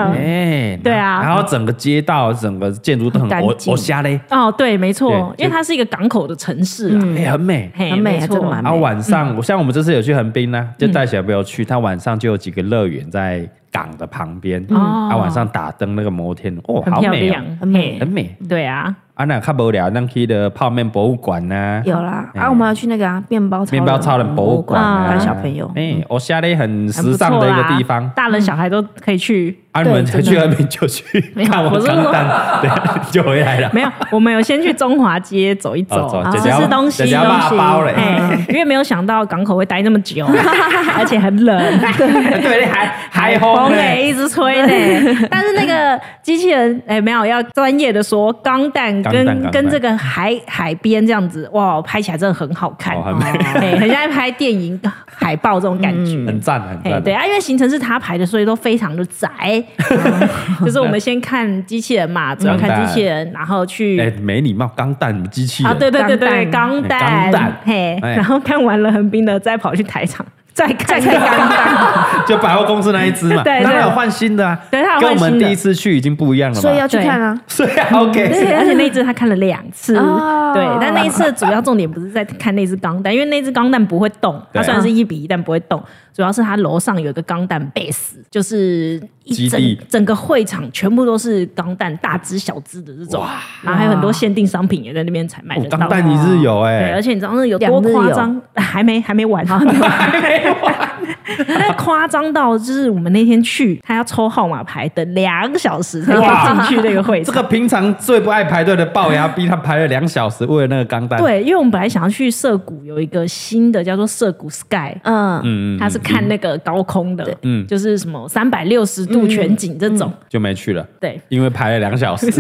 [SPEAKER 1] 哎，
[SPEAKER 2] 对啊
[SPEAKER 1] 然后整个街道、整个建筑都很
[SPEAKER 3] 很干
[SPEAKER 1] 我
[SPEAKER 3] 净
[SPEAKER 1] 我瞎嘞，
[SPEAKER 2] 哦，对，没错
[SPEAKER 1] 对，
[SPEAKER 2] 因为它是一个港口的城市啊，
[SPEAKER 1] 哎，很美。
[SPEAKER 2] 嘿
[SPEAKER 3] 嗯很美啊
[SPEAKER 2] 没错
[SPEAKER 3] 真的蛮
[SPEAKER 1] 然后晚上，我像我们这次有去横滨呢，就带小朋友去，他晚上就有几个乐园在港的旁边，啊
[SPEAKER 2] 哦
[SPEAKER 1] 他晚上打灯那个摩天轮，哦，
[SPEAKER 2] 很
[SPEAKER 1] 好
[SPEAKER 2] 漂
[SPEAKER 1] 美
[SPEAKER 2] 亮
[SPEAKER 1] 哦，，
[SPEAKER 3] 很美
[SPEAKER 1] 很美。
[SPEAKER 2] 嘿对啊，
[SPEAKER 1] 啊，那较无聊，咱去的泡面博物馆呐、
[SPEAKER 3] 有啦。
[SPEAKER 1] 嗯
[SPEAKER 3] 啊，我们要去那个啊，面包超
[SPEAKER 1] 面包超人博物馆啊，
[SPEAKER 3] 带小朋友。
[SPEAKER 1] 哎、我下列很
[SPEAKER 2] 很嗯不
[SPEAKER 1] 时尚的一
[SPEAKER 2] 错啦
[SPEAKER 1] 个地方。
[SPEAKER 2] 大人小孩都可以去。
[SPEAKER 1] 啊，你们
[SPEAKER 3] 对真的
[SPEAKER 1] 去那边就去
[SPEAKER 2] 没有
[SPEAKER 1] 看
[SPEAKER 2] 我
[SPEAKER 1] 我
[SPEAKER 2] 是
[SPEAKER 1] 钢
[SPEAKER 2] 说
[SPEAKER 1] 蛋，
[SPEAKER 2] [laughs]
[SPEAKER 1] 对，就回来了。
[SPEAKER 2] 没有，我们有先去中华街走一走，
[SPEAKER 1] 哦走
[SPEAKER 2] 吃
[SPEAKER 1] 姐姐要
[SPEAKER 2] 吃东西，
[SPEAKER 1] 姐姐要骂包嘞
[SPEAKER 2] 哎，因为没有想到港口会待那么久，而且很冷，
[SPEAKER 1] [laughs] 对，还还红
[SPEAKER 2] 风
[SPEAKER 1] 嘞，
[SPEAKER 2] 也一直吹
[SPEAKER 1] [laughs]
[SPEAKER 2] 呢。但是那个机器人，哎，没有，要专业的说，钢弹
[SPEAKER 1] 钢弹钢
[SPEAKER 2] 跟
[SPEAKER 1] 弹
[SPEAKER 2] 跟这个海海边这样子，哇，拍起来真的很好看，
[SPEAKER 1] 哦很美嗯
[SPEAKER 2] 哎很像在拍电影海报这种感觉。
[SPEAKER 1] 很赞很
[SPEAKER 2] 哎，
[SPEAKER 1] 赞。
[SPEAKER 2] 对啊，因为行程是他排的，所以都非常
[SPEAKER 1] [laughs]
[SPEAKER 2] 的窄。就是我们先看机器人嘛，主要看机器人，然后去
[SPEAKER 1] 哎、没礼貌，钢蛋机器人。
[SPEAKER 2] 啊，对对对对，钢
[SPEAKER 1] 钢
[SPEAKER 2] 弹，
[SPEAKER 1] 弹钢弹
[SPEAKER 2] 嘿，
[SPEAKER 1] 哎
[SPEAKER 2] 然后看完了横滨的，再跑去台场，再看再看钢弹，
[SPEAKER 1] 就百货公司那一只嘛，
[SPEAKER 2] [laughs] 对对
[SPEAKER 1] 当然有换新的啊，
[SPEAKER 2] [laughs] 对它有换
[SPEAKER 1] 跟我
[SPEAKER 2] 新
[SPEAKER 1] 们
[SPEAKER 2] 的
[SPEAKER 1] 第一次去已经不一样了嘛，
[SPEAKER 3] 所以要去看啊，
[SPEAKER 1] [laughs] 所以啊 OK，
[SPEAKER 2] 而且那一只他看了两次，
[SPEAKER 3] 哦
[SPEAKER 2] 对，但那一次的主要重点不是在看那只钢弹，因为那只钢弹不会动，它
[SPEAKER 1] 对
[SPEAKER 2] 虽然是一比一，但不会动，主要是它楼上有一个钢弹 base，就是一
[SPEAKER 1] 基
[SPEAKER 2] 整
[SPEAKER 1] 地
[SPEAKER 2] 整个会场全部都是钢弹，大只小只的这种，然后还有很多限定商品也在那边 [laughs] 才买
[SPEAKER 1] 哦
[SPEAKER 2] 得到，啊
[SPEAKER 1] 钢蛋一日游哎、
[SPEAKER 2] 对，而且你知道那有多夸张？还没还
[SPEAKER 1] [laughs]
[SPEAKER 2] 没完， [laughs] 还没完，那夸张到就是我们那天去，他要抽号码牌等两个小时才可以 [laughs] 进去那个会
[SPEAKER 1] 这
[SPEAKER 2] 场。
[SPEAKER 1] 个平常最不爱排队的龅牙逼，他排了两小时，为了那个钢蛋。
[SPEAKER 2] [laughs] 对，因为我们本来想要去涩谷有一个新的叫做涩谷 Sky，
[SPEAKER 3] 嗯，
[SPEAKER 1] 嗯，嗯嗯，
[SPEAKER 2] 它是看那个高空的，
[SPEAKER 1] 嗯
[SPEAKER 2] 就是什么三百六十度全景这种。
[SPEAKER 1] 就没去了，
[SPEAKER 2] 对
[SPEAKER 1] 因为排了两小
[SPEAKER 2] [laughs]
[SPEAKER 1] 时。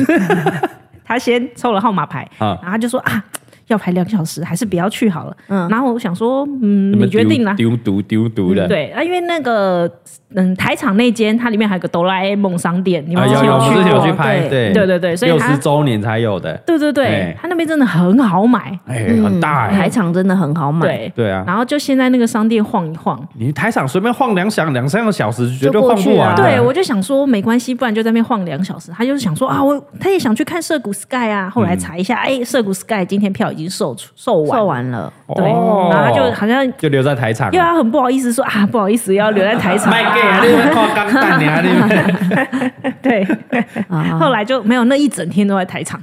[SPEAKER 2] 他先抽了号码牌，
[SPEAKER 1] 啊
[SPEAKER 2] 然后他就说啊，要排两个小时，还是不要去好了。
[SPEAKER 3] 嗯
[SPEAKER 2] 然后我想说，嗯，你决定啦，
[SPEAKER 1] 丢丢丢丢的，，
[SPEAKER 2] 对啊，因为那个嗯台场那间，它里面还有个哆啦 A 梦商店，你
[SPEAKER 1] 啊
[SPEAKER 2] 们之
[SPEAKER 1] 有
[SPEAKER 2] 前
[SPEAKER 1] 有，我们
[SPEAKER 2] 去
[SPEAKER 1] 之前有
[SPEAKER 2] 过？
[SPEAKER 1] 去拍，
[SPEAKER 3] 对
[SPEAKER 1] 对
[SPEAKER 2] 对对对所以
[SPEAKER 1] 六
[SPEAKER 2] 它
[SPEAKER 1] 十周年才有的，
[SPEAKER 2] 对对对
[SPEAKER 1] 哎，
[SPEAKER 2] 它那边真的很好买，
[SPEAKER 1] 哎，很大哎，
[SPEAKER 3] 海嗯场真的很好买，
[SPEAKER 2] 对。
[SPEAKER 1] 对啊，
[SPEAKER 2] 然后就先在那个商店晃一晃，
[SPEAKER 1] 你台场随便晃两响两三个小时，绝
[SPEAKER 3] 就
[SPEAKER 1] 对
[SPEAKER 3] 过
[SPEAKER 1] 晃
[SPEAKER 3] 去
[SPEAKER 1] 不完啊。
[SPEAKER 3] 啊
[SPEAKER 2] 对我就想说没关系，不然就在那边晃两小时。他就是想说啊，我他也想去看涩谷 Sky 啊。后来查一下，
[SPEAKER 1] 嗯
[SPEAKER 2] 哎，涩谷 Sky 今天票已经售出售完，
[SPEAKER 3] 售完了，
[SPEAKER 2] 对，
[SPEAKER 1] 哦
[SPEAKER 2] 然后他就好像
[SPEAKER 1] 就留在台场啊，
[SPEAKER 2] 又要很不好意思说啊，不好意思，要留在台场。
[SPEAKER 1] 卖给啊，那边靠钢蛋，你啊那边，
[SPEAKER 2] [laughs] 对，
[SPEAKER 3] 啊
[SPEAKER 2] 后来就没有那一整天都在台场。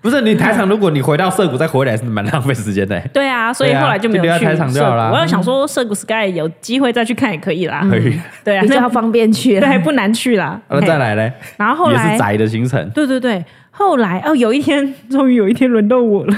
[SPEAKER 1] 不是你台场，如果你回到涩谷再回来是蛮浪费时间的。欸
[SPEAKER 2] 对啊，所以后来就没有
[SPEAKER 1] 就留在
[SPEAKER 2] 去
[SPEAKER 1] 台场就好啦嗯
[SPEAKER 2] 涩谷我要想说，涩谷 Sky 有机会再去看也可以啦。
[SPEAKER 1] 可 [laughs] 以，
[SPEAKER 2] 对啊，
[SPEAKER 3] 比较
[SPEAKER 2] 那
[SPEAKER 3] 方便去了。
[SPEAKER 2] 对不难
[SPEAKER 1] [laughs]
[SPEAKER 2] 去啦。
[SPEAKER 1] 那呃再来嘞，
[SPEAKER 2] 嘿，然后后
[SPEAKER 1] 也
[SPEAKER 2] 来
[SPEAKER 1] 是宅的行程，
[SPEAKER 2] 对对对，后来哦，有一天 [laughs] 终于有一天轮到我
[SPEAKER 1] [laughs]
[SPEAKER 2] 了，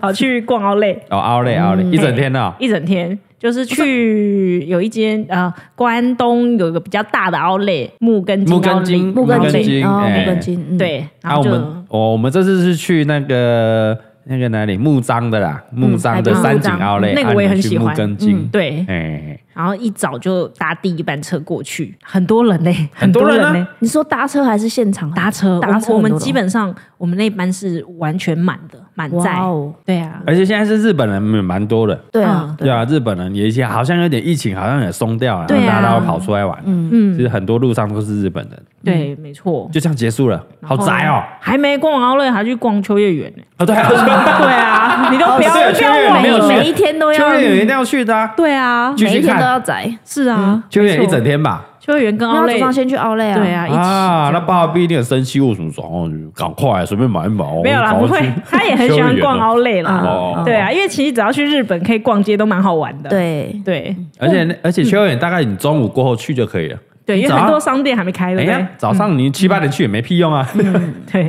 [SPEAKER 2] 跑去逛奥莱
[SPEAKER 1] 哦，奥累奥累，
[SPEAKER 2] 嗯
[SPEAKER 1] 一整天哦，
[SPEAKER 2] 一整天。就是去有一间呃，关东有一个比较大的奥莱，木根津
[SPEAKER 1] 木
[SPEAKER 2] 奥
[SPEAKER 1] 根
[SPEAKER 2] 莱，
[SPEAKER 1] 津
[SPEAKER 3] 木根
[SPEAKER 1] 木
[SPEAKER 3] 津，
[SPEAKER 1] 根津
[SPEAKER 3] 哦，
[SPEAKER 1] 哎
[SPEAKER 3] 木根津，嗯，
[SPEAKER 2] 对，然
[SPEAKER 1] 啊，
[SPEAKER 2] 后
[SPEAKER 1] 我
[SPEAKER 2] 就、
[SPEAKER 1] 们我我们这次是去那个那
[SPEAKER 2] 嗯
[SPEAKER 1] 个哪里木章的啦，木章的
[SPEAKER 3] 海边
[SPEAKER 1] 山
[SPEAKER 3] 木
[SPEAKER 1] 景
[SPEAKER 3] 章
[SPEAKER 1] 奥莱，
[SPEAKER 2] 那个
[SPEAKER 1] 啊
[SPEAKER 2] 我
[SPEAKER 1] 你们
[SPEAKER 2] 也很
[SPEAKER 1] 去
[SPEAKER 2] 喜欢嗯
[SPEAKER 1] 木根津，
[SPEAKER 2] 对，
[SPEAKER 1] 哎，
[SPEAKER 2] 然后一早就搭第一班车过去，很多人呢、
[SPEAKER 1] 很多人啊
[SPEAKER 2] 呢、
[SPEAKER 3] 你说搭车还是现场
[SPEAKER 2] 搭车，
[SPEAKER 3] 搭车
[SPEAKER 2] 我们
[SPEAKER 3] 很多人
[SPEAKER 2] 我们基本上我们那班是完全满的，满载
[SPEAKER 3] 哇。哦，
[SPEAKER 2] 对啊，
[SPEAKER 1] 而且现在是日本人也蛮多的，
[SPEAKER 3] 对啊，
[SPEAKER 1] 对啊，日本人也一些好像有点疫情，好像也松掉了，
[SPEAKER 2] 对啊
[SPEAKER 1] 然后大家都跑出来玩。嗯
[SPEAKER 2] 嗯
[SPEAKER 1] 其实很多路上都是日本人，
[SPEAKER 2] 对，没错。
[SPEAKER 1] 就这样结束了，好宅哦！
[SPEAKER 2] 还没逛奥莱，还去逛秋叶原呢。
[SPEAKER 1] 啊，对啊，对啊，
[SPEAKER 2] 你都不要
[SPEAKER 1] 对啊
[SPEAKER 2] 不要
[SPEAKER 1] 秋叶原
[SPEAKER 2] 我
[SPEAKER 1] 没有去
[SPEAKER 3] 每一天都要
[SPEAKER 1] [laughs] 秋叶原一定要去的啊，
[SPEAKER 2] 对啊，
[SPEAKER 1] 继
[SPEAKER 3] 每
[SPEAKER 1] 续
[SPEAKER 3] 一天都
[SPEAKER 1] 看嗯
[SPEAKER 3] 要宅。
[SPEAKER 2] 是啊，
[SPEAKER 1] 秋叶原
[SPEAKER 2] 没
[SPEAKER 1] 一
[SPEAKER 2] 错
[SPEAKER 1] 整天吧。
[SPEAKER 2] 秋叶原跟奥
[SPEAKER 3] 那
[SPEAKER 2] 莱
[SPEAKER 3] 早，上先去奥莱啊，
[SPEAKER 2] 对，啊，一起
[SPEAKER 1] 啊，
[SPEAKER 2] 这
[SPEAKER 1] 那
[SPEAKER 2] 样
[SPEAKER 1] 爸爸不一定很生气，为什么说哦，赶快随便买一买哦，
[SPEAKER 2] 没有啦，
[SPEAKER 1] 赶
[SPEAKER 2] 不
[SPEAKER 1] 快
[SPEAKER 2] 会
[SPEAKER 1] 去，
[SPEAKER 2] 他也很喜欢逛奥莱
[SPEAKER 3] 啊
[SPEAKER 2] 啦。
[SPEAKER 1] 哦
[SPEAKER 2] 对啊，因为其实只要去日本，可以逛街都蛮好玩的。
[SPEAKER 3] 对，
[SPEAKER 2] 对
[SPEAKER 1] 而且而且秋叶原大概你中午过后去就可以了。
[SPEAKER 2] 对，因为
[SPEAKER 1] 早上
[SPEAKER 2] 很多商店还没开，
[SPEAKER 1] 哎
[SPEAKER 2] 对不
[SPEAKER 1] 呀
[SPEAKER 2] 对，？
[SPEAKER 1] 早上你七八点去也没屁用啊，
[SPEAKER 2] 对，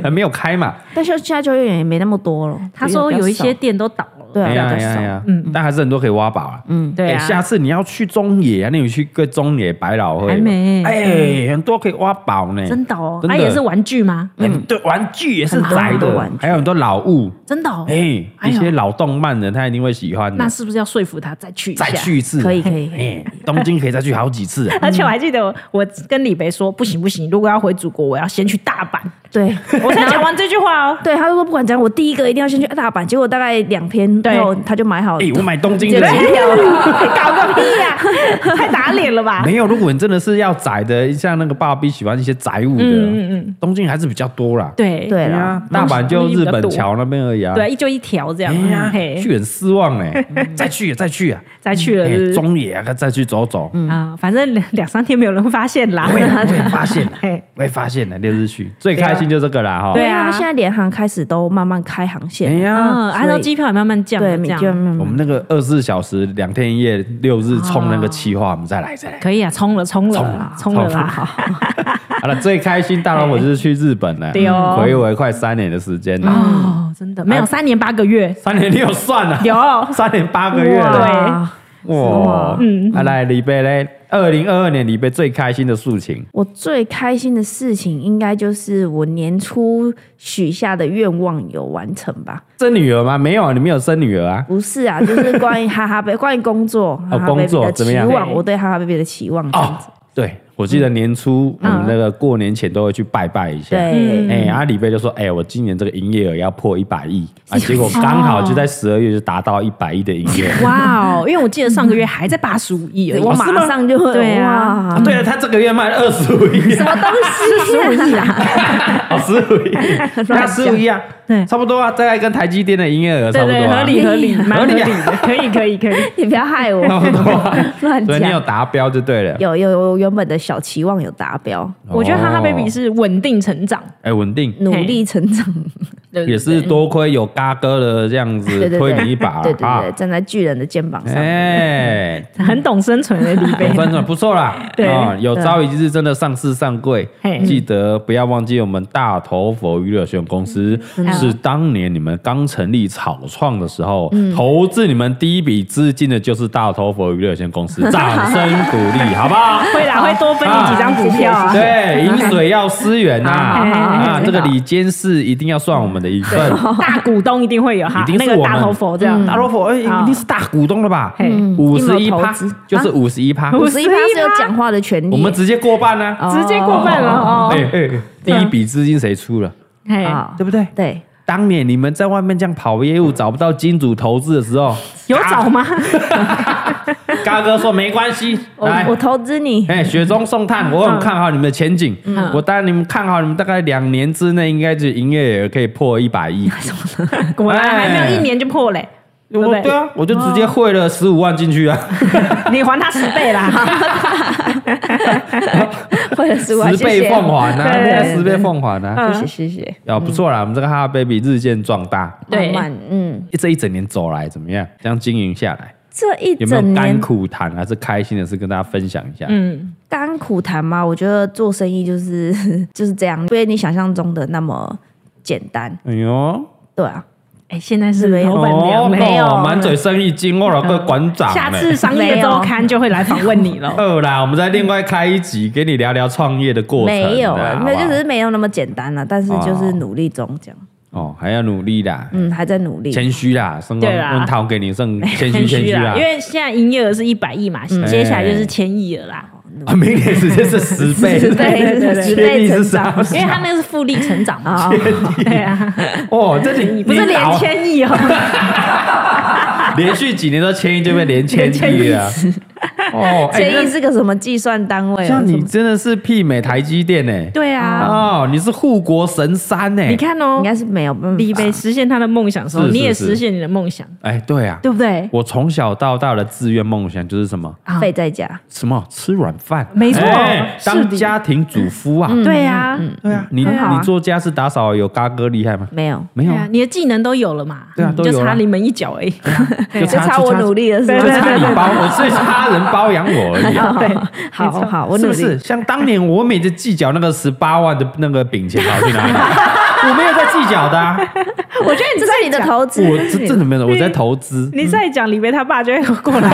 [SPEAKER 1] [laughs] 还没有开嘛。
[SPEAKER 3] 但是现在秋叶原也没那么多了。
[SPEAKER 2] 他说有一些
[SPEAKER 3] 比
[SPEAKER 2] 店都倒了。
[SPEAKER 3] 较少对啊，
[SPEAKER 1] 哎呀
[SPEAKER 3] 比
[SPEAKER 1] 哎
[SPEAKER 3] 较
[SPEAKER 1] 呀
[SPEAKER 3] 少
[SPEAKER 1] 哎呀，但还是很多可以挖宝啊。嗯，
[SPEAKER 2] 对啊
[SPEAKER 1] 下次你要去中野啊，那你去个中野百老汇吧
[SPEAKER 2] 还没
[SPEAKER 1] 哎，很多可以挖宝呢。
[SPEAKER 2] 真的哦，
[SPEAKER 1] 真的
[SPEAKER 2] 它也是玩具吗？
[SPEAKER 1] 嗯，对，玩具也是
[SPEAKER 3] 很多
[SPEAKER 1] 宅
[SPEAKER 3] 很多
[SPEAKER 1] 的
[SPEAKER 3] 玩，具
[SPEAKER 1] 还有很多老物，
[SPEAKER 2] 真的哦，
[SPEAKER 1] 哎，
[SPEAKER 2] 哎
[SPEAKER 1] 一
[SPEAKER 2] 呦
[SPEAKER 1] 些老动漫人他一定会喜欢的
[SPEAKER 2] 那。是不是要说服他再去一下？
[SPEAKER 1] 再去一次，啊
[SPEAKER 3] 可以可以可以
[SPEAKER 1] 哎，东京可以再去好几次啊。
[SPEAKER 2] [laughs] 而且我还记得我，我跟李北说，不行不行，如果要回祖国，我要先去大阪。
[SPEAKER 3] 对，，
[SPEAKER 2] 我才讲完这句话哦
[SPEAKER 3] 对，他就说不管怎样，我第一个一定要先去大阪。结果大概两天
[SPEAKER 2] 对
[SPEAKER 3] 后，他就买好
[SPEAKER 1] 哎，我买东京
[SPEAKER 3] 接
[SPEAKER 1] 的。
[SPEAKER 3] 机票了。
[SPEAKER 2] 搞个屁呀、太打脸了吧？
[SPEAKER 1] 没有，如果你真的是要宅的，像那个爸比喜欢一些宅物的，
[SPEAKER 2] 嗯
[SPEAKER 1] 东京还是比较多啦。
[SPEAKER 2] 对
[SPEAKER 3] 对
[SPEAKER 1] 对
[SPEAKER 3] 啦，
[SPEAKER 1] 啊，大阪就日本桥那边而已啊。
[SPEAKER 2] 对，，一就一条这样
[SPEAKER 1] 哎，呀，
[SPEAKER 2] 嗯嘿，
[SPEAKER 1] 去很失望
[SPEAKER 2] [laughs]
[SPEAKER 1] 哎，再去再去啊，
[SPEAKER 2] 再去了
[SPEAKER 1] 哎
[SPEAKER 2] 是不是
[SPEAKER 1] 中野啊，再去走走，
[SPEAKER 2] 啊，反正两两三天没有人发现啦。
[SPEAKER 1] 会会发现的
[SPEAKER 2] 嘿，
[SPEAKER 1] 会发现的。六日去最开心就这个啦哈。
[SPEAKER 2] 对
[SPEAKER 3] 因为他
[SPEAKER 2] 啊
[SPEAKER 3] 们现在联航开始都慢慢开航
[SPEAKER 1] 哎
[SPEAKER 3] 线，
[SPEAKER 1] 呀，
[SPEAKER 2] 嗯，按照机票也慢慢降，
[SPEAKER 3] 对，
[SPEAKER 2] 这
[SPEAKER 3] 就
[SPEAKER 2] 样
[SPEAKER 1] 我们
[SPEAKER 3] 嗯，
[SPEAKER 1] 那个二十四小时两天一夜六日冲那个气化，我们再来
[SPEAKER 2] [laughs]
[SPEAKER 1] 再来。
[SPEAKER 2] 可以啊，冲了冲了啦
[SPEAKER 1] 冲
[SPEAKER 2] 冲
[SPEAKER 1] 了
[SPEAKER 2] 了啦，
[SPEAKER 1] 好了，最开心大老虎就是去日本了，嗯
[SPEAKER 2] 对哦
[SPEAKER 1] 回回快三年的时间了，
[SPEAKER 2] 哦，真的没有三年八个月，
[SPEAKER 1] 三年六算了，
[SPEAKER 2] 有
[SPEAKER 1] 三年啊八个月了。
[SPEAKER 3] 哇
[SPEAKER 1] 哇，嗯，啊、来李贝嘞，二零二二年李贝最开心的事情，
[SPEAKER 3] 我最开心的事情应该就是我年初许下的愿望有完成吧？
[SPEAKER 1] 生女儿吗？没有，啊，你没有生女儿啊？
[SPEAKER 3] 不是
[SPEAKER 1] [laughs]
[SPEAKER 3] 啊，就是关于哈哈 baby，关于工作，哈哈
[SPEAKER 1] 哦工
[SPEAKER 3] baby
[SPEAKER 1] 作
[SPEAKER 3] 的
[SPEAKER 1] 怎
[SPEAKER 3] 期
[SPEAKER 1] 么样
[SPEAKER 3] 望，我对哈哈 baby 的期望。
[SPEAKER 1] 哦，对，我记得年初、我
[SPEAKER 2] 嗯
[SPEAKER 1] 们那个过年前都会去拜拜一下。
[SPEAKER 3] 对，
[SPEAKER 1] 哎，阿、啊、李贝就说：“哎、我今年这个营业额要破一百亿
[SPEAKER 2] [laughs]
[SPEAKER 1] 啊！”结果刚好就在十二月就达到一百亿的营业额。
[SPEAKER 2] 哇哦，因为我记得上个月还在八十五亿而已，
[SPEAKER 1] 哦嗯
[SPEAKER 3] 我马上就会
[SPEAKER 2] 对啊
[SPEAKER 1] 啊
[SPEAKER 3] 哇，
[SPEAKER 1] 对了，他这个月卖了二十五亿啊，
[SPEAKER 3] 十五亿啦，
[SPEAKER 1] 哦，十五
[SPEAKER 2] [laughs]
[SPEAKER 1] 亿，那十五亿啊，
[SPEAKER 2] 对
[SPEAKER 1] 差不多啊，大概跟台积电的营业额差
[SPEAKER 2] 对
[SPEAKER 1] 不多、
[SPEAKER 2] 对，
[SPEAKER 1] 啊，哎
[SPEAKER 2] 合理合理，蛮合理
[SPEAKER 1] 合理
[SPEAKER 2] 的，可以可以可以。
[SPEAKER 3] 你不要害我， [laughs]
[SPEAKER 1] 差不多、
[SPEAKER 2] [laughs]
[SPEAKER 1] 啊。
[SPEAKER 3] 乱
[SPEAKER 1] 所以你有
[SPEAKER 3] 讲。
[SPEAKER 1] 达标就对了，
[SPEAKER 3] 有有有，我原本的小期望有达标，
[SPEAKER 2] 我觉得哈哈 baby
[SPEAKER 1] 哦
[SPEAKER 2] 是稳定成长，
[SPEAKER 1] 哎稳定，
[SPEAKER 3] 努力成长，
[SPEAKER 2] 对不对
[SPEAKER 1] 也是多亏有嘎哥的这样
[SPEAKER 3] 对
[SPEAKER 1] 子
[SPEAKER 3] 对
[SPEAKER 1] 推
[SPEAKER 3] 对，
[SPEAKER 1] 你一
[SPEAKER 2] [laughs]
[SPEAKER 1] 把
[SPEAKER 3] 对对
[SPEAKER 1] 啊
[SPEAKER 3] 对，！站在巨人的肩膀上。
[SPEAKER 1] 哎，
[SPEAKER 2] 很懂生存的李
[SPEAKER 1] [laughs]
[SPEAKER 2] 贝
[SPEAKER 1] 总。分总不错啦，
[SPEAKER 2] 对
[SPEAKER 1] 啊，有朝一日真的上市上柜
[SPEAKER 2] 嘿，
[SPEAKER 1] 记得不要忘记我们大头佛娱乐有限公司
[SPEAKER 2] 嗯
[SPEAKER 1] 是当年你们刚成立草创的时候，
[SPEAKER 2] 嗯
[SPEAKER 1] 投资你们第一笔资金的就是大头佛娱乐有限公
[SPEAKER 2] [laughs]
[SPEAKER 1] 司，掌声鼓励，好不好？
[SPEAKER 2] 会啦，会多分你几张股票啊。
[SPEAKER 1] 对，饮水要思源呐，
[SPEAKER 2] [laughs] 好
[SPEAKER 3] 好
[SPEAKER 2] 好
[SPEAKER 1] 啊，
[SPEAKER 3] 好
[SPEAKER 1] 这个李监事一定要算我们的一份。
[SPEAKER 2] 大股东一定会有哈
[SPEAKER 1] 一，定
[SPEAKER 2] 那
[SPEAKER 1] 是
[SPEAKER 2] 个
[SPEAKER 1] 我们
[SPEAKER 2] 大头佛这样
[SPEAKER 1] 大。萝卜哎，
[SPEAKER 2] 啊
[SPEAKER 1] 一定是大股东了吧
[SPEAKER 2] 嘿？
[SPEAKER 1] 五十一
[SPEAKER 3] 有没有
[SPEAKER 1] 趴
[SPEAKER 3] 投资
[SPEAKER 1] 就是五十一趴，
[SPEAKER 3] 五十一趴是有讲话的权利，
[SPEAKER 1] 我们直接过半呢。
[SPEAKER 3] 哦
[SPEAKER 2] 直接过半了哦
[SPEAKER 1] 哎，哎，第一笔资金谁出了？
[SPEAKER 2] 嘿，
[SPEAKER 3] 啊，
[SPEAKER 1] 对不对？
[SPEAKER 3] 对，
[SPEAKER 1] 当年你们在外面这样跑业务找不到金主投资的时候，
[SPEAKER 2] 有找吗？
[SPEAKER 1] 嘎哥说没关系，
[SPEAKER 3] 我
[SPEAKER 1] 来
[SPEAKER 3] 我。投资你，
[SPEAKER 1] 哎，雪中送炭，我很看好你们的前景。我当然你们看好你们大概两年之内，应该就营业额可以破一百亿。
[SPEAKER 2] 果然还没有一年就破嘞，对不
[SPEAKER 1] 我哎对
[SPEAKER 2] 对？
[SPEAKER 1] 啊，我就直接汇了十五万进去啊，
[SPEAKER 2] 你还他十倍啦，
[SPEAKER 3] 为了十万，
[SPEAKER 1] 十倍奉还啊，
[SPEAKER 2] 对
[SPEAKER 1] 对
[SPEAKER 2] 对
[SPEAKER 1] 啊，
[SPEAKER 2] 对
[SPEAKER 1] 十倍奉还啊。
[SPEAKER 3] 谢谢谢谢谢谢，
[SPEAKER 1] 啊，不错啦，我们这个哈哈 baby 日渐壮大，
[SPEAKER 2] 对
[SPEAKER 3] 慢慢嗯，
[SPEAKER 1] 这一整年走来怎么样？这样经营下来，
[SPEAKER 3] 这一
[SPEAKER 1] 有没有
[SPEAKER 3] 整
[SPEAKER 1] 甘
[SPEAKER 3] 年
[SPEAKER 1] 苦谈还是开心的事跟大家分享一下？
[SPEAKER 2] 嗯，
[SPEAKER 3] 甘苦谈嘛，我觉得做生意就是 [laughs] 就是这样，不是你想象中的那么简单，
[SPEAKER 1] 哎呦，
[SPEAKER 3] 对啊，
[SPEAKER 2] 哎，现在是
[SPEAKER 3] 没有
[SPEAKER 2] 老板娘啊嘞，
[SPEAKER 3] 没有
[SPEAKER 1] 哦满嘴哎生意经，我了个馆长
[SPEAKER 2] 下
[SPEAKER 1] 嘞
[SPEAKER 2] 次商业周刊就会来访问你
[SPEAKER 1] [laughs]
[SPEAKER 2] 了。
[SPEAKER 1] 二啦，我们再另外开一集，给你聊聊创业的过程。
[SPEAKER 3] 没有啊，
[SPEAKER 1] 好不
[SPEAKER 3] 没
[SPEAKER 1] 好
[SPEAKER 3] 啊有，就只是没有那么简单了，但是就是努力中这样，
[SPEAKER 1] 哦，还要努力啦，
[SPEAKER 3] 嗯，还在努力。
[SPEAKER 1] 谦虚啦，剩
[SPEAKER 2] 对啦
[SPEAKER 1] 问桃给你剩谦虚谦虚啦
[SPEAKER 2] [laughs] 因，为现在营业额是一百亿嘛，
[SPEAKER 1] 啊嗯
[SPEAKER 2] 接下来就是千亿了啦。
[SPEAKER 1] 啊，明年直接是十倍，
[SPEAKER 3] 十倍 [laughs] 对对对
[SPEAKER 1] 千亿是
[SPEAKER 3] 十倍成长
[SPEAKER 1] 啥？
[SPEAKER 2] 因为他那个是复利成长嘛，
[SPEAKER 3] 啊， [laughs]
[SPEAKER 2] 对 [laughs] 啊，
[SPEAKER 1] [laughs] 哦，这你
[SPEAKER 2] 不是
[SPEAKER 1] 哎你
[SPEAKER 2] 连
[SPEAKER 1] 老
[SPEAKER 2] 千亿哦，
[SPEAKER 1] 连续几年都千亿就被连千亿了，哦，哎
[SPEAKER 3] 千亿是个什么计算单位
[SPEAKER 1] 那
[SPEAKER 3] 啊？
[SPEAKER 1] 像
[SPEAKER 3] 什
[SPEAKER 1] 你
[SPEAKER 3] 么
[SPEAKER 1] 真的是媲美台积电呢，
[SPEAKER 2] 对啊，
[SPEAKER 1] 哦，你是护国神山呢，欸
[SPEAKER 2] 你看
[SPEAKER 3] 应
[SPEAKER 2] 哦，
[SPEAKER 3] 该是没有嗯啊办
[SPEAKER 2] 李
[SPEAKER 3] 法。
[SPEAKER 2] 北实现他的梦想的时
[SPEAKER 1] 嗯
[SPEAKER 2] 候，
[SPEAKER 1] 是是
[SPEAKER 2] 你也
[SPEAKER 1] 是
[SPEAKER 2] 实现你的梦想，
[SPEAKER 1] 哎，对啊，
[SPEAKER 2] 对不对？
[SPEAKER 1] 我从小到大的志愿梦想就是什么？
[SPEAKER 2] 啊
[SPEAKER 3] 费在家，
[SPEAKER 1] 什么吃软饭？
[SPEAKER 2] 没错
[SPEAKER 1] 哎
[SPEAKER 2] 是的
[SPEAKER 1] 当家庭主夫啊。
[SPEAKER 2] 对啊，
[SPEAKER 1] 对啊，你
[SPEAKER 3] 嗯很好啊
[SPEAKER 1] 你做家事打扫有嘎哥厉害吗？
[SPEAKER 3] 没有，
[SPEAKER 1] 没有
[SPEAKER 2] 对
[SPEAKER 1] 啊
[SPEAKER 2] 啊，，你的技能都有了嘛，嗯
[SPEAKER 1] 对啊嗯都有
[SPEAKER 2] 就
[SPEAKER 1] 啊
[SPEAKER 2] 差临门一脚而已。
[SPEAKER 1] 就
[SPEAKER 3] 啊就差我努力的是
[SPEAKER 1] 就
[SPEAKER 3] 吗？
[SPEAKER 1] 差你
[SPEAKER 3] [laughs]
[SPEAKER 1] 包，我是差人包养我而已啊。
[SPEAKER 3] 好好好，我
[SPEAKER 1] 是
[SPEAKER 3] 努
[SPEAKER 1] 不
[SPEAKER 3] 力。
[SPEAKER 1] 是像当年我每次计较那个十八万的那个饼钱跑去哪里？我没有在计较的啊，
[SPEAKER 3] 我觉得你这是你的投资，
[SPEAKER 1] 我这真的没有，我在投资。
[SPEAKER 2] 你再讲李北他爸就会过
[SPEAKER 1] [laughs]
[SPEAKER 2] 来，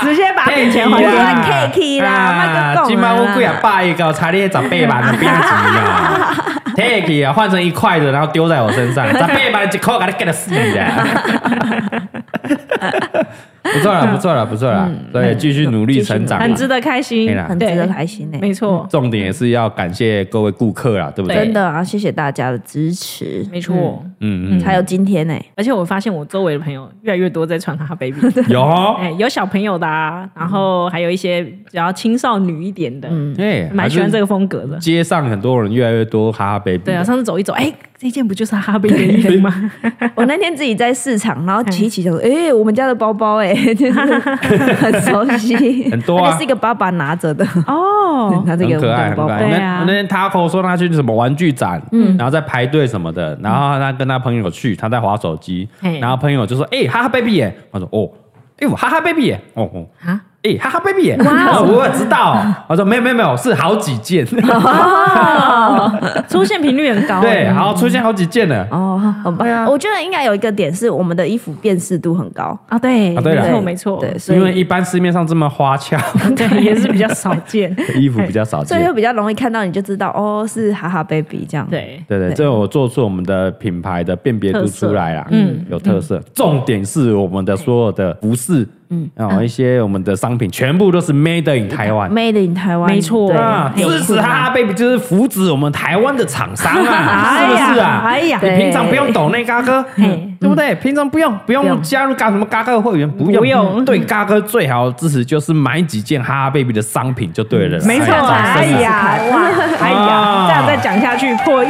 [SPEAKER 2] 直接把本钱还
[SPEAKER 3] 我
[SPEAKER 1] 哎
[SPEAKER 2] 给
[SPEAKER 3] 说
[SPEAKER 2] 你。
[SPEAKER 1] 啦
[SPEAKER 3] cake 啦
[SPEAKER 1] 啊
[SPEAKER 3] 麦克讲啊
[SPEAKER 1] 今晚我贵啊，爸一个查你十倍吧，你别急 [laughs] 啊。take 啊，换成一块的，然后丢在我身 [laughs] 上，十倍吧，一块给你 get 死 [laughs] 的。不错了，不错了，不错了，对，嗯继续努力成长啊。
[SPEAKER 2] 很值得开心
[SPEAKER 1] 对，啦嗯
[SPEAKER 3] 很值得开心欸呢、
[SPEAKER 2] 没错，
[SPEAKER 1] 重点也是要感谢各位顾客啦，对不对
[SPEAKER 3] 真？的啊，谢谢大家的支持，
[SPEAKER 2] 没错。
[SPEAKER 1] 嗯嗯，
[SPEAKER 3] 才有今天呢、
[SPEAKER 1] [laughs]
[SPEAKER 2] 而且我发现我周围的朋友越来越多在穿哈 baby，
[SPEAKER 1] 有哦，
[SPEAKER 2] 哎，有小朋友的啊，然后还有一些比较青少女一点的，
[SPEAKER 1] 哎，
[SPEAKER 2] 蛮喜欢这
[SPEAKER 1] 个。
[SPEAKER 2] 个风格的。
[SPEAKER 1] 街上很多人越来越多哈哈 baby，
[SPEAKER 2] 对啊，上次走一走，哎，这件不就是哈哈 baby 的衣
[SPEAKER 1] [laughs]
[SPEAKER 2] 服吗？
[SPEAKER 3] 我那天自己在市场，然后
[SPEAKER 1] 嗯
[SPEAKER 3] 骑一骑想说，哎、我们家的包包、哎，就是 [laughs] 很熟悉，
[SPEAKER 1] [laughs] 很多啊
[SPEAKER 3] 而且是一个爸爸拿着的，
[SPEAKER 2] 哦，
[SPEAKER 3] [laughs] 拿着
[SPEAKER 1] 很
[SPEAKER 3] 给我
[SPEAKER 1] 可爱，
[SPEAKER 3] 们的
[SPEAKER 1] 很
[SPEAKER 3] 包
[SPEAKER 1] 可
[SPEAKER 3] 包嗯
[SPEAKER 1] 爱。。
[SPEAKER 2] 对啊
[SPEAKER 1] 那那天 Taco 说他去什么玩具展，然后在排队什么的，然后他跟他朋友去，他在划手机，
[SPEAKER 2] 嘿
[SPEAKER 1] 然后朋友就说：“哎，哈哈 baby 耶！”他说：“哦，哎呦，哈哈 baby 耶！哦哦，
[SPEAKER 2] 啊，
[SPEAKER 1] 哎，哈哈 baby 耶！”
[SPEAKER 2] 哇
[SPEAKER 1] 我说我知道。 [laughs] 我说：“没有没有没有，是好几
[SPEAKER 2] [laughs]
[SPEAKER 1] 件，
[SPEAKER 2] 哦，出现频率很高，
[SPEAKER 1] 对，好出现好几件了。”
[SPEAKER 3] 哦，很棒、
[SPEAKER 1] 啊
[SPEAKER 3] 我觉得应该有一个点是我们的衣服辨识度很高，
[SPEAKER 2] 啊，对，
[SPEAKER 1] 啊对啦
[SPEAKER 2] 没错没错，
[SPEAKER 3] 对，所
[SPEAKER 1] 因为
[SPEAKER 2] [laughs]
[SPEAKER 3] 以
[SPEAKER 1] 一般市面上这么花俏
[SPEAKER 2] 对，也是比较少见，
[SPEAKER 1] 的衣服比较少
[SPEAKER 3] 所以
[SPEAKER 1] 见
[SPEAKER 3] 会。比较容易看到，你就知道哦，是哈哈 baby 这样。，
[SPEAKER 2] 对，
[SPEAKER 1] 对对，
[SPEAKER 3] 对
[SPEAKER 1] 这我做出我们的品牌的辨别度出来啦，
[SPEAKER 2] 特色嗯
[SPEAKER 1] 有特色。重点是我们的所有的服饰，嗯，然后一些我们的商品全部都是 made in 台湾。
[SPEAKER 3] made in 台
[SPEAKER 2] 嗯
[SPEAKER 3] 湾，
[SPEAKER 2] 没错
[SPEAKER 3] 对哎
[SPEAKER 1] 啊，
[SPEAKER 3] 没有
[SPEAKER 1] 支持
[SPEAKER 3] 错
[SPEAKER 1] 哈哈 baby 就是扶持我们台湾的厂商啊，是
[SPEAKER 2] [laughs] [laughs] 哎
[SPEAKER 1] 不
[SPEAKER 2] 呀
[SPEAKER 1] 是啊？
[SPEAKER 2] 哎呀
[SPEAKER 1] 你平常不用抖内嘎哥，
[SPEAKER 2] 嘿
[SPEAKER 1] 对不对？平常不用不
[SPEAKER 3] 不
[SPEAKER 1] 用
[SPEAKER 3] 用
[SPEAKER 1] 加入嘎什么嘎哥会员，不用
[SPEAKER 2] 不用
[SPEAKER 1] 对嘎哥最好的支持就是买几件哈哈 baby 的商品就对了啦。
[SPEAKER 2] 没错，
[SPEAKER 1] 哎
[SPEAKER 2] 哎
[SPEAKER 1] 呀
[SPEAKER 2] 呀，哇，哎呀，
[SPEAKER 1] 啊
[SPEAKER 2] 这样再讲下去破亿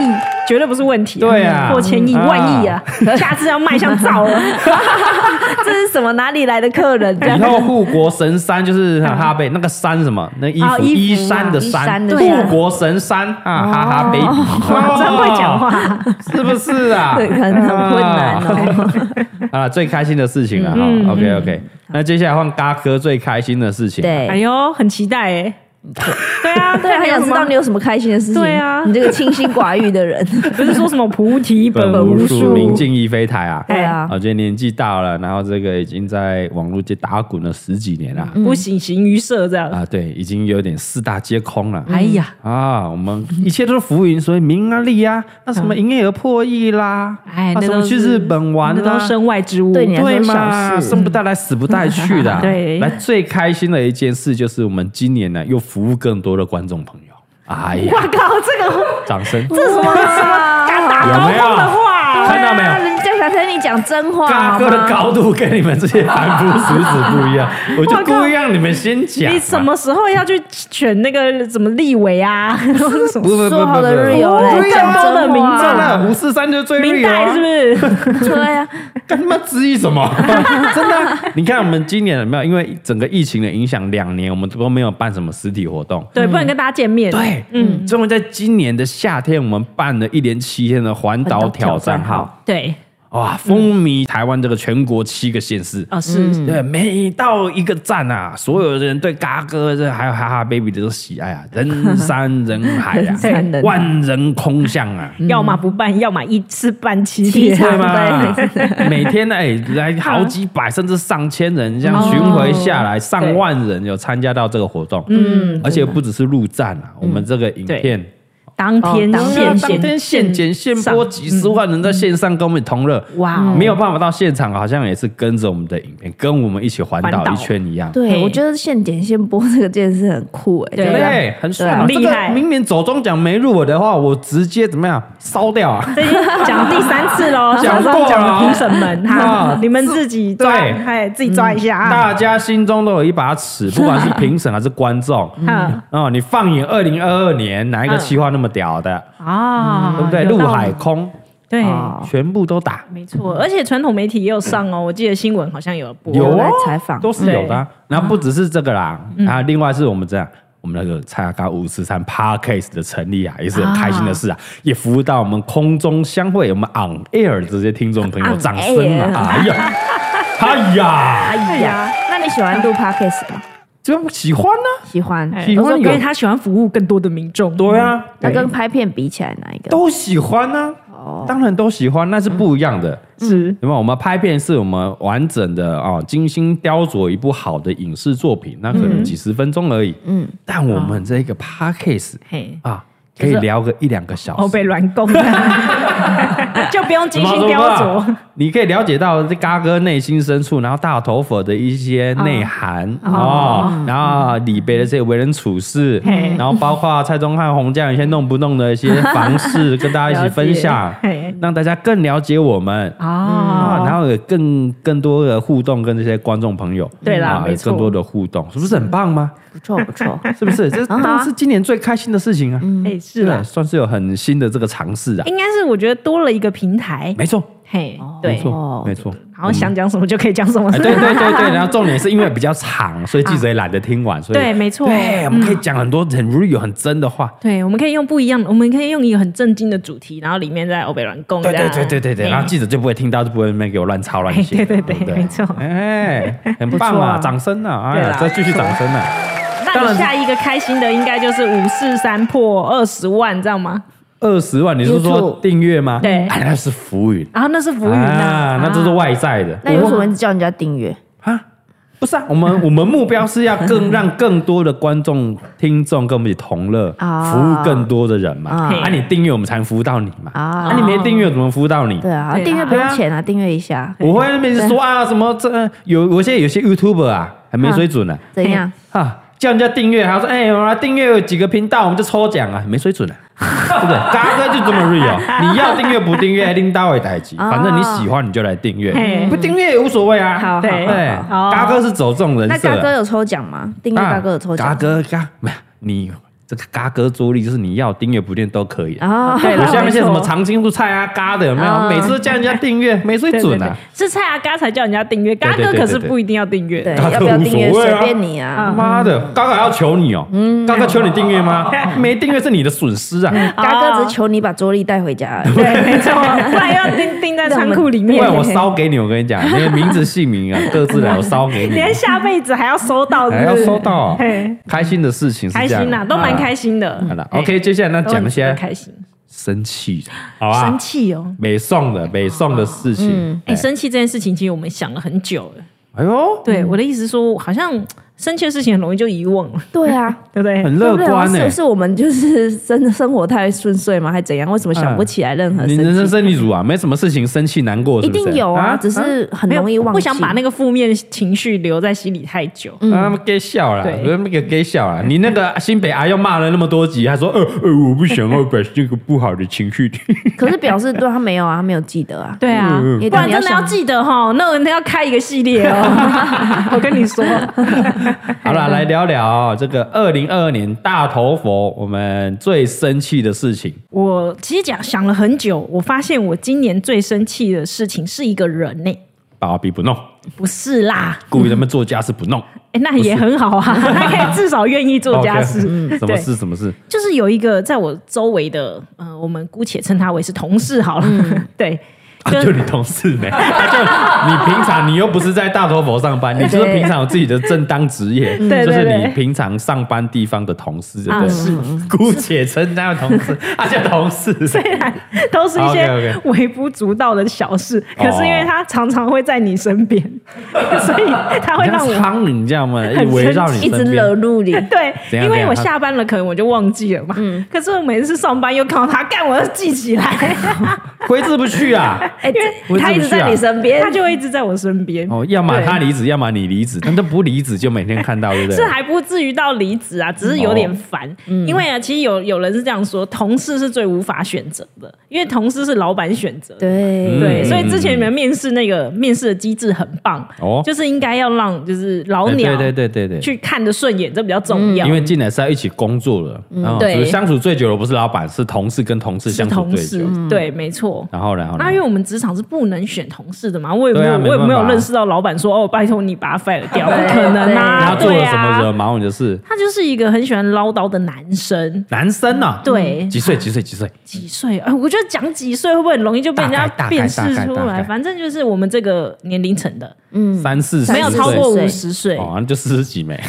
[SPEAKER 2] 绝对不是问题，
[SPEAKER 1] 对啊
[SPEAKER 2] 破千亿、
[SPEAKER 1] 啊
[SPEAKER 2] 万亿啊， [laughs] 下次要卖像造了，
[SPEAKER 3] [laughs] 这是什么哪里来的客 [laughs] 人？这样
[SPEAKER 1] 以后护国神山就是哈贝那个山什么那衣
[SPEAKER 3] 哦
[SPEAKER 1] 服
[SPEAKER 3] 衣服
[SPEAKER 1] 衣衫的
[SPEAKER 3] 衣衫哦
[SPEAKER 1] 衫，
[SPEAKER 3] 的
[SPEAKER 1] 护
[SPEAKER 3] 衫
[SPEAKER 1] 国神山啊，哈哈
[SPEAKER 3] [laughs]
[SPEAKER 1] baby，哇
[SPEAKER 2] 真会
[SPEAKER 1] [laughs]
[SPEAKER 2] 讲，话，
[SPEAKER 1] 是不是啊？
[SPEAKER 3] 对，可能很困难哦。
[SPEAKER 1] [laughs]
[SPEAKER 3] 嗯
[SPEAKER 1] 啊。啊，最开心的事情了哈，OK OK。那接下来换嘎哥最开心的事情，，
[SPEAKER 2] 哎
[SPEAKER 3] 对，
[SPEAKER 2] 呦，很期待哎， [laughs] 对啊，
[SPEAKER 3] 对，很
[SPEAKER 2] 还有
[SPEAKER 3] 想
[SPEAKER 2] 什
[SPEAKER 3] 知道
[SPEAKER 2] 么
[SPEAKER 3] 你？有什么开心的事情。
[SPEAKER 2] 对啊
[SPEAKER 3] 你这个清心寡欲
[SPEAKER 1] [laughs]
[SPEAKER 3] 的人，
[SPEAKER 2] 不是说什么菩提
[SPEAKER 1] 本
[SPEAKER 2] 无
[SPEAKER 1] 无数，明镜亦非台啊。
[SPEAKER 3] 对啊
[SPEAKER 1] 啊，，觉得年纪大了，然后这个已经在网络界打滚了十几年啊了
[SPEAKER 2] 不行行于色这样，
[SPEAKER 1] 啊，对，已经有点四大皆空了。
[SPEAKER 2] 哎呀，
[SPEAKER 1] 啊，我们一切都是浮云，所以名啊利
[SPEAKER 2] [laughs]
[SPEAKER 1] 啊，那什么营业额破亿啦，
[SPEAKER 2] 哎，
[SPEAKER 1] 啊
[SPEAKER 2] 那
[SPEAKER 1] 什
[SPEAKER 2] 都
[SPEAKER 1] 么去
[SPEAKER 2] 是
[SPEAKER 1] 日本玩
[SPEAKER 2] 那
[SPEAKER 1] 啦
[SPEAKER 2] 都，身外之物，。
[SPEAKER 3] 对你来
[SPEAKER 1] 对
[SPEAKER 3] 说
[SPEAKER 1] 嘛，
[SPEAKER 3] 小事
[SPEAKER 1] 生不带来死不带去的啊
[SPEAKER 2] [laughs] 对
[SPEAKER 1] 来最开心的一件事就是我们今年呢又服务更多的观众朋友。哎呀
[SPEAKER 2] 我，靠，这个
[SPEAKER 1] 掌声！
[SPEAKER 3] 这什么什么？
[SPEAKER 2] 敢打
[SPEAKER 1] 有
[SPEAKER 2] 高
[SPEAKER 1] 没有
[SPEAKER 2] 空的话，
[SPEAKER 1] 看到没有
[SPEAKER 3] 啊人家想跟你讲真话，
[SPEAKER 1] 嘎哥的
[SPEAKER 3] 好吗
[SPEAKER 1] 高度跟你们这些凡
[SPEAKER 2] [laughs]
[SPEAKER 1] 夫俗子不一样，我就故意让你们先讲嘛。
[SPEAKER 2] 你什么时候要去选那个什么立委啊？或者什么
[SPEAKER 1] 不？
[SPEAKER 2] [laughs]
[SPEAKER 1] 不不不
[SPEAKER 3] 说好的
[SPEAKER 1] 不
[SPEAKER 3] 日游来
[SPEAKER 1] 不
[SPEAKER 3] 讲
[SPEAKER 2] 更多的
[SPEAKER 3] 真
[SPEAKER 2] 民
[SPEAKER 3] 话
[SPEAKER 2] 众
[SPEAKER 1] 真的五四三就是最
[SPEAKER 2] 明
[SPEAKER 1] 绿油
[SPEAKER 2] 代
[SPEAKER 1] 啊
[SPEAKER 2] 是
[SPEAKER 1] [laughs]
[SPEAKER 2] 不是？
[SPEAKER 3] 对啊，
[SPEAKER 1] 干他妈质疑什 [laughs] 么？真的啊、你看我们今年有没有？因为整个疫情的影响，两年我们都没有办什么实体活动。
[SPEAKER 2] 对，不能跟大家见面。
[SPEAKER 1] 对，嗯，终于在今年的夏天，我们办了一连七天的环岛挑战号，
[SPEAKER 2] 对，
[SPEAKER 1] 哇，风靡台湾这个全国七个县市。
[SPEAKER 2] 哦
[SPEAKER 3] 嗯
[SPEAKER 2] 是，
[SPEAKER 1] 对，每到一个站啊，所有人对嘎哥这还有哈哈 baby 的都喜爱啊，人山人海啊
[SPEAKER 3] [laughs] 人山人海，
[SPEAKER 1] 万人空巷啊，
[SPEAKER 2] 要么不办，要么一次办七
[SPEAKER 3] 七
[SPEAKER 2] 天
[SPEAKER 3] 天。
[SPEAKER 1] 对吗
[SPEAKER 3] 对？
[SPEAKER 1] 啊每天哎、来好几百甚至上千人，这样
[SPEAKER 2] 哦
[SPEAKER 1] 巡回下来，上万人有参加到这个活动，嗯，而且不只是陆战啊，我们这个影片
[SPEAKER 2] 当天
[SPEAKER 3] 哦当
[SPEAKER 1] 对啊当
[SPEAKER 2] 现
[SPEAKER 1] 天
[SPEAKER 2] 现
[SPEAKER 1] 现减现播，几十万人在线上跟我们同乐，
[SPEAKER 2] 哇哦，
[SPEAKER 1] 没有办法到现场，好像也是跟着我们的影片，跟我们一起环
[SPEAKER 2] 环
[SPEAKER 1] 岛
[SPEAKER 2] 岛
[SPEAKER 1] 一圈一样。
[SPEAKER 3] 对，
[SPEAKER 2] 嘿
[SPEAKER 3] 我觉得现点现播这个件事很酷哎、
[SPEAKER 2] 对
[SPEAKER 3] 就是
[SPEAKER 2] 啊
[SPEAKER 1] 对，很爽、
[SPEAKER 2] 对
[SPEAKER 1] 啊。
[SPEAKER 2] 啊
[SPEAKER 1] 这
[SPEAKER 2] 厉
[SPEAKER 1] 个
[SPEAKER 2] 害
[SPEAKER 1] 明年走中奖没入我的话，我直接怎么样烧掉啊？
[SPEAKER 2] 这已经讲第三次喽，
[SPEAKER 1] [laughs] 讲过了
[SPEAKER 2] 讲了评
[SPEAKER 1] [laughs]
[SPEAKER 2] 审们哈
[SPEAKER 1] 啊，
[SPEAKER 2] 你们自己抓，
[SPEAKER 1] 对嗯
[SPEAKER 2] 哎，自己抓一下啊。
[SPEAKER 1] 大家心中都有一把尺，不管是评审还是观众。
[SPEAKER 2] 嗯
[SPEAKER 1] 哦，你放眼二零二二年，哪一个
[SPEAKER 2] 嗯
[SPEAKER 1] 企划那么屌的，
[SPEAKER 2] 啊，
[SPEAKER 1] 嗯对不对？
[SPEAKER 2] 有
[SPEAKER 1] 陆
[SPEAKER 2] 道理
[SPEAKER 1] 海啊空
[SPEAKER 2] 对，
[SPEAKER 3] 哦
[SPEAKER 1] 全部都打，
[SPEAKER 2] 没错，而且传统媒体也有上哦，我记得新闻好像有播。
[SPEAKER 1] 有
[SPEAKER 3] 有
[SPEAKER 1] 啊
[SPEAKER 3] 来采访，
[SPEAKER 1] 都是有的啊。然后不只是这个啦，啊，另外是我们这样。我们那个蔡阿嘎五四三 Parkcase 的成立啊，也是很开心的事啊，也服务到我们空中相会，我们 on air 的这些听众朋友，
[SPEAKER 3] On
[SPEAKER 1] 掌声啊！哎
[SPEAKER 3] air
[SPEAKER 1] 呀，哎呀，
[SPEAKER 3] 哎呀，那你喜欢录 podcast 吗？
[SPEAKER 1] 就喜欢呢、
[SPEAKER 3] 喜欢，
[SPEAKER 2] 哎
[SPEAKER 1] 喜
[SPEAKER 2] 我
[SPEAKER 1] 欢
[SPEAKER 2] 说
[SPEAKER 1] 有
[SPEAKER 2] 因为他喜欢服务更多的民众。嗯
[SPEAKER 1] 对啊，
[SPEAKER 3] 那跟拍片比起来，哪一个？
[SPEAKER 1] 都喜欢呢、当然都喜欢，那是不一样的。
[SPEAKER 2] 是
[SPEAKER 1] 那么我们拍片是我们完整的啊、哦，精心雕琢一部好的影视作品，那可能几十分钟而已。嗯，但我们这个 podcast
[SPEAKER 2] 嘿，
[SPEAKER 1] 啊，可以聊个一两个小
[SPEAKER 2] 哦，
[SPEAKER 1] 时。
[SPEAKER 2] 被软
[SPEAKER 1] [laughs]
[SPEAKER 2] 攻， [laughs] 就不用精心雕
[SPEAKER 1] 怎么
[SPEAKER 2] 琢
[SPEAKER 1] 说。吧你可以了解到这嘎哥内心深处，然后大头佛的一些内涵哦，然后李白的这些为人处事
[SPEAKER 2] 嘿，
[SPEAKER 1] 然后包括蔡宗汉、洪将一些弄不弄的一些方式，跟大家一起分享
[SPEAKER 2] 了解嘿，
[SPEAKER 1] 让大家更了解我们。啊，
[SPEAKER 2] 哦，
[SPEAKER 1] 然后有更更多的互动跟这些观众朋友，
[SPEAKER 2] 对啦
[SPEAKER 1] 啊
[SPEAKER 2] 没
[SPEAKER 1] 有
[SPEAKER 2] 错
[SPEAKER 1] 更多的互动，是不是很棒
[SPEAKER 2] [laughs]
[SPEAKER 1] 吗？
[SPEAKER 3] 不错不错，
[SPEAKER 1] 是不是？这
[SPEAKER 3] 很好啊
[SPEAKER 1] 当然是今年最开心的事情啊！
[SPEAKER 2] 哎，是
[SPEAKER 1] 对
[SPEAKER 2] 啦，
[SPEAKER 1] 算是有很新的这个尝试啊。
[SPEAKER 2] 应该是我觉得多了一个平台。
[SPEAKER 1] 没错，
[SPEAKER 2] 嘿，
[SPEAKER 1] 没
[SPEAKER 2] 对，
[SPEAKER 1] 错，没错。
[SPEAKER 2] 然后想讲什么就可以讲什么
[SPEAKER 1] 哎，。对对对对，然后重点是因为比较长，所以记者也懒得听完，所以
[SPEAKER 2] [laughs] 对，嗯没错。
[SPEAKER 1] 对，我们可以讲很多很 real 很真的话。
[SPEAKER 2] 对，我们可以用不一样的，我们可以用一个很震惊的主题，然后里面在欧北软攻。
[SPEAKER 1] 对对
[SPEAKER 2] 这
[SPEAKER 1] 对
[SPEAKER 2] 样
[SPEAKER 1] 对对对，
[SPEAKER 2] 嘿
[SPEAKER 1] 然后记者就不会听到，就不会在那边给我乱抄乱写。
[SPEAKER 2] 哎对对对
[SPEAKER 1] 不
[SPEAKER 2] 没错
[SPEAKER 1] 哎，很棒
[SPEAKER 3] 不错
[SPEAKER 1] 啊，
[SPEAKER 3] 啊
[SPEAKER 1] 掌声啊！哎
[SPEAKER 2] 对
[SPEAKER 1] 呀
[SPEAKER 2] 啦，
[SPEAKER 1] 再继续掌声啊！当
[SPEAKER 2] 那
[SPEAKER 1] 然
[SPEAKER 2] 你
[SPEAKER 1] 是
[SPEAKER 2] 下一个开心的应该就是五四三破二十万，知道吗？
[SPEAKER 1] 二十万，你是说
[SPEAKER 3] YouTube
[SPEAKER 1] 订阅吗？
[SPEAKER 2] 对
[SPEAKER 1] 哎，那是浮云
[SPEAKER 2] 然后那是浮云
[SPEAKER 1] 啊，那这是外在的。
[SPEAKER 3] 那有什么人叫人家订阅？
[SPEAKER 1] 啊？不是啊，我们 [laughs] 我们目标是要更让更多的观众、听众跟我们一起同乐，
[SPEAKER 2] 哦
[SPEAKER 3] 啊
[SPEAKER 1] 服务更多的人嘛。
[SPEAKER 3] 啊
[SPEAKER 1] 啊，你订阅我们才能服务到你嘛。
[SPEAKER 3] 啊
[SPEAKER 1] 啊，你没订阅怎么服务到你？
[SPEAKER 3] 对啊，
[SPEAKER 2] 对啦
[SPEAKER 3] 订阅不用钱啊，订阅一下，
[SPEAKER 1] 我会那边说啊，什么这呃有我现在有些 YouTuber 啊，还没水准呢
[SPEAKER 3] 怎样？
[SPEAKER 1] 啊，叫人家订阅，他说哎，我来订阅有几个频道，我们就抽奖啊，没水
[SPEAKER 3] [laughs]
[SPEAKER 1] 准啊，对不对？大哥就这么 real，你要订阅不订阅，拎到位代机，
[SPEAKER 3] 哦
[SPEAKER 1] 反正你喜欢你就来订阅
[SPEAKER 2] 嘿，
[SPEAKER 1] 不订阅也无所谓啊。
[SPEAKER 3] 好
[SPEAKER 2] 对
[SPEAKER 1] 对，
[SPEAKER 2] 好
[SPEAKER 1] 嘎哥是走这种人
[SPEAKER 3] 那
[SPEAKER 1] 设
[SPEAKER 3] 嘎哥
[SPEAKER 1] 啊，
[SPEAKER 3] 有抽奖吗？订阅啊嘎哥有抽
[SPEAKER 1] 嘎
[SPEAKER 3] 奖
[SPEAKER 1] 哥嘎，没有你这个嘎哥桌历就是你要订阅不订阅都可以啊。
[SPEAKER 3] 啊？
[SPEAKER 2] [laughs] 对
[SPEAKER 1] 我
[SPEAKER 2] 啦
[SPEAKER 1] 下面
[SPEAKER 2] 没
[SPEAKER 1] 些什么
[SPEAKER 2] 错
[SPEAKER 1] 长青树菜啊、嘎的有没有？
[SPEAKER 3] 嗯
[SPEAKER 1] 每次都叫人家订阅，没水
[SPEAKER 2] 对对
[SPEAKER 1] 准
[SPEAKER 2] 对
[SPEAKER 1] 啊。，
[SPEAKER 2] 是蔡阿嘎才叫人家订阅，
[SPEAKER 1] 对
[SPEAKER 2] 嘎
[SPEAKER 1] 对
[SPEAKER 2] 哥
[SPEAKER 1] 对
[SPEAKER 2] 可
[SPEAKER 1] 对
[SPEAKER 2] 是
[SPEAKER 1] 对
[SPEAKER 2] 不一定要订阅。
[SPEAKER 3] 对，
[SPEAKER 1] 嘎哥
[SPEAKER 3] 要不要
[SPEAKER 1] 无
[SPEAKER 3] 订阅
[SPEAKER 1] 所谓
[SPEAKER 3] 随
[SPEAKER 1] 啊
[SPEAKER 3] 便你啊。
[SPEAKER 1] 妈的，
[SPEAKER 2] 嗯
[SPEAKER 1] 嘎嘎要求你哦，嘎嘎求你订阅吗？没订阅是你的损失
[SPEAKER 2] 嗯
[SPEAKER 1] 啊，
[SPEAKER 3] 嘎哥只是求你把桌历带回家而已。
[SPEAKER 2] 对，没错，不然要钉钉在仓库里
[SPEAKER 1] 不
[SPEAKER 2] 面
[SPEAKER 1] 然。我烧给你，我跟你讲，你的名字姓名
[SPEAKER 2] [laughs]
[SPEAKER 1] 啊，各自来，我烧给你，
[SPEAKER 2] 连下辈子还要收到，
[SPEAKER 1] 还
[SPEAKER 2] 是
[SPEAKER 1] 要
[SPEAKER 2] 不是
[SPEAKER 1] 收到哦
[SPEAKER 2] 嘿，
[SPEAKER 1] 开心的事情是
[SPEAKER 2] 开
[SPEAKER 1] 这样啊
[SPEAKER 2] 心啦，啊都蛮开。心的
[SPEAKER 1] 啊好。了
[SPEAKER 2] 嘿
[SPEAKER 1] ，OK，接下来那
[SPEAKER 2] 都
[SPEAKER 1] 讲一
[SPEAKER 2] 很
[SPEAKER 1] 些
[SPEAKER 2] 开心，
[SPEAKER 1] 生气的，好
[SPEAKER 2] 生
[SPEAKER 1] 吧？
[SPEAKER 2] 气哦。
[SPEAKER 1] 北宋的北宋的事情，
[SPEAKER 2] 哎，生气这件事情，其实我们想了很久了。
[SPEAKER 1] 哎呦，
[SPEAKER 2] 对，我的意思是说，好像生气的事情很容易就遗忘了，
[SPEAKER 3] 对啊，
[SPEAKER 2] 对不对？
[SPEAKER 1] 很
[SPEAKER 3] 对
[SPEAKER 1] 乐
[SPEAKER 3] 不对
[SPEAKER 1] 观
[SPEAKER 3] 是
[SPEAKER 1] 呢
[SPEAKER 3] 不。是我们就是生生活太顺遂吗？还怎样？为什么想不起来任何
[SPEAKER 1] 你
[SPEAKER 3] 事
[SPEAKER 1] 人生
[SPEAKER 3] 情？
[SPEAKER 1] 胜利组啊，没什么事情生气难过，
[SPEAKER 3] 一
[SPEAKER 1] 是不是
[SPEAKER 3] 定有啊，只嗯是很
[SPEAKER 2] 没有
[SPEAKER 3] 容易忘记。
[SPEAKER 2] 不想把那个负面情绪留在心里太久。
[SPEAKER 1] 让他们给笑了，
[SPEAKER 2] 对
[SPEAKER 1] 让他们给给笑了。你那个新北阿又骂了那么多集，还说呃呃，我不想要把这个不好的情绪，
[SPEAKER 3] [laughs] 可是表示对他没有啊，他没有记得啊。
[SPEAKER 2] 对啊，
[SPEAKER 1] 嗯
[SPEAKER 3] 也
[SPEAKER 2] 不然真的要
[SPEAKER 3] 想
[SPEAKER 2] 记得哈，那我们要开一个系列哦。我跟你
[SPEAKER 3] [laughs]
[SPEAKER 2] 说，
[SPEAKER 1] [laughs] 好了，来聊聊这个二零二二年大头佛我们最生气的事情。
[SPEAKER 2] 我其实讲想了很久，我发现我今年最生气的事情是一个人呢、
[SPEAKER 1] 爸比不弄，
[SPEAKER 2] 不是啦，
[SPEAKER 1] 故意他们做家事不弄，
[SPEAKER 2] 哎、那也很好啊，他可以至少愿意做家事
[SPEAKER 1] OK，。嗯 [laughs] 什么
[SPEAKER 2] 对
[SPEAKER 1] 事？什么事？
[SPEAKER 2] 就是 [laughs] 有一个在我周围的，呃，我们姑且称他为是同事好了，对，
[SPEAKER 1] 啊
[SPEAKER 2] 就
[SPEAKER 1] 就你同事没， [laughs] 啊就你平常你又不是在大头佛上班，你就是平常有自己的正当职业，
[SPEAKER 2] 嗯
[SPEAKER 3] 对
[SPEAKER 1] 就是
[SPEAKER 3] 对
[SPEAKER 1] 你平常上班地方的同事，对
[SPEAKER 2] 啊
[SPEAKER 1] 不
[SPEAKER 2] 是
[SPEAKER 1] 对？姑且称他为同
[SPEAKER 2] [laughs]
[SPEAKER 1] 事，他叫同事，
[SPEAKER 2] 虽然都是一些
[SPEAKER 1] OK，OK
[SPEAKER 2] 微不足道的小事，
[SPEAKER 1] 啊哦
[SPEAKER 2] 可是因为他常常会在你身边， [laughs] 所以他会
[SPEAKER 1] 你
[SPEAKER 2] 让
[SPEAKER 1] 像
[SPEAKER 2] 我
[SPEAKER 1] 苍蝇这样嘛，
[SPEAKER 2] 生气
[SPEAKER 1] 围绕你
[SPEAKER 3] 一直
[SPEAKER 1] 身
[SPEAKER 3] 惹
[SPEAKER 1] 边。
[SPEAKER 3] 怒 [laughs] 你，
[SPEAKER 2] [laughs] 对，
[SPEAKER 1] 怎样嗯
[SPEAKER 2] 因为我
[SPEAKER 1] 怎样
[SPEAKER 2] 下班了，可能我就忘记了嘛。可是我每次上班又看到他，干我要记起来，
[SPEAKER 1] 挥之不去
[SPEAKER 2] [laughs]
[SPEAKER 1] 啊！
[SPEAKER 3] 哎，
[SPEAKER 1] 我
[SPEAKER 3] 他一直在你身边
[SPEAKER 2] 他，就会一直在我身边。
[SPEAKER 1] 哦，要么
[SPEAKER 2] 对
[SPEAKER 1] 他离职，要么你离职，但都不离职就每天看到，对不哦对
[SPEAKER 2] 是？啊还不至于到离职啊，只是有点烦。因为啊，其实有有人是这样说，同事是最无法选择的，因为同事是老板选择的。
[SPEAKER 3] 对
[SPEAKER 2] 对，
[SPEAKER 1] 嗯
[SPEAKER 2] 所以之前你们面试那个面试的机制很棒，
[SPEAKER 1] 哦
[SPEAKER 2] 就是应该要让就是老
[SPEAKER 1] 哎
[SPEAKER 2] 鸟
[SPEAKER 1] 对对对对对，
[SPEAKER 2] 去看的顺眼，这比较重要。
[SPEAKER 1] 因为进来是要一起工作了，
[SPEAKER 2] 嗯
[SPEAKER 1] 然后
[SPEAKER 3] 对
[SPEAKER 1] 只是相处最久的不是老板，是同事跟同事
[SPEAKER 2] 是
[SPEAKER 1] 相处
[SPEAKER 2] 同
[SPEAKER 1] 最
[SPEAKER 2] 事哎
[SPEAKER 1] 久。，
[SPEAKER 2] 对，没错。
[SPEAKER 1] 然后然后，
[SPEAKER 2] 那因为我们职场是不能选同事的嘛，我也没
[SPEAKER 1] 对
[SPEAKER 2] 有，
[SPEAKER 1] 啊
[SPEAKER 2] 我也
[SPEAKER 1] 没办
[SPEAKER 2] 没有
[SPEAKER 1] 法
[SPEAKER 2] 认识到老板说哦，拜托你把他 fire 掉，
[SPEAKER 3] 对
[SPEAKER 2] 不可
[SPEAKER 1] [laughs]
[SPEAKER 2] 能
[SPEAKER 1] 他
[SPEAKER 2] 啊，
[SPEAKER 1] 做
[SPEAKER 2] 对
[SPEAKER 1] 了什么惹
[SPEAKER 2] 啊。
[SPEAKER 1] 毛你的事？
[SPEAKER 2] 他就是一个很喜欢唠叨的男生，
[SPEAKER 1] 男生呢？
[SPEAKER 2] 对
[SPEAKER 1] 几岁？几岁？几岁？
[SPEAKER 2] 嗯几岁？哎，我觉得讲几岁会不会很容易就被人家
[SPEAKER 1] 大概大概
[SPEAKER 2] 辨识
[SPEAKER 1] 大概
[SPEAKER 2] 出
[SPEAKER 1] 大
[SPEAKER 2] 来？
[SPEAKER 1] 概
[SPEAKER 2] 反正就是我们这个年龄层的，
[SPEAKER 1] 三四十
[SPEAKER 2] 嗯没有超过
[SPEAKER 3] 岁
[SPEAKER 2] 五十岁，
[SPEAKER 1] 哦，那就四十几没。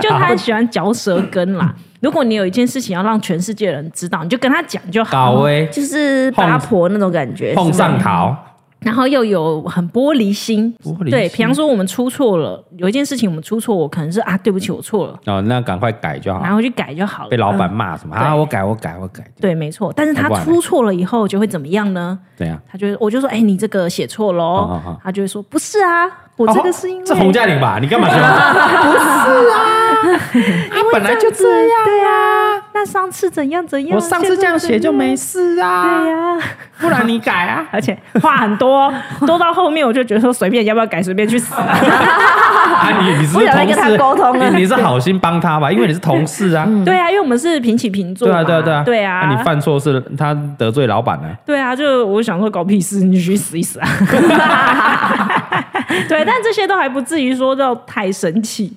[SPEAKER 2] 就他很喜欢嚼舌根啦。 [laughs] 如果你有一件事情要让全世界人知道，你就跟他讲就好。
[SPEAKER 1] 搞
[SPEAKER 2] [laughs]
[SPEAKER 1] 威
[SPEAKER 3] 就是八婆那种感觉，
[SPEAKER 1] 碰
[SPEAKER 3] 是吗
[SPEAKER 1] 上桃，
[SPEAKER 2] 然后又有很玻璃心，
[SPEAKER 1] 玻璃心
[SPEAKER 2] 对，比方说我们出错了，有一件事情我们出错，我可能是啊，对不起，我错了，
[SPEAKER 1] 哦，那赶快改就
[SPEAKER 2] 然
[SPEAKER 1] 好。
[SPEAKER 2] 后嗯去改就好了。
[SPEAKER 1] 被老板骂什么啊？我改，我改，我改，
[SPEAKER 2] 对，没错。但是他
[SPEAKER 1] 不然呢
[SPEAKER 2] 出错了以后就会怎么样呢？
[SPEAKER 1] 怎样？
[SPEAKER 2] 他就会我就说，哎、你这个写错了哦、
[SPEAKER 1] 哦哦哦
[SPEAKER 2] 他就会说，不是啊，我这个是因为、啊
[SPEAKER 1] 哦这洪嘉玲吧？你干
[SPEAKER 2] [laughs]
[SPEAKER 1] 嘛说？ [laughs] 不是啊，本来就这样。
[SPEAKER 2] 对啊，那上次怎样怎样，
[SPEAKER 1] 我上次这样写就没
[SPEAKER 2] 现
[SPEAKER 1] 事
[SPEAKER 2] 在怎样
[SPEAKER 1] 啊
[SPEAKER 2] 对，呀、
[SPEAKER 1] 不然你改
[SPEAKER 2] [laughs]
[SPEAKER 1] 啊。
[SPEAKER 2] 而且话很多，多到后面我就觉得说随便要不要改随便去死，
[SPEAKER 1] 啊，你你是
[SPEAKER 3] 不想再
[SPEAKER 1] 同
[SPEAKER 3] 跟他
[SPEAKER 1] 事
[SPEAKER 3] 沟通
[SPEAKER 2] 啊
[SPEAKER 3] 了
[SPEAKER 1] 你你是好心帮他吧？因为你是同事
[SPEAKER 2] [laughs]
[SPEAKER 1] 啊。
[SPEAKER 2] 对啊，因为我们是平起平坐
[SPEAKER 1] 对
[SPEAKER 2] 嘛，
[SPEAKER 1] 啊，对啊，对啊，
[SPEAKER 2] 对
[SPEAKER 1] 那你犯错是他得罪老板了。
[SPEAKER 2] 对啊，就我想说搞屁事，你去死一 [laughs] 死啊！对，但这些都还不至于说到太生气。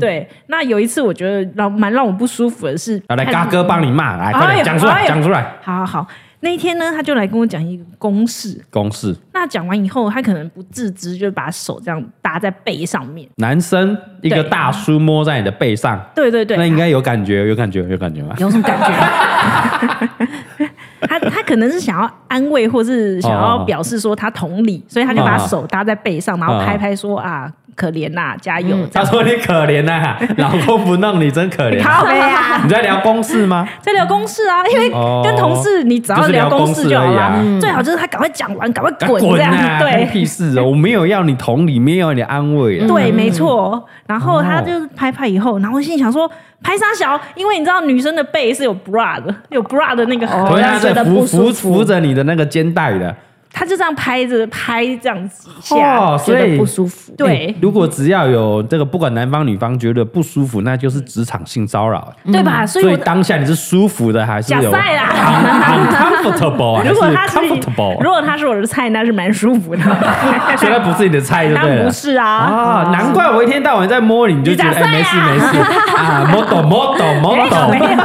[SPEAKER 2] 对，那有一次我觉得让蛮让我不舒服的是，
[SPEAKER 1] 啊，来，
[SPEAKER 2] 他
[SPEAKER 1] 嘎哥帮你骂，来，快
[SPEAKER 2] 哎
[SPEAKER 1] 点
[SPEAKER 2] 呦
[SPEAKER 1] 讲出
[SPEAKER 2] 哎
[SPEAKER 1] 来，
[SPEAKER 2] 呦
[SPEAKER 1] 讲出来。
[SPEAKER 2] 好好好，那一天呢，他就来跟我讲一个公式。
[SPEAKER 1] 公式，
[SPEAKER 2] 那讲完以后，他可能不自知，就把手这样搭在背上面。
[SPEAKER 1] 男生一个
[SPEAKER 2] 对
[SPEAKER 1] 大叔摸在你的背上，
[SPEAKER 2] 对对对，
[SPEAKER 1] 那应该有感觉，有感觉，有感觉吧？
[SPEAKER 2] 有什么感
[SPEAKER 3] [laughs]
[SPEAKER 2] 觉？他他可能是想要安慰，或是想
[SPEAKER 1] 哦
[SPEAKER 2] 要表示说他同理，所以他就
[SPEAKER 1] 啊
[SPEAKER 2] 把手搭在背上，然后拍拍说啊，可怜呐、加油，这
[SPEAKER 1] 他
[SPEAKER 2] 样
[SPEAKER 1] 说你可怜
[SPEAKER 2] [laughs]
[SPEAKER 1] 呐，老公不弄你真可怜。
[SPEAKER 2] 靠
[SPEAKER 1] [laughs]
[SPEAKER 2] 背啊，
[SPEAKER 1] 你在聊公式吗？
[SPEAKER 2] 在聊公事啊，因为
[SPEAKER 1] 哦
[SPEAKER 2] [laughs] 跟同事你只要
[SPEAKER 1] 就是聊
[SPEAKER 2] 公事就好
[SPEAKER 1] 公事而已
[SPEAKER 2] 啦
[SPEAKER 1] 啊，
[SPEAKER 2] 最好就是他赶快讲完，赶快
[SPEAKER 1] 啊
[SPEAKER 2] 滚这样，
[SPEAKER 1] 啊！ [laughs] 关
[SPEAKER 2] 对。
[SPEAKER 1] 屁事哦！我没有要你同理，没有要你安慰啊。
[SPEAKER 2] 对，没错。然后他就是拍拍以后，然后我心里想说，拍啥小？因为你知道女生的背是有 bra 的，有 bra 的那个
[SPEAKER 3] 哦
[SPEAKER 1] 所以他
[SPEAKER 3] 让他觉
[SPEAKER 1] 在
[SPEAKER 3] 得
[SPEAKER 1] 扶
[SPEAKER 3] 不舒
[SPEAKER 1] 扶
[SPEAKER 3] 服
[SPEAKER 1] 扶着你的那个肩带的。
[SPEAKER 2] 他就这样拍着拍这样几下，
[SPEAKER 1] 哦，
[SPEAKER 3] 觉
[SPEAKER 1] 所
[SPEAKER 3] 得
[SPEAKER 1] 以
[SPEAKER 3] 不舒 [laughs] 服。
[SPEAKER 2] 对
[SPEAKER 1] 欸，如果只要有这个，不管男方女方觉得不舒服，那就是职场性骚扰。
[SPEAKER 2] 对吧？
[SPEAKER 1] 嗯
[SPEAKER 2] 所
[SPEAKER 1] 所
[SPEAKER 2] 以
[SPEAKER 1] 以
[SPEAKER 2] 我
[SPEAKER 1] 当下你是舒服的还是
[SPEAKER 2] 假
[SPEAKER 1] 有
[SPEAKER 2] 赛啦。
[SPEAKER 1] uncomfortable 啊？
[SPEAKER 2] [laughs] 如果他是
[SPEAKER 1] 还 comfortable，啊
[SPEAKER 2] 如果他是我的菜，那是蛮舒
[SPEAKER 1] [laughs]
[SPEAKER 2] 服的。
[SPEAKER 1] 所以
[SPEAKER 2] [laughs]
[SPEAKER 1] 他不是你的菜，就
[SPEAKER 2] 当
[SPEAKER 1] 对
[SPEAKER 2] 然不
[SPEAKER 1] 了。
[SPEAKER 2] 是啊，
[SPEAKER 1] 啊，难怪我一天到晚在摸你，你就觉得
[SPEAKER 2] 你假赛
[SPEAKER 1] 哎
[SPEAKER 2] 啊
[SPEAKER 1] 没事没
[SPEAKER 2] [laughs]
[SPEAKER 1] 事啊，摸懂摸懂摸哦 [laughs]
[SPEAKER 2] 没
[SPEAKER 1] 懂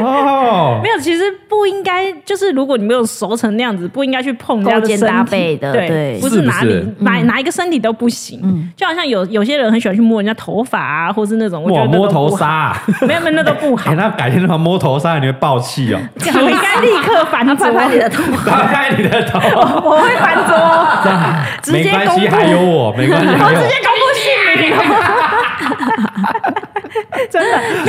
[SPEAKER 2] 有
[SPEAKER 1] 哦
[SPEAKER 2] 没。有，其实不应该，就是如果你没有熟成那样子，不应该去碰人家的
[SPEAKER 3] 勾肩
[SPEAKER 2] 身
[SPEAKER 3] 搭
[SPEAKER 2] 体
[SPEAKER 3] 背的
[SPEAKER 2] 对，
[SPEAKER 3] 对嗯
[SPEAKER 2] 不
[SPEAKER 1] 是不
[SPEAKER 2] 哪里
[SPEAKER 1] 是
[SPEAKER 2] 哪哪一个身体都不行。就好像有有些人很喜欢去摸人家头发啊，或是那种我觉
[SPEAKER 1] 哇，
[SPEAKER 2] 得那
[SPEAKER 1] 摸
[SPEAKER 2] 都不
[SPEAKER 1] 头
[SPEAKER 2] [laughs] 好
[SPEAKER 1] 杀，啊，
[SPEAKER 2] 没有没有那都不好
[SPEAKER 1] 哎，，那改天的话摸头杀你会爆气
[SPEAKER 2] [laughs]
[SPEAKER 1] 哦，
[SPEAKER 2] 我应该立刻反
[SPEAKER 3] 拍
[SPEAKER 2] 桌，
[SPEAKER 3] 拍你的头，
[SPEAKER 1] 打开你的头，
[SPEAKER 2] 我会反桌，哦直
[SPEAKER 1] 没
[SPEAKER 2] 接
[SPEAKER 1] 关
[SPEAKER 2] 公
[SPEAKER 1] 系，
[SPEAKER 2] 布
[SPEAKER 1] 还有我，没关系，还
[SPEAKER 2] [laughs]
[SPEAKER 1] 有我。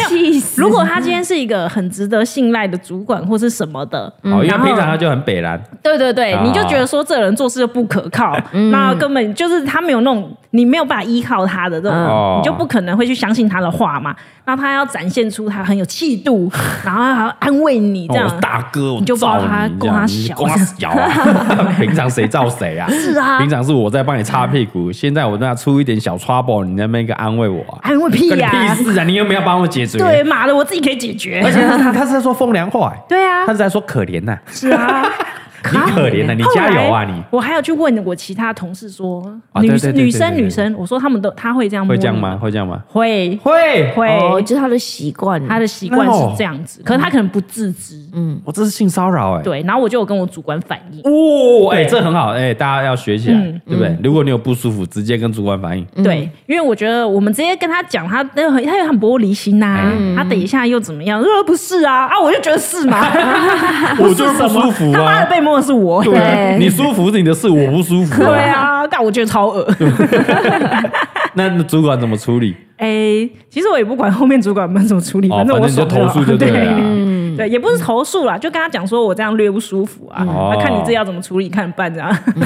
[SPEAKER 3] 气 [laughs] 死！
[SPEAKER 2] 如果他今天是一个很值得信赖的主管或是什么的，
[SPEAKER 1] 哦，因为
[SPEAKER 2] 然后
[SPEAKER 1] 平常他就很北蓝，
[SPEAKER 2] 对对对，
[SPEAKER 1] 啊嗯
[SPEAKER 2] 你就觉得说这人做事就不可靠，那根本就是他没有那种你没有办法依靠他的这种，
[SPEAKER 1] 哦
[SPEAKER 2] 你就不可能会去相信他的话嘛。那他要展现出他很有
[SPEAKER 1] [laughs]
[SPEAKER 2] 气度，然后还要安慰你这样。
[SPEAKER 1] 哦我大哥，我
[SPEAKER 2] 你就不知道他
[SPEAKER 1] 罩你这样
[SPEAKER 2] 跟他
[SPEAKER 1] 你
[SPEAKER 2] 小
[SPEAKER 1] 跟他小
[SPEAKER 2] [laughs]
[SPEAKER 1] 啊！平常谁罩谁啊？
[SPEAKER 2] 是啊
[SPEAKER 1] 平常是我在帮你擦屁股，现在我那出一点小 trouble，你在那边一个安慰我啊，
[SPEAKER 2] 安慰屁
[SPEAKER 1] 跟你
[SPEAKER 2] 呀、
[SPEAKER 1] 屁事啊！你又没有帮我解决。
[SPEAKER 2] 对，妈的，我自己可以解决。
[SPEAKER 1] 而且他他他是在说风凉话，哎
[SPEAKER 2] 对啊
[SPEAKER 1] 他，是在说可怜呐，
[SPEAKER 2] 是啊，
[SPEAKER 1] [laughs] 你可怜了，你加油啊你！！
[SPEAKER 2] 我还有去问我其他同事说，
[SPEAKER 1] 啊
[SPEAKER 2] 女
[SPEAKER 1] 对对对对
[SPEAKER 2] 女生
[SPEAKER 1] 对对
[SPEAKER 2] 女生，我说他们都他会这样摸
[SPEAKER 1] 会
[SPEAKER 2] 你
[SPEAKER 1] 这样吗？？会这样吗？
[SPEAKER 2] 会
[SPEAKER 1] 会，
[SPEAKER 2] 会，
[SPEAKER 3] 哦，就是他的习惯，
[SPEAKER 2] 他的习惯是这样
[SPEAKER 1] 哦
[SPEAKER 2] 子，可是他可能不自知。
[SPEAKER 1] 我这是性骚扰哎。
[SPEAKER 2] 嗯对，然后我就有跟我主管反映，
[SPEAKER 1] 哦，哎，这很好，哎，大家要学起来，
[SPEAKER 2] 嗯
[SPEAKER 1] 对不对？如果你有不舒服，直接跟主管反
[SPEAKER 3] 嗯
[SPEAKER 1] 映。
[SPEAKER 2] 对，因为我觉得我们直接跟他讲，他那很他又很玻璃心呐、
[SPEAKER 1] 哎
[SPEAKER 2] 他等一下又怎么样？呃，不是啊，啊，我就觉得是嘛，
[SPEAKER 1] 我就是不舒服
[SPEAKER 2] 他妈的
[SPEAKER 1] 啊。
[SPEAKER 2] 被摸的是我，
[SPEAKER 1] 对啊，
[SPEAKER 3] 对
[SPEAKER 1] 你舒服是你的事，我不舒服。
[SPEAKER 2] 对，啊，但我觉得超恶。
[SPEAKER 1] 那那主管怎么处理？
[SPEAKER 2] 哎、其实我也不管后面主管们怎么处理，
[SPEAKER 1] 哦，
[SPEAKER 2] 正
[SPEAKER 1] 反
[SPEAKER 2] 我
[SPEAKER 1] 正你就
[SPEAKER 2] 爽好
[SPEAKER 1] 投诉就
[SPEAKER 2] 对
[SPEAKER 1] 对了啊。
[SPEAKER 3] 嗯
[SPEAKER 2] 对，也不是投诉啦，就跟他讲说我这样略不舒服啊，
[SPEAKER 1] 哦
[SPEAKER 2] 那看你这要怎么处理，看你办这样。
[SPEAKER 3] 嗯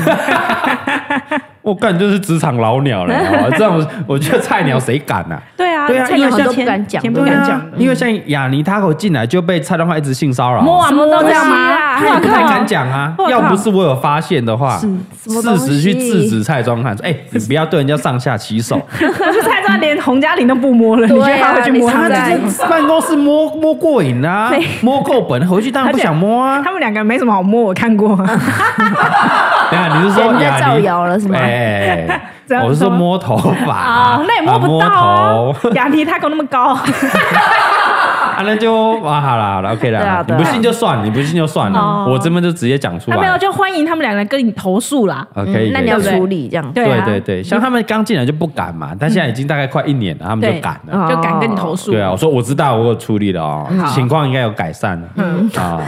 [SPEAKER 1] 我干就是职场老鸟了，好吧这种我觉得菜鸟谁敢呐？
[SPEAKER 2] 对啊，
[SPEAKER 1] 对啊
[SPEAKER 2] 菜
[SPEAKER 1] 因
[SPEAKER 2] 鸟
[SPEAKER 1] 为
[SPEAKER 2] 像前
[SPEAKER 3] 像都不敢讲
[SPEAKER 2] 前不
[SPEAKER 3] [laughs] 对啊
[SPEAKER 2] 敢讲的，
[SPEAKER 1] 因为像雅尼他口进来就被蔡东华一直性骚扰，
[SPEAKER 2] 摸啊
[SPEAKER 3] 什么
[SPEAKER 2] 摸到
[SPEAKER 3] 东
[SPEAKER 2] 这样
[SPEAKER 3] 西
[SPEAKER 2] 吗？
[SPEAKER 3] 啊
[SPEAKER 2] 哇
[SPEAKER 1] 他也不太
[SPEAKER 2] [laughs] 靠
[SPEAKER 1] 敢讲啊
[SPEAKER 2] 我。靠
[SPEAKER 1] 要不是我有发现的话，
[SPEAKER 3] 什么东
[SPEAKER 1] 适
[SPEAKER 3] 西
[SPEAKER 1] 时去制止蔡庄汉说：“哎，你不要对人家上下其手。
[SPEAKER 2] 可是蔡庄连洪嘉玲都不摸了，你觉得他会去摸
[SPEAKER 3] 对啊
[SPEAKER 2] 他
[SPEAKER 1] 他
[SPEAKER 3] 你
[SPEAKER 2] 们？
[SPEAKER 3] 在
[SPEAKER 1] 在办公室摸摸过瘾啊，摸够本，回去当然不想摸
[SPEAKER 2] [laughs]
[SPEAKER 1] 啊。
[SPEAKER 2] 他们两个没什么好摸，我看
[SPEAKER 1] [laughs]
[SPEAKER 2] 过。
[SPEAKER 1] 等一下你是
[SPEAKER 3] 人
[SPEAKER 1] 说
[SPEAKER 3] 家
[SPEAKER 1] 雅
[SPEAKER 3] 造
[SPEAKER 1] 尼？
[SPEAKER 3] 谣了是吗？
[SPEAKER 1] 哎
[SPEAKER 2] 怎，样
[SPEAKER 1] 我是
[SPEAKER 2] 什
[SPEAKER 1] 说
[SPEAKER 2] 么
[SPEAKER 1] 摸头发
[SPEAKER 2] 啊，那也摸不到啊
[SPEAKER 1] 摸头。
[SPEAKER 2] 雅迪他高那么
[SPEAKER 1] [laughs]
[SPEAKER 2] 高，
[SPEAKER 1] 啊，那就啊，好啦，
[SPEAKER 2] [laughs]
[SPEAKER 1] 好啦，OK
[SPEAKER 3] 对啊
[SPEAKER 1] 啦，你
[SPEAKER 3] 对啊
[SPEAKER 1] 不信就算，你不信就算了，我这边就直接讲出
[SPEAKER 2] 哦他没有
[SPEAKER 1] 来。
[SPEAKER 2] 就嗯欢迎他们两个人跟你投诉啦。
[SPEAKER 1] 啊，可以，
[SPEAKER 3] 嗯那
[SPEAKER 1] 可以
[SPEAKER 3] 你要
[SPEAKER 2] 对不对
[SPEAKER 3] 处理这样，
[SPEAKER 2] 对
[SPEAKER 1] 对
[SPEAKER 2] 啊，
[SPEAKER 1] 对对，像他们刚进来就不敢嘛，但现在已经大概快一年了，他们
[SPEAKER 2] 对
[SPEAKER 1] 就敢了。
[SPEAKER 3] 哦
[SPEAKER 2] 就敢跟你投诉。
[SPEAKER 1] 对啊，我说我知道，我有处理了哦
[SPEAKER 2] 嗯好，嗯
[SPEAKER 1] 情况应该有改善了
[SPEAKER 2] [laughs]
[SPEAKER 1] 啊，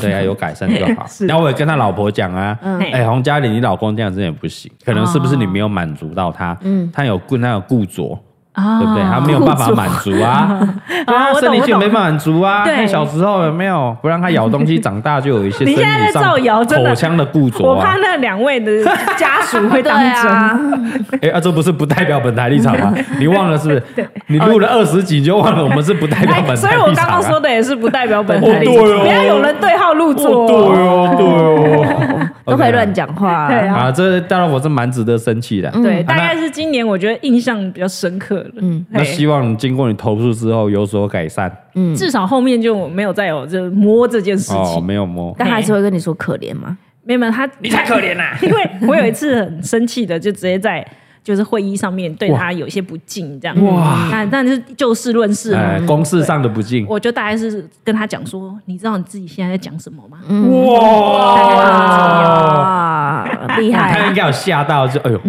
[SPEAKER 1] 对啊，有改善就好。然后我也跟他老婆讲啊，
[SPEAKER 2] 嗯
[SPEAKER 1] 哎，洪嘉玲，你老公这样子也不行，可能是不是你没有满足到他？
[SPEAKER 2] 嗯
[SPEAKER 1] 他有顾他有固着，
[SPEAKER 2] 啊
[SPEAKER 1] 对不对？他没有办法满足啊，
[SPEAKER 2] [laughs]
[SPEAKER 1] 对啊，
[SPEAKER 2] 哦我懂
[SPEAKER 1] 生理
[SPEAKER 2] 我
[SPEAKER 1] 期
[SPEAKER 2] 懂
[SPEAKER 1] 没办法满足啊。
[SPEAKER 2] 对
[SPEAKER 1] 那小时候有没有不让他咬东西，长大就有一些生
[SPEAKER 2] 你
[SPEAKER 1] 理
[SPEAKER 2] 现在在
[SPEAKER 1] 上
[SPEAKER 2] 造谣真的
[SPEAKER 1] 口腔的固着
[SPEAKER 2] 我怕
[SPEAKER 1] 啊。
[SPEAKER 2] 那两位的家属会
[SPEAKER 3] 对
[SPEAKER 2] 当
[SPEAKER 1] [laughs]
[SPEAKER 2] 真。
[SPEAKER 3] 啊，
[SPEAKER 1] 哎啊，这不是不代表本台立
[SPEAKER 2] [laughs]
[SPEAKER 1] 场吗？你忘了是不是？你录了二十集你就忘了我们是不代表本台立
[SPEAKER 2] 哎所
[SPEAKER 1] 场
[SPEAKER 2] 以
[SPEAKER 1] 啊。
[SPEAKER 2] 我刚刚说的也是不代表本台立
[SPEAKER 1] 哦对
[SPEAKER 2] 场，
[SPEAKER 1] 哦
[SPEAKER 2] 不要有人对号入
[SPEAKER 1] 哦，
[SPEAKER 2] 座
[SPEAKER 1] 对
[SPEAKER 2] 哦。
[SPEAKER 1] 哦，对哦，
[SPEAKER 2] [laughs]
[SPEAKER 3] 都可以乱。讲话，
[SPEAKER 2] 对啊嗯
[SPEAKER 1] 啊，这当然我是蛮值得生气的。
[SPEAKER 2] 对，
[SPEAKER 1] 好
[SPEAKER 2] 大
[SPEAKER 1] 嗯啊那
[SPEAKER 2] 概是今年我觉得印象比较深刻的。嗯，
[SPEAKER 1] 那希望经过你投诉之后有所改善
[SPEAKER 2] 至少后面就没有再有这摸这件事
[SPEAKER 1] 哦，
[SPEAKER 2] 情。
[SPEAKER 1] 没有摸。
[SPEAKER 3] 但还是会跟你说可怜嘛，
[SPEAKER 2] 没有没有，他
[SPEAKER 1] 你太可怜啦！
[SPEAKER 2] 因为我有一次很生气的，就直接在就是会议上面对他有一些不敬，这样哇。但但是就事论事嘛，
[SPEAKER 1] 哎，公事上的不敬。
[SPEAKER 2] 我就大概是跟他讲说，你知道你自己现在在讲什么吗？
[SPEAKER 1] 哇！
[SPEAKER 3] 哇，厉
[SPEAKER 1] 哦他
[SPEAKER 3] 害
[SPEAKER 1] 应，该有吓到，就哎呦，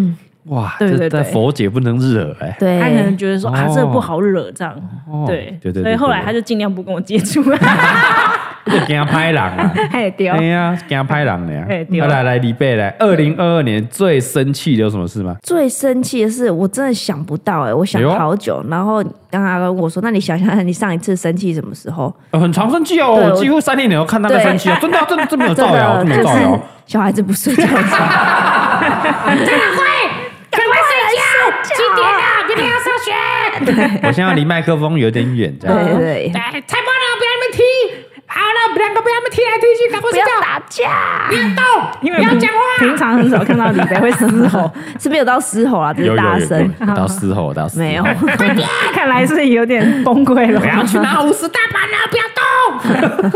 [SPEAKER 1] 哇，
[SPEAKER 2] 对对
[SPEAKER 1] 这
[SPEAKER 2] 对
[SPEAKER 1] 这佛姐不能惹哎。
[SPEAKER 3] 对
[SPEAKER 2] 他可，能觉得说、啊，
[SPEAKER 1] 哦
[SPEAKER 2] 这不好惹这样，
[SPEAKER 1] 哦
[SPEAKER 2] 对
[SPEAKER 1] 对对对
[SPEAKER 2] 所以后来
[SPEAKER 1] 对对
[SPEAKER 2] 他就尽量不跟我接触，
[SPEAKER 1] 就给他拍狼啊！
[SPEAKER 2] 哎丢
[SPEAKER 1] 哎呀，给他拍狼的呀！
[SPEAKER 2] 哎对
[SPEAKER 1] 啊来来，李贝来，二零二二年最生气的有什么事吗？
[SPEAKER 3] 最生气的是，我真的想不到哎、我想
[SPEAKER 1] 哎呦
[SPEAKER 3] 好久，然后当他跟我说，那你想想看，你上一次生气什么时候？
[SPEAKER 1] 呃很常生气哦，
[SPEAKER 3] 对我
[SPEAKER 1] 我几乎三天两头看他在生气啊，真的啊真的真的没有
[SPEAKER 3] 真
[SPEAKER 1] 造谣，
[SPEAKER 3] 的
[SPEAKER 1] 真的没有
[SPEAKER 3] 就
[SPEAKER 1] 造
[SPEAKER 3] 是
[SPEAKER 1] 谣。
[SPEAKER 3] 小孩子不睡觉的
[SPEAKER 1] [laughs]
[SPEAKER 3] 时候，
[SPEAKER 6] 几点了？明天要上学。
[SPEAKER 1] 我现在离麦克风有点远，这样。
[SPEAKER 3] 对对，对
[SPEAKER 6] 哎，太棒了，不要你们踢。好了，两个不要你们踢来踢去，赶快
[SPEAKER 3] 不
[SPEAKER 6] 睡
[SPEAKER 3] 要
[SPEAKER 6] 觉。
[SPEAKER 3] 打
[SPEAKER 1] [laughs]
[SPEAKER 3] 架，
[SPEAKER 6] 别动，
[SPEAKER 2] 因为
[SPEAKER 6] 不要
[SPEAKER 2] 平
[SPEAKER 6] 讲话。
[SPEAKER 2] 平常很少看到李白会 [laughs] 嘶吼，
[SPEAKER 3] 是没有到嘶吼啊，只
[SPEAKER 1] 有有
[SPEAKER 3] 是
[SPEAKER 1] 有 [laughs]
[SPEAKER 3] 大声，
[SPEAKER 1] 有有到嘶吼，到嘶吼
[SPEAKER 3] 没有，
[SPEAKER 2] 看来是有点崩溃了。
[SPEAKER 6] 我要去拿五十大板了，不要动。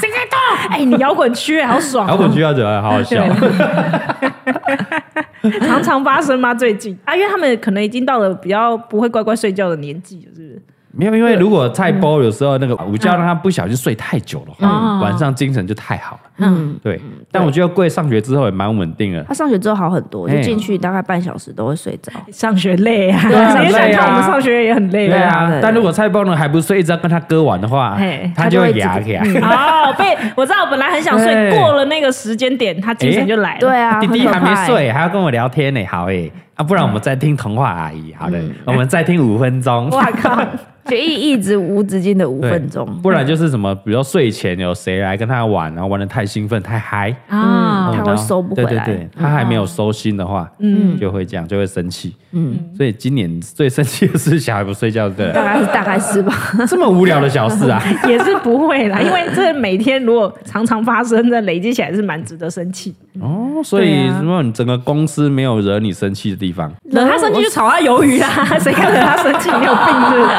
[SPEAKER 6] 谁在动？
[SPEAKER 2] 哎、你摇滚区好爽、啊
[SPEAKER 1] 摇滚需要者 [laughs] 好好笑。
[SPEAKER 2] 常常发生吗？最近啊，因为他们可能已经到了比较不会乖乖睡觉的年纪了，是不是？
[SPEAKER 1] 没有，因为如果菜包有时候那个午觉让他不小心睡太久了，
[SPEAKER 2] 嗯
[SPEAKER 1] 晚上精神就太好了。
[SPEAKER 3] 嗯，
[SPEAKER 1] 对，但我觉得贵上学之后也蛮稳定的。
[SPEAKER 3] 他上学之后好很多，
[SPEAKER 1] 哎
[SPEAKER 3] 就进去大概半小时都会睡着，
[SPEAKER 6] 哎
[SPEAKER 2] 上学累啊，
[SPEAKER 1] 对啊
[SPEAKER 2] 直接想
[SPEAKER 1] 累
[SPEAKER 2] 到
[SPEAKER 1] 啊
[SPEAKER 2] 我们 [laughs] 上学也很累
[SPEAKER 1] 对
[SPEAKER 2] 啊。
[SPEAKER 1] 啊，但如果菜包呢还不睡，一直要跟他哥玩的话
[SPEAKER 2] 嘿，
[SPEAKER 1] 他就会牙起来。 [laughs] 啊
[SPEAKER 2] 哦，被我知道，本来很想睡，
[SPEAKER 1] 对
[SPEAKER 2] 过了那个时间点，他精神就来了。
[SPEAKER 3] 对啊，
[SPEAKER 1] 弟弟
[SPEAKER 3] 很可
[SPEAKER 1] 还
[SPEAKER 3] 怕
[SPEAKER 1] 没
[SPEAKER 3] 欸，
[SPEAKER 1] 睡，还要跟我聊天呢，好诶，啊，不然我们再听童话阿姨，好了，我们再听五分钟。
[SPEAKER 2] 哇靠！
[SPEAKER 3] [laughs] 就一一直无止境的五
[SPEAKER 1] [laughs] 对
[SPEAKER 3] 分钟，
[SPEAKER 1] 不然就是什么，比如说睡前有谁来跟他玩，然后玩的太兴奋太嗨，
[SPEAKER 2] 啊
[SPEAKER 3] 嗯，他会收不回来
[SPEAKER 1] 对对对，他还没有收心的话，
[SPEAKER 2] 嗯
[SPEAKER 1] 嗯，就会这样，就会生气。嗯，所以今年最生气的是小孩不睡觉，对不
[SPEAKER 3] 大
[SPEAKER 1] 对，
[SPEAKER 3] 概是大概是 [laughs] 吧，
[SPEAKER 1] 这么无聊的小事啊。
[SPEAKER 2] 也是不会啦，因为这每天如果常常发生的，累积起来是蛮值得生气。
[SPEAKER 1] 哦，所
[SPEAKER 2] 对
[SPEAKER 1] 以
[SPEAKER 2] 啊
[SPEAKER 1] 什么，你整个公司没有惹你生气的地方，
[SPEAKER 2] 惹他生气就炒他鱿鱼啊，谁要惹他生气？你有病是不是？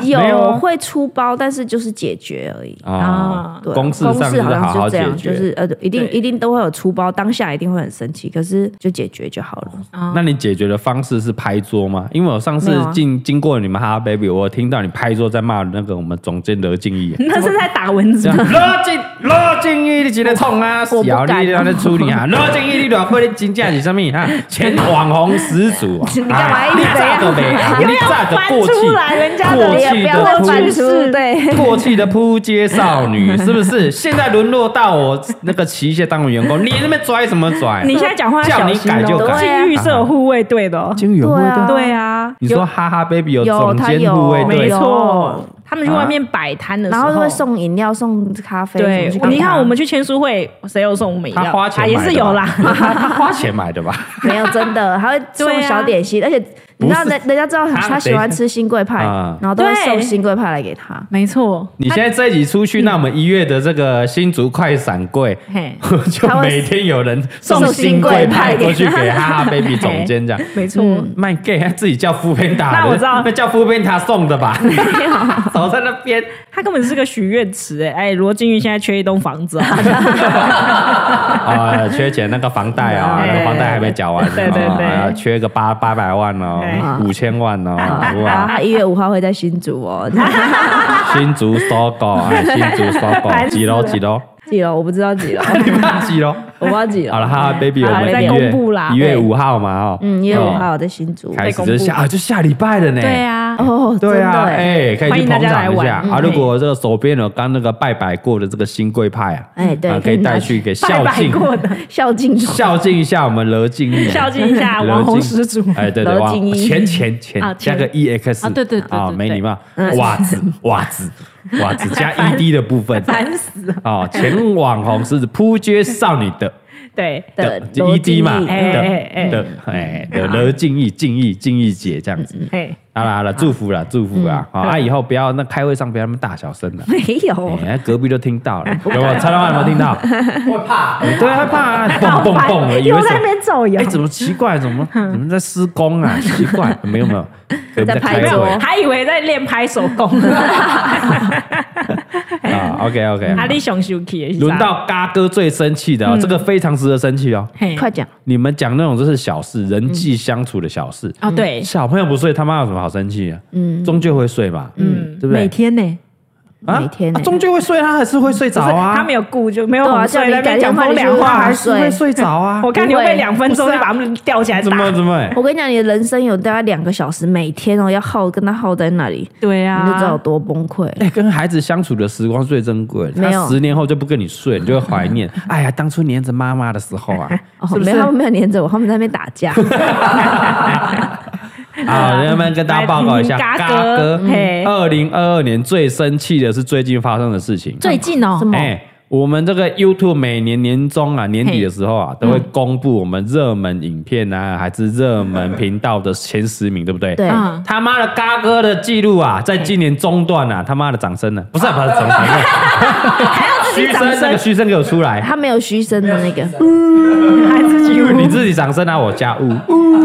[SPEAKER 1] 没有
[SPEAKER 3] 有
[SPEAKER 1] 啊
[SPEAKER 3] 会出包，但是就是解决而已。
[SPEAKER 1] 啊
[SPEAKER 2] 啊，
[SPEAKER 3] 对啊，
[SPEAKER 1] 公式上就是
[SPEAKER 3] 好像
[SPEAKER 1] 好好
[SPEAKER 3] 就这
[SPEAKER 1] 解
[SPEAKER 3] 样，就
[SPEAKER 1] 决。
[SPEAKER 3] 是呃，一定
[SPEAKER 2] 对
[SPEAKER 3] 一定都会有出包，当下一定会很生气，可是就解决就好了。
[SPEAKER 1] 那你解决的方式是拍桌吗？因为我上次
[SPEAKER 3] 啊没有啊
[SPEAKER 1] 进经过你们哈哈 baby，我听到你拍桌在骂那个我们总监刘敬义。
[SPEAKER 2] 那是在打蚊
[SPEAKER 1] 这
[SPEAKER 2] 子 [laughs]
[SPEAKER 1] 样，罗进罗进义，你直接痛啊！
[SPEAKER 3] 我
[SPEAKER 1] [laughs]
[SPEAKER 3] 不
[SPEAKER 1] 小
[SPEAKER 3] 敢啊
[SPEAKER 1] 丽在那处理啊！罗进义，你两块你金价是什么啊？前网红始祖啊！
[SPEAKER 3] 你干嘛
[SPEAKER 1] 哎
[SPEAKER 3] 一直
[SPEAKER 1] 你炸个没啊？你炸个过气，
[SPEAKER 3] 人
[SPEAKER 1] 家的脸
[SPEAKER 3] 脸，不要再
[SPEAKER 1] 过
[SPEAKER 3] 翻
[SPEAKER 1] 气
[SPEAKER 3] 出对。
[SPEAKER 1] 过气的扑街少女，是不是？现在沦落到我那个旗下当员工，你那边拽什么拽？
[SPEAKER 2] [laughs] 你现在讲话要
[SPEAKER 1] 叫
[SPEAKER 2] 小
[SPEAKER 1] 你
[SPEAKER 2] 心
[SPEAKER 1] 改就
[SPEAKER 2] 哦，
[SPEAKER 3] 改
[SPEAKER 2] 禁欲是有护卫队的哦，
[SPEAKER 1] 金鱼
[SPEAKER 3] 对啊，
[SPEAKER 2] 对啊，
[SPEAKER 1] 你说哦哈哈 baby 有
[SPEAKER 3] 有
[SPEAKER 1] 总
[SPEAKER 3] 他
[SPEAKER 1] 监护卫
[SPEAKER 3] 有，
[SPEAKER 1] 队
[SPEAKER 2] 没
[SPEAKER 3] 有，
[SPEAKER 2] 错他们去外面
[SPEAKER 1] 啊
[SPEAKER 2] 摆摊的时
[SPEAKER 3] 然
[SPEAKER 2] 候，
[SPEAKER 3] 后会送饮料、送咖啡。
[SPEAKER 2] 对
[SPEAKER 3] 什么，去
[SPEAKER 2] 你
[SPEAKER 3] 给他
[SPEAKER 2] 看我们去签书会，谁有送我们饮料？
[SPEAKER 1] 他花钱
[SPEAKER 2] 啊
[SPEAKER 1] 买的
[SPEAKER 2] 也
[SPEAKER 1] 吧
[SPEAKER 2] 是有啦。
[SPEAKER 1] 他 [laughs] 他花钱买的吧？
[SPEAKER 3] 没有真
[SPEAKER 1] [laughs]
[SPEAKER 3] 的，还会
[SPEAKER 2] 对
[SPEAKER 3] 送
[SPEAKER 2] 啊
[SPEAKER 3] 小点心，而且你知道
[SPEAKER 1] 不是
[SPEAKER 3] 人人家知道
[SPEAKER 1] 他
[SPEAKER 3] 他喜欢吃新贵派
[SPEAKER 1] 啊，
[SPEAKER 3] 然后都会送
[SPEAKER 2] 对
[SPEAKER 3] 新贵派来给他。
[SPEAKER 2] [laughs] 没错，
[SPEAKER 1] 你现在这一集出去，那我们一月的这个新竹快闪柜，
[SPEAKER 2] 嘿，
[SPEAKER 1] [laughs] 就每天有人送
[SPEAKER 3] 送
[SPEAKER 1] 新
[SPEAKER 3] 新
[SPEAKER 1] 贵
[SPEAKER 3] 贵
[SPEAKER 1] 派
[SPEAKER 3] 派
[SPEAKER 1] 过去给
[SPEAKER 2] [laughs]
[SPEAKER 1] 哈哈 baby 总监这样。嗯
[SPEAKER 2] 没错，
[SPEAKER 1] 卖 gay 他自己叫副边打，
[SPEAKER 2] 那我知道
[SPEAKER 1] 那叫副边他送的
[SPEAKER 2] [laughs]
[SPEAKER 1] 吧？走在那边，
[SPEAKER 2] 他根本是个许愿池哎、哎，罗金玉现在缺一栋房子啊，
[SPEAKER 1] 啊，缺钱那个房贷啊，
[SPEAKER 2] 对
[SPEAKER 1] 那个房贷还没缴完，
[SPEAKER 2] 对对对
[SPEAKER 1] 啊缺个八八百万哦，
[SPEAKER 3] 对
[SPEAKER 1] 五千万哦，
[SPEAKER 2] 啊
[SPEAKER 3] 然后
[SPEAKER 1] 哇，
[SPEAKER 3] 他一月五号会在新竹哦，
[SPEAKER 1] 新竹搜
[SPEAKER 2] [laughs]
[SPEAKER 1] 狗，哎新竹搜狗，
[SPEAKER 2] 烦死了
[SPEAKER 1] 几楼几
[SPEAKER 2] [laughs]
[SPEAKER 1] 楼？
[SPEAKER 3] 几楼我不知道几楼，
[SPEAKER 1] 你们几楼？
[SPEAKER 3] 我不知道几楼。
[SPEAKER 1] 好了，哈哈 baby，我
[SPEAKER 2] 好
[SPEAKER 1] 们
[SPEAKER 2] 再
[SPEAKER 1] 一
[SPEAKER 2] 公布啦
[SPEAKER 1] 月一月
[SPEAKER 3] 对
[SPEAKER 1] 五号嘛，哦，
[SPEAKER 3] 嗯，一月五
[SPEAKER 1] 哦
[SPEAKER 3] 号我在新竹。
[SPEAKER 1] 开始
[SPEAKER 2] 公
[SPEAKER 1] 就
[SPEAKER 2] 布
[SPEAKER 1] 下啊，就下礼拜了呢。
[SPEAKER 2] 对啊，
[SPEAKER 3] 哦，
[SPEAKER 1] 对啊，
[SPEAKER 3] 真的欸
[SPEAKER 1] 哎，可以
[SPEAKER 2] 欢
[SPEAKER 1] 去
[SPEAKER 2] 迎大
[SPEAKER 1] 捧
[SPEAKER 2] 家来
[SPEAKER 1] 场一下
[SPEAKER 2] 玩
[SPEAKER 1] 啊！
[SPEAKER 2] 嗯
[SPEAKER 1] 如果这个手边有刚那个拜拜过的这个新贵派啊，
[SPEAKER 3] 哎对
[SPEAKER 1] 啊可
[SPEAKER 3] 可
[SPEAKER 1] 以
[SPEAKER 3] 以拿
[SPEAKER 1] 带去给
[SPEAKER 2] 拜
[SPEAKER 1] 孝
[SPEAKER 2] 拜
[SPEAKER 1] 敬，
[SPEAKER 2] 过的，
[SPEAKER 3] 孝
[SPEAKER 1] [laughs]
[SPEAKER 3] 敬
[SPEAKER 1] 孝敬一下我们罗敬义，
[SPEAKER 2] 孝敬
[SPEAKER 1] [laughs]
[SPEAKER 2] 一下
[SPEAKER 1] 罗
[SPEAKER 2] 网红
[SPEAKER 1] 敬
[SPEAKER 2] 始祖。
[SPEAKER 1] 哎，对对，
[SPEAKER 3] 罗
[SPEAKER 1] 哇，
[SPEAKER 3] 敬义
[SPEAKER 1] 钱钱
[SPEAKER 2] 啊
[SPEAKER 1] 钱，加
[SPEAKER 2] 钱
[SPEAKER 1] 个 e x，
[SPEAKER 2] 啊对对对对
[SPEAKER 1] 啊，
[SPEAKER 2] 对嗯
[SPEAKER 1] 没礼貌，袜子袜子袜子
[SPEAKER 2] [laughs]
[SPEAKER 1] 加 e d 的部分，
[SPEAKER 2] 烦死！
[SPEAKER 1] 啊，前网红是扑街少女的
[SPEAKER 2] 对，
[SPEAKER 1] 的
[SPEAKER 3] 的
[SPEAKER 1] e
[SPEAKER 3] 罗敬
[SPEAKER 1] d
[SPEAKER 3] 义
[SPEAKER 1] 嘛的
[SPEAKER 2] 哎哎哎
[SPEAKER 1] 的哎的罗敬义敬义敬义姐这样子，
[SPEAKER 2] 哎，
[SPEAKER 1] 好啦好啦，祝福啦，祝福
[SPEAKER 3] 嗯
[SPEAKER 1] 啦！好啊，以后不要那开会上不要那么大小声
[SPEAKER 3] [laughs]
[SPEAKER 1] 了，
[SPEAKER 3] 没有，
[SPEAKER 1] 哎，隔壁都听到
[SPEAKER 3] [laughs]
[SPEAKER 1] 了。有没有？蔡老板有没有听到？
[SPEAKER 4] 会怕。
[SPEAKER 1] 对，害怕啊，蹦蹦蹦的，以为
[SPEAKER 3] [laughs] 又
[SPEAKER 1] 什
[SPEAKER 3] 在那
[SPEAKER 1] 么？
[SPEAKER 3] 边造谣
[SPEAKER 1] 哎，，怎么奇怪？怎
[SPEAKER 3] [laughs]
[SPEAKER 1] 么你们在施工啊？奇怪，没有没有，隔壁
[SPEAKER 3] 在
[SPEAKER 1] 开
[SPEAKER 3] 拍
[SPEAKER 2] 没
[SPEAKER 3] 桌
[SPEAKER 1] 会
[SPEAKER 2] 有，还以为在练拍手功。
[SPEAKER 3] [laughs]
[SPEAKER 1] 啊。OK
[SPEAKER 2] [laughs] 阿
[SPEAKER 1] OK，
[SPEAKER 2] 里熊休息，
[SPEAKER 1] 轮到嘎哥最生气
[SPEAKER 3] 嗯
[SPEAKER 1] 的哦，这个非常值得生气哦。
[SPEAKER 2] 嘿
[SPEAKER 3] 快讲，
[SPEAKER 1] 你们讲那种就是小事，人际相处的小事。
[SPEAKER 2] 哦，
[SPEAKER 3] 嗯
[SPEAKER 2] 对，
[SPEAKER 1] 小朋友不睡，他妈有什么好生气啊？嗯，终究会睡嘛，嗯，对不对
[SPEAKER 2] 每？天呢，
[SPEAKER 1] 啊
[SPEAKER 3] 每天呢
[SPEAKER 1] 啊
[SPEAKER 3] 欸
[SPEAKER 1] 终究会睡，他还是会睡着
[SPEAKER 2] 不是
[SPEAKER 1] 啊。
[SPEAKER 2] 他没有顾就没有
[SPEAKER 3] 对啊
[SPEAKER 2] 哄
[SPEAKER 3] 叫
[SPEAKER 2] 睡，
[SPEAKER 3] 你
[SPEAKER 2] 在那边
[SPEAKER 3] 改天
[SPEAKER 2] 讲
[SPEAKER 3] 换
[SPEAKER 2] 风
[SPEAKER 3] 你
[SPEAKER 2] 凉
[SPEAKER 3] 去
[SPEAKER 2] 话
[SPEAKER 3] 玩。
[SPEAKER 1] 还是会睡着啊。
[SPEAKER 2] [laughs] 我看你
[SPEAKER 3] 不
[SPEAKER 2] 会
[SPEAKER 3] 会
[SPEAKER 2] 被两分钟
[SPEAKER 1] 不是
[SPEAKER 2] 就
[SPEAKER 1] 啊
[SPEAKER 2] 把他们吊起来
[SPEAKER 1] 怎么
[SPEAKER 2] 打。
[SPEAKER 1] 怎么？
[SPEAKER 3] 我跟你讲，你的人生有大概两个小时，每天哦要耗跟他耗在那里，
[SPEAKER 2] 对啊，
[SPEAKER 3] 你就知
[SPEAKER 2] [laughs]
[SPEAKER 3] 道有多崩溃。
[SPEAKER 1] 哎、跟孩子相处的时光最珍贵，他
[SPEAKER 3] 没有
[SPEAKER 1] 十年后就不跟你睡，你就会怀
[SPEAKER 2] [laughs]
[SPEAKER 1] 念。哎呀，当初黏着妈妈的时候啊，
[SPEAKER 3] 哦，没有，他们没有黏着我，他们在那边打架。
[SPEAKER 1] 啊，人们跟大家报告一下，
[SPEAKER 2] 来
[SPEAKER 1] 嘎
[SPEAKER 2] [laughs] 嘎哥
[SPEAKER 1] 哥
[SPEAKER 2] 嘿，
[SPEAKER 1] 二零二二年最生气的是最近发生的事情。
[SPEAKER 2] 最近哦
[SPEAKER 3] 什，么
[SPEAKER 1] 哎、？我们这个 YouTube 每年年中啊、年底的时候啊，都会公布我们热门影片啊，还是热门频道的前十名，对不对？
[SPEAKER 3] 对，
[SPEAKER 2] 嗯，
[SPEAKER 1] 他妈的嘎哥的记录啊，在今年中段啊，他妈的掌声呢？不是、啊，不是掌声，嘘
[SPEAKER 2] 掌
[SPEAKER 1] 声，
[SPEAKER 2] 声
[SPEAKER 1] 那个嘘声给我出来。
[SPEAKER 3] 他没有嘘声的那个，
[SPEAKER 2] 还自
[SPEAKER 1] [laughs]
[SPEAKER 2] 己
[SPEAKER 1] 你自己掌声啊，我加呜呜，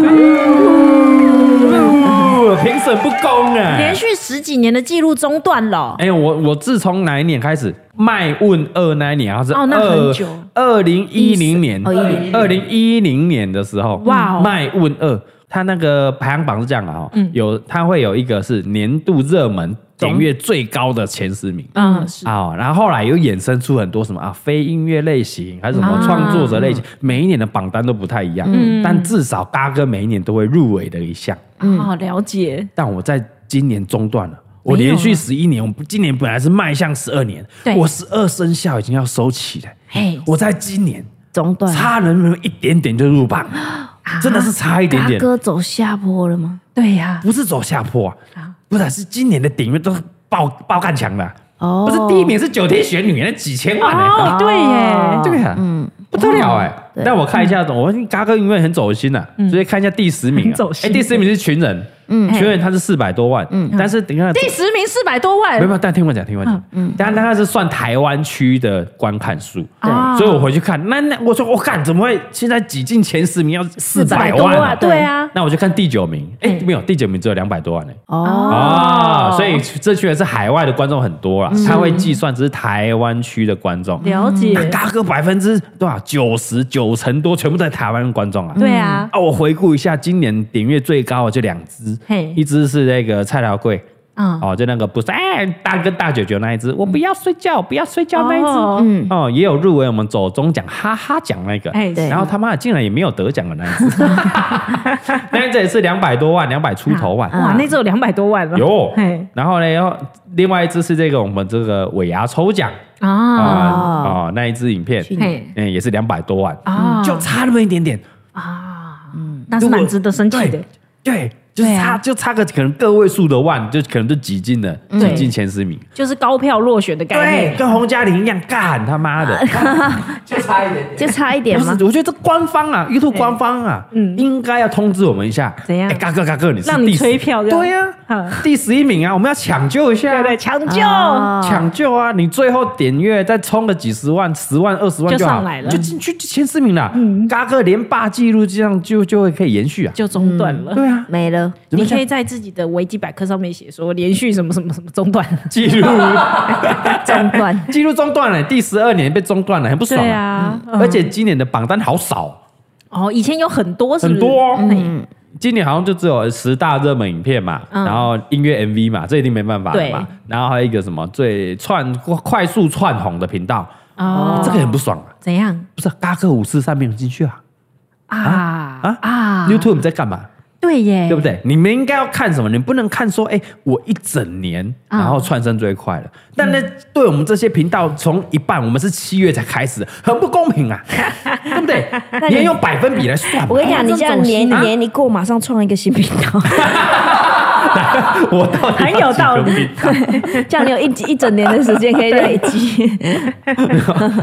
[SPEAKER 1] 评审不公啊！
[SPEAKER 2] 连续十几年的记录中断了。
[SPEAKER 1] 哎、我我自从哪一年开始卖问二那一年，然后是
[SPEAKER 2] 哦那很
[SPEAKER 1] 二
[SPEAKER 2] 久
[SPEAKER 1] 二零一零年，
[SPEAKER 3] 哦10
[SPEAKER 1] 二零一零年的时候，
[SPEAKER 2] 哇哦嗯
[SPEAKER 1] 卖问二，它那个排行榜是这样的哦，有它会有一个是年度热门点阅最高的前十名。
[SPEAKER 2] 嗯，是
[SPEAKER 1] 啊、然后后来又衍生出很多什么啊，非音乐类型还是什么
[SPEAKER 2] 啊嗯
[SPEAKER 1] 创作者类型，每一年的榜单都不太一样，但至少嘎哥每一年都会入围的一项。
[SPEAKER 2] 哦，了解。
[SPEAKER 1] 但我在今年中断了。我
[SPEAKER 2] 没有啊
[SPEAKER 1] 连续
[SPEAKER 2] 了
[SPEAKER 1] 十一年，我今年本来是迈向十二年，
[SPEAKER 2] 对
[SPEAKER 1] 我十二生肖已经要收起了。
[SPEAKER 2] 嘿，
[SPEAKER 1] 我在今年
[SPEAKER 3] 中断。
[SPEAKER 1] 差那么一点点就入榜，真的是差一点
[SPEAKER 3] 啊大
[SPEAKER 1] 点，
[SPEAKER 3] 哥走下坡了吗？
[SPEAKER 2] 对呀，
[SPEAKER 1] 不是走下坡啊，不是是今年的顶面都是爆爆干强的，啊
[SPEAKER 3] 哦
[SPEAKER 1] 不是第一名是九天玄女那几千万呢，
[SPEAKER 2] 哦
[SPEAKER 1] 啊
[SPEAKER 2] 哦，对耶，
[SPEAKER 1] 对呀，不得了哎，
[SPEAKER 3] 嗯对嗯
[SPEAKER 1] 但我看一下，我嘎哥因为很走心呐、啊所以看一下第十名、
[SPEAKER 2] 很
[SPEAKER 1] 啊
[SPEAKER 2] 走，心
[SPEAKER 1] 哎，第十名是群人，
[SPEAKER 3] 嗯
[SPEAKER 1] 群人他是四百多万，但是等一下
[SPEAKER 2] 第十名四百多万
[SPEAKER 1] 没有，没有，但听我讲，听我讲，但但它是算台湾区的观看数，
[SPEAKER 3] 对
[SPEAKER 2] 啊
[SPEAKER 1] 所以我回去看，那那我说我干，怎么会现在挤进前十名要四百万、
[SPEAKER 3] 400多万
[SPEAKER 2] 对啊，
[SPEAKER 1] 那我就看第九名，哎、
[SPEAKER 2] 嗯
[SPEAKER 1] 没有，第九名只有两百多万呢、
[SPEAKER 3] 哦，
[SPEAKER 1] 啊，所以这群人是海外的观众很多啦，他会计算只是台湾区的观众。
[SPEAKER 2] 了解，
[SPEAKER 1] 那大哥百分之多少？九十九成多，全部在台湾观众啊！
[SPEAKER 2] 对啊，
[SPEAKER 1] 啊，我回顾一下，今年点阅最高的就两支，
[SPEAKER 2] 嘿
[SPEAKER 1] 一只是那个蔡辽贵，
[SPEAKER 2] 嗯，
[SPEAKER 1] 哦，就那个不是哎大哥大姐姐那一只，我不要睡觉，不要睡觉那一只。
[SPEAKER 2] 哦，
[SPEAKER 3] 嗯，
[SPEAKER 1] 哦，也有入围我们走中奖哈哈奖那个，
[SPEAKER 2] 哎对
[SPEAKER 1] 然后他妈的竟然也没有得奖的那一只，
[SPEAKER 2] [laughs]
[SPEAKER 1] 但是这也是两百多万，两百出头万，
[SPEAKER 2] 哇，那只有两百多万了，
[SPEAKER 1] 有
[SPEAKER 2] 嗯嘿。
[SPEAKER 1] 然后呢，然后另外一只是这个我们这个尾牙抽奖啊
[SPEAKER 2] 啊，
[SPEAKER 1] 哦，那一支影片，
[SPEAKER 2] 嘿
[SPEAKER 1] 嗯，也是两百多万，
[SPEAKER 2] 啊，
[SPEAKER 1] 就差那么一点点，
[SPEAKER 2] 啊，那是蛮值得生气的，
[SPEAKER 1] 对，就是
[SPEAKER 2] 对啊
[SPEAKER 1] 差就差个可能个位数的万，就可能就挤进了，
[SPEAKER 2] 对
[SPEAKER 1] 挤进前十名。
[SPEAKER 2] 就是高票落选的概
[SPEAKER 1] 对，
[SPEAKER 2] 念，
[SPEAKER 1] 跟洪嘉玲一样干他妈
[SPEAKER 2] [laughs]
[SPEAKER 1] 的！
[SPEAKER 4] 就差一点点。
[SPEAKER 3] 就差一点
[SPEAKER 1] 不
[SPEAKER 3] 嘛，
[SPEAKER 1] 是，我觉得这官方啊，YouTube 官方啊，
[SPEAKER 2] 嗯
[SPEAKER 1] 应该要通知我们一下。
[SPEAKER 2] 怎样
[SPEAKER 1] 哎嘎哥嘎哥，你是
[SPEAKER 2] 让你
[SPEAKER 1] 第十
[SPEAKER 2] 吹票这样
[SPEAKER 1] 对呀
[SPEAKER 2] 嗯，
[SPEAKER 1] 第十一名啊，我们要抢救一
[SPEAKER 2] 对
[SPEAKER 1] 下
[SPEAKER 2] 不，对？抢救，
[SPEAKER 3] 啊
[SPEAKER 1] 抢救啊！你最后点阅再冲个几十万、十万、二十万
[SPEAKER 2] 就
[SPEAKER 1] 好，
[SPEAKER 2] 上来了嗯
[SPEAKER 1] 就进去就前十名了。嘎哥连霸记录这样就就会可以延续啊。
[SPEAKER 2] 就中断了。
[SPEAKER 1] 对啊，
[SPEAKER 3] 没了，
[SPEAKER 1] 怎么
[SPEAKER 2] 你可
[SPEAKER 1] 讲
[SPEAKER 2] 以在自己的维基百科上面写说连续什么什么什么中断，
[SPEAKER 1] 记录，
[SPEAKER 3] 中断 [laughs]
[SPEAKER 1] [laughs] 记录中断了，第十二年被中断了，很不爽嗯
[SPEAKER 2] 对。啊，
[SPEAKER 1] 而且今年的榜单好少。
[SPEAKER 2] 哦，以前有很多是不
[SPEAKER 1] 很
[SPEAKER 2] 是
[SPEAKER 1] 多、哦。
[SPEAKER 3] 嗯
[SPEAKER 1] 今年好像就只有十大热门影片嘛，
[SPEAKER 2] 嗯
[SPEAKER 1] 然后音乐 MV 嘛，这一定没办法了嘛
[SPEAKER 2] 对。
[SPEAKER 1] 然后还有一个什么最窜快速窜红的频道，
[SPEAKER 2] 哦，
[SPEAKER 1] 这个很不爽啊！
[SPEAKER 2] 怎样
[SPEAKER 1] 不是嘎克五四三没有进去啊
[SPEAKER 2] 啊
[SPEAKER 1] 啊
[SPEAKER 2] 啊
[SPEAKER 1] YouTube 你在干嘛？
[SPEAKER 2] 对耶，
[SPEAKER 1] 对不对？你们应该要看什么？你不能看说，哎，我一整年
[SPEAKER 2] 嗯
[SPEAKER 1] 然后窜升最快了。但那对我们这些频道，从一半我们是七月才开始，很不公平啊，对不对？你要用百分比来算嘛。
[SPEAKER 3] 我跟你讲，哎你这样年
[SPEAKER 1] 啊
[SPEAKER 3] 年一过，马上创一个新频 [laughs] 道，
[SPEAKER 1] 我到底
[SPEAKER 2] 很有道理
[SPEAKER 1] 要几个频道
[SPEAKER 3] 这样你有一集一整年的时间可以累积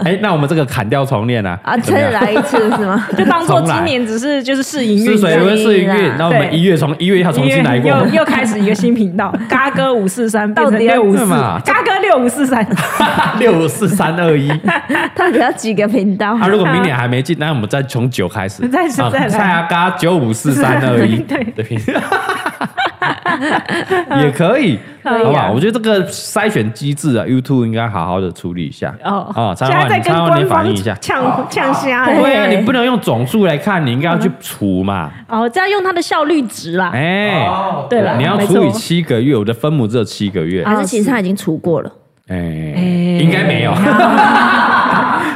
[SPEAKER 1] 哎、那我们这个砍掉重练啊？
[SPEAKER 3] [laughs] 啊，
[SPEAKER 1] 怎么
[SPEAKER 3] 再
[SPEAKER 1] 样？
[SPEAKER 3] 来一次是吗？
[SPEAKER 2] 就当做
[SPEAKER 1] 重来
[SPEAKER 2] 今年只是就是试营运
[SPEAKER 1] 试水
[SPEAKER 2] 这样
[SPEAKER 1] 温试营
[SPEAKER 3] 啦
[SPEAKER 1] 运，那我们
[SPEAKER 2] 对
[SPEAKER 1] 一月从一月要重新来过
[SPEAKER 2] 因。为 [laughs] 又又开始一个新频
[SPEAKER 3] [laughs]
[SPEAKER 2] 道，嘎哥五四三变
[SPEAKER 3] 到
[SPEAKER 2] 成
[SPEAKER 3] 底要
[SPEAKER 2] 六五
[SPEAKER 1] 干
[SPEAKER 2] 四，
[SPEAKER 1] 嘛
[SPEAKER 2] 嘎哥六五四三，
[SPEAKER 1] 六四三二一，啊！
[SPEAKER 3] [laughs] 到底要几个频道？
[SPEAKER 1] 如果明年还没进，那我们再从九开始，
[SPEAKER 2] 哦 [laughs] 再再
[SPEAKER 1] 啊
[SPEAKER 2] 来
[SPEAKER 1] 蔡阿嘎九五四三二一，
[SPEAKER 2] [laughs] 对
[SPEAKER 1] 对， [laughs] 也可以，
[SPEAKER 2] 可以啊
[SPEAKER 1] 好不好？我觉得这个筛选机制啊，YouTube 应该好好的处理一下。
[SPEAKER 2] 哦
[SPEAKER 1] 哦，蔡
[SPEAKER 2] 现在
[SPEAKER 1] 老
[SPEAKER 2] 在
[SPEAKER 1] 板，蔡
[SPEAKER 2] 跟
[SPEAKER 1] 老板，
[SPEAKER 2] 官
[SPEAKER 1] 你反映
[SPEAKER 2] 方
[SPEAKER 1] 一下。
[SPEAKER 2] 呛呛
[SPEAKER 3] [laughs]
[SPEAKER 2] 虾欸，
[SPEAKER 1] 对啊，你不能用总数来看，你应该要去除嘛。
[SPEAKER 2] 哦，这样用它的效率值啦，
[SPEAKER 1] 哎，
[SPEAKER 4] 哦，
[SPEAKER 2] 嗯对了，
[SPEAKER 1] 你要
[SPEAKER 2] 没
[SPEAKER 1] 除以
[SPEAKER 2] 错
[SPEAKER 1] 七个月，我的分母只有七个月。
[SPEAKER 3] 还是其实他已经出过了，
[SPEAKER 1] 哎、应该
[SPEAKER 2] [laughs]
[SPEAKER 1] 没有，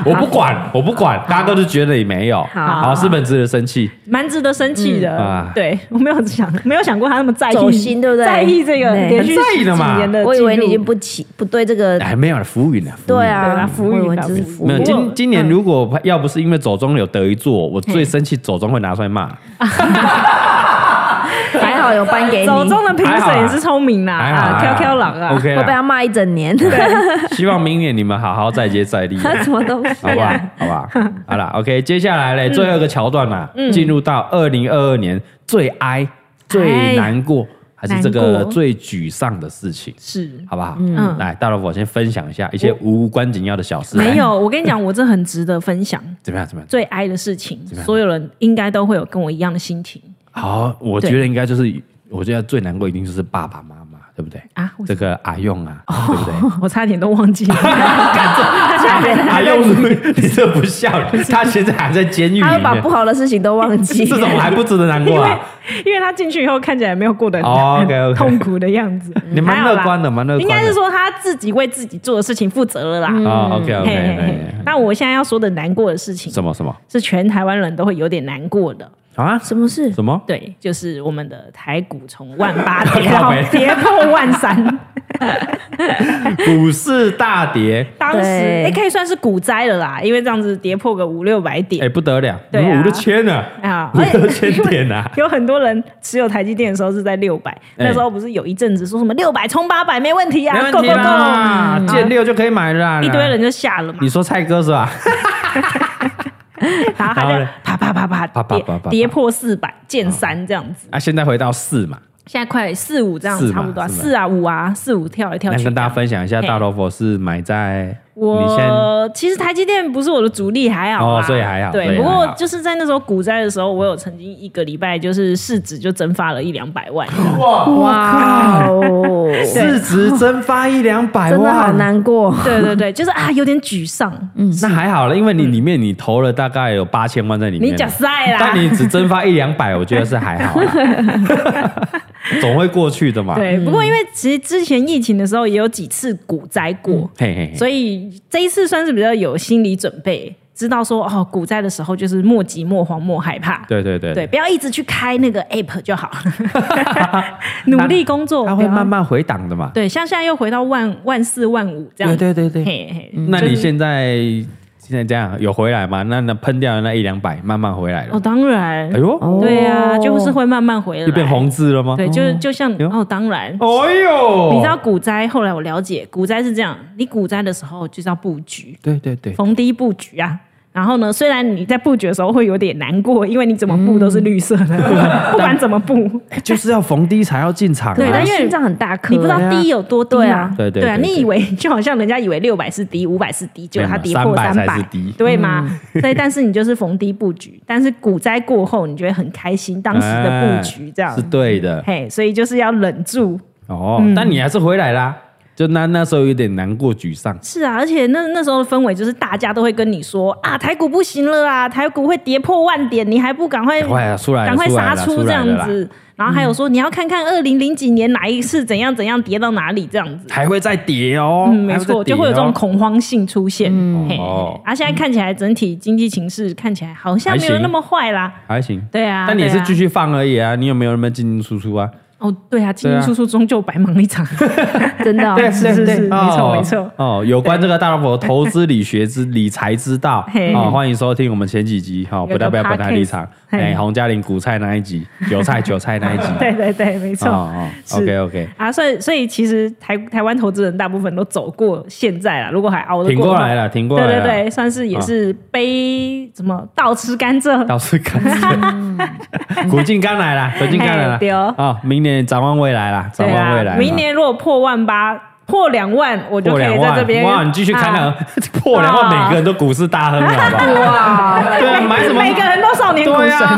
[SPEAKER 1] 我不管，我不管，大家都是觉得你没有，
[SPEAKER 3] 好
[SPEAKER 1] 是本值得生气，
[SPEAKER 2] 蛮值得生气的。
[SPEAKER 1] 嗯啊
[SPEAKER 2] 对我没有想，没有想过他那么在意，
[SPEAKER 3] 走心对不嗯对
[SPEAKER 2] 在意这个
[SPEAKER 3] 对
[SPEAKER 2] 连续
[SPEAKER 1] 很在意的嘛
[SPEAKER 2] 几年的记录，
[SPEAKER 3] 我以为你已经不起不对这个，
[SPEAKER 1] 哎，没有了，浮云了，浮云
[SPEAKER 3] 对
[SPEAKER 2] 对啦
[SPEAKER 3] 啊，
[SPEAKER 2] 浮
[SPEAKER 3] 我
[SPEAKER 2] 云
[SPEAKER 3] 以
[SPEAKER 2] 啦
[SPEAKER 3] 为这是
[SPEAKER 2] 浮
[SPEAKER 3] 浮
[SPEAKER 1] 没有
[SPEAKER 3] 云
[SPEAKER 1] 今今年如果要不是因为走中有得一座，我最生气走中会拿出来骂，
[SPEAKER 3] [laughs] 还好有颁给你，
[SPEAKER 2] 走中
[SPEAKER 3] 会
[SPEAKER 2] 的评审也是聪明啦，
[SPEAKER 1] 还好啦
[SPEAKER 2] 啊，飘飘狼啊，
[SPEAKER 1] ，OK
[SPEAKER 3] 被他
[SPEAKER 1] 了，
[SPEAKER 3] 骂一整年，
[SPEAKER 1] [laughs] 希望明年你们好好再接再
[SPEAKER 2] [laughs]
[SPEAKER 1] 厉，
[SPEAKER 3] [laughs]
[SPEAKER 1] 啊
[SPEAKER 3] 什么东西
[SPEAKER 1] 好不好
[SPEAKER 3] 啊？？
[SPEAKER 1] 好不好？好了，OK，接下来
[SPEAKER 2] 嗯
[SPEAKER 1] 嘞，最后一个桥段啦，进入到二零二二年最哀、最难过，还是这
[SPEAKER 2] 难
[SPEAKER 1] 个
[SPEAKER 2] 过
[SPEAKER 1] 最沮丧的事情。
[SPEAKER 2] 是。
[SPEAKER 1] 好不好？
[SPEAKER 2] 嗯
[SPEAKER 1] 嗯，来，大萝卜先分享一下一些无关紧要的小事。
[SPEAKER 2] 没
[SPEAKER 1] 来，
[SPEAKER 2] 有，我跟你讲，我这很值得分享。
[SPEAKER 1] 怎么样？怎么样？
[SPEAKER 2] 最哀的事情
[SPEAKER 1] 怎么，样
[SPEAKER 2] 所有人应该都会有跟我一样的心情
[SPEAKER 1] 好，我
[SPEAKER 2] 对
[SPEAKER 1] 觉得应该就是，我觉得最难过一定就是爸爸妈妈，对不对？
[SPEAKER 2] 啊！我
[SPEAKER 1] 这个阿用啊，对不对？
[SPEAKER 2] 我差点都忘
[SPEAKER 3] [laughs]
[SPEAKER 2] 记了， [laughs]
[SPEAKER 1] 阿用是不是，你这不孝，他现在还在监狱里
[SPEAKER 3] [laughs] 他会把
[SPEAKER 1] 面
[SPEAKER 3] 不，好的事情都忘记，
[SPEAKER 1] [laughs] 这种还不值得难过啊？
[SPEAKER 2] 因为他进去以后看起来没有过得很
[SPEAKER 1] 哦
[SPEAKER 2] 很
[SPEAKER 1] OK，OK
[SPEAKER 2] [laughs] 痛苦的样子，
[SPEAKER 1] [laughs] 你蛮乐观的，蛮乐
[SPEAKER 2] 应
[SPEAKER 1] 观的。
[SPEAKER 2] 该是说他自己为自己做的事情负责了啦。
[SPEAKER 1] 啊，OK
[SPEAKER 2] 嘿嘿嘿
[SPEAKER 1] OK，
[SPEAKER 2] 那我现在要说的难过的事情，
[SPEAKER 1] 什么什么
[SPEAKER 2] 是全台湾人都会有点难过的。
[SPEAKER 1] 啊？
[SPEAKER 3] 什么事？
[SPEAKER 1] 什么？
[SPEAKER 2] 对，就是我们的台股从万
[SPEAKER 1] [laughs]
[SPEAKER 2] 八跌到
[SPEAKER 1] 靠北
[SPEAKER 2] [laughs] 跌破万
[SPEAKER 3] [laughs]
[SPEAKER 2] 三，
[SPEAKER 1] 股市大跌，
[SPEAKER 2] 当时
[SPEAKER 3] 对
[SPEAKER 2] 也、可以算是股灾了啦，因为这样子跌破个五六百点
[SPEAKER 1] 哎，不得了，
[SPEAKER 2] 对啊
[SPEAKER 1] 五六千啊，
[SPEAKER 2] 啊，
[SPEAKER 1] 五
[SPEAKER 2] 而且
[SPEAKER 1] 六千点啊！
[SPEAKER 2] 有很多人持有台积电的时候是在六百、那时候不是有一阵子说什么六百冲八百没问题啊，
[SPEAKER 1] 哎没
[SPEAKER 2] 够
[SPEAKER 1] 问
[SPEAKER 2] 够嗯
[SPEAKER 1] 题
[SPEAKER 2] 够，
[SPEAKER 1] 啊啦，见六就可以买了啦。
[SPEAKER 2] 一堆人就下了嘛
[SPEAKER 1] 你。说蔡哥是吧？
[SPEAKER 2] 然后他
[SPEAKER 1] 然后
[SPEAKER 2] 就
[SPEAKER 1] 嘞
[SPEAKER 2] 啪啪啪啪
[SPEAKER 1] 啪啪
[SPEAKER 2] 跌
[SPEAKER 1] 啪啪
[SPEAKER 2] 跌破四百，见三这样子。
[SPEAKER 1] 啊，现在回到四嘛，
[SPEAKER 2] 现在快四五这样
[SPEAKER 1] 四嘛
[SPEAKER 2] 差不多啊，
[SPEAKER 1] 是吧
[SPEAKER 2] 四啊五啊，四五跳来跳
[SPEAKER 1] 那
[SPEAKER 2] 去。
[SPEAKER 1] 跟大家分享一下，
[SPEAKER 2] 嘿
[SPEAKER 1] 大头佛是买在你先
[SPEAKER 2] 我其实台积电不是我的主力，还好
[SPEAKER 1] 哦
[SPEAKER 2] 啊、
[SPEAKER 1] 所以还好所
[SPEAKER 2] 对，
[SPEAKER 1] 以
[SPEAKER 2] 不
[SPEAKER 1] 还好
[SPEAKER 2] 过就是在那时候股灾的时候，我有曾经一个礼拜就是市值就蒸发了一两百万，
[SPEAKER 1] [laughs]
[SPEAKER 5] 哇，
[SPEAKER 3] 哇 [laughs] 哦，
[SPEAKER 1] 市值蒸发一两百
[SPEAKER 3] 真的好
[SPEAKER 1] 万，
[SPEAKER 3] 难过。
[SPEAKER 2] 对对对，就是啊有点沮丧。
[SPEAKER 1] 那还好了，因为你里面你投了大概有八千万在里面，
[SPEAKER 2] 你讲晒啦
[SPEAKER 1] 但，你只蒸发一两百，我觉得是还好啦，
[SPEAKER 2] [laughs]
[SPEAKER 1] 总会过去的嘛。
[SPEAKER 2] 对，不过因为其实之前疫情的时候也有几次股灾过，
[SPEAKER 1] 嘿嘿嘿，
[SPEAKER 2] 所以这一次算是比较有心理准备，知道说哦股灾的时候就是莫急莫慌莫害怕。
[SPEAKER 1] 对对对
[SPEAKER 2] 对，，不要一直去开
[SPEAKER 1] [laughs]
[SPEAKER 2] 那个 app 就好，努力工作，
[SPEAKER 1] 它
[SPEAKER 2] 不
[SPEAKER 1] 会
[SPEAKER 2] 要
[SPEAKER 1] 慢慢回档的嘛。
[SPEAKER 2] 对，像现在又回到万万四万五这样，
[SPEAKER 1] 对对对嗯对，
[SPEAKER 2] 啊嘿嘿，
[SPEAKER 1] 那
[SPEAKER 2] 就
[SPEAKER 1] 你
[SPEAKER 2] 是
[SPEAKER 1] 现在现在这样有回来吗？那那喷掉的那一两百，慢慢回来
[SPEAKER 2] 哦，
[SPEAKER 1] 了。
[SPEAKER 2] 当然
[SPEAKER 1] 哎，呦，
[SPEAKER 2] 对啊，
[SPEAKER 3] 哦
[SPEAKER 2] 就是会慢慢回来，
[SPEAKER 1] 又变红字了吗？
[SPEAKER 2] 对，就是就像
[SPEAKER 1] 呦
[SPEAKER 2] 哦，当然，
[SPEAKER 1] 哎呦，
[SPEAKER 2] 你知道股灾，后来我了解，股灾是这样，你股灾的时候就是要布局，
[SPEAKER 1] 对对对，
[SPEAKER 2] 逢低布局啊。然后呢，虽然你在布局的时候会有点难过，因为你怎么布都是绿
[SPEAKER 1] [laughs]
[SPEAKER 2] 色的，
[SPEAKER 1] 啊
[SPEAKER 2] [laughs] 不管怎么布，
[SPEAKER 1] 哎就是要逢低才要进场啊。
[SPEAKER 2] 对
[SPEAKER 3] 但
[SPEAKER 2] 但因为
[SPEAKER 3] 心脏很大颗，
[SPEAKER 2] 你不知道低有多低
[SPEAKER 3] 对啊
[SPEAKER 1] 啊对对
[SPEAKER 2] 对啊，
[SPEAKER 1] 对对
[SPEAKER 2] 你以为就好像人家以为六百是低，五百是低，结果它跌破
[SPEAKER 1] 300
[SPEAKER 2] 三
[SPEAKER 1] 才
[SPEAKER 2] 百
[SPEAKER 1] 是低，
[SPEAKER 2] 对吗？所以但是你就是逢低布局，但是股灾过后，你就会很开心当时的布局这样
[SPEAKER 1] 是。对的
[SPEAKER 2] 嘿，所以就是要忍住。
[SPEAKER 1] 哦。
[SPEAKER 2] 嗯
[SPEAKER 1] 但你还是回来啦，就那那时候有点难过沮丧。
[SPEAKER 2] 是啊，而且那那时候的氛围就是大家都会跟你说啊，台股不行了啊，台股会跌破万点，你还不赶快
[SPEAKER 1] 赶快啊出来了
[SPEAKER 2] 哎赶快
[SPEAKER 1] 出来
[SPEAKER 2] 杀
[SPEAKER 1] 了
[SPEAKER 2] 出
[SPEAKER 1] 出
[SPEAKER 2] 这
[SPEAKER 1] 来
[SPEAKER 2] 样
[SPEAKER 1] 了啦嗯
[SPEAKER 2] 子。然后还有说你要看看二零零几年哪一次怎样怎样跌到哪里这样子。
[SPEAKER 1] 还会再跌哦，
[SPEAKER 2] 嗯，没
[SPEAKER 1] 还再
[SPEAKER 2] 错，
[SPEAKER 1] 跌
[SPEAKER 2] 就
[SPEAKER 1] 哦
[SPEAKER 2] 会有这种恐慌性出现。嗯，嘿
[SPEAKER 1] 哦
[SPEAKER 2] 啊，现在看起来整体经济形势看起来好像没有那么坏啦。
[SPEAKER 1] 还行，
[SPEAKER 2] 对啊，
[SPEAKER 1] 但你也
[SPEAKER 2] 对
[SPEAKER 1] 是
[SPEAKER 2] 啊
[SPEAKER 1] 继续放而已啊，你有没有那么进进出出啊？
[SPEAKER 2] 哦，对啊，进进出出终究白忙
[SPEAKER 1] [laughs]
[SPEAKER 2] 一场。
[SPEAKER 3] 真的哦。
[SPEAKER 2] 是是是，没错
[SPEAKER 1] 哦
[SPEAKER 2] 没错。
[SPEAKER 1] 哦，有关这个大老婆投资理学之 [laughs] 理财之道
[SPEAKER 2] 嘿
[SPEAKER 1] 哦，欢迎收听我们前几集哈，哦
[SPEAKER 2] 个
[SPEAKER 1] 不代表本台
[SPEAKER 2] podcast，
[SPEAKER 1] 立场。
[SPEAKER 2] 嘿。
[SPEAKER 1] 哎，洪嘉玲股菜那一集，韭菜韭菜那一集
[SPEAKER 2] [laughs] 对对对，没
[SPEAKER 1] 哦
[SPEAKER 2] 错。
[SPEAKER 1] 哦
[SPEAKER 2] 是
[SPEAKER 1] ，OK OK，
[SPEAKER 2] 啊，所以所以其实台台湾投资人大部分都走过现在啦，如果还熬得
[SPEAKER 1] 挺过
[SPEAKER 2] 的话
[SPEAKER 1] 来了，挺过
[SPEAKER 2] 对
[SPEAKER 1] 来啊
[SPEAKER 2] 对
[SPEAKER 1] 了。
[SPEAKER 2] 对，算是也是杯怎么倒吃甘 [laughs] 蔗，
[SPEAKER 1] 倒是甘蔗，苦尽甘来啦，苦尽甘来啦
[SPEAKER 2] 嘿嗯哎对哦。
[SPEAKER 1] 啊，明年展望未来啦，展
[SPEAKER 2] 对
[SPEAKER 1] 望未
[SPEAKER 2] 啊
[SPEAKER 1] 来。，
[SPEAKER 2] 明年如果破万八、破两万，我就
[SPEAKER 1] 破
[SPEAKER 2] 可以
[SPEAKER 1] 两
[SPEAKER 2] 在这边
[SPEAKER 1] 万，哇，你继续看
[SPEAKER 2] 啊
[SPEAKER 1] 看， [laughs] 破两万，每个人都股市大亨了，好不
[SPEAKER 2] [laughs]
[SPEAKER 1] 好？
[SPEAKER 5] 哇，
[SPEAKER 1] 对啊，买什么？
[SPEAKER 2] 每个人都少年股
[SPEAKER 1] 对
[SPEAKER 2] 神。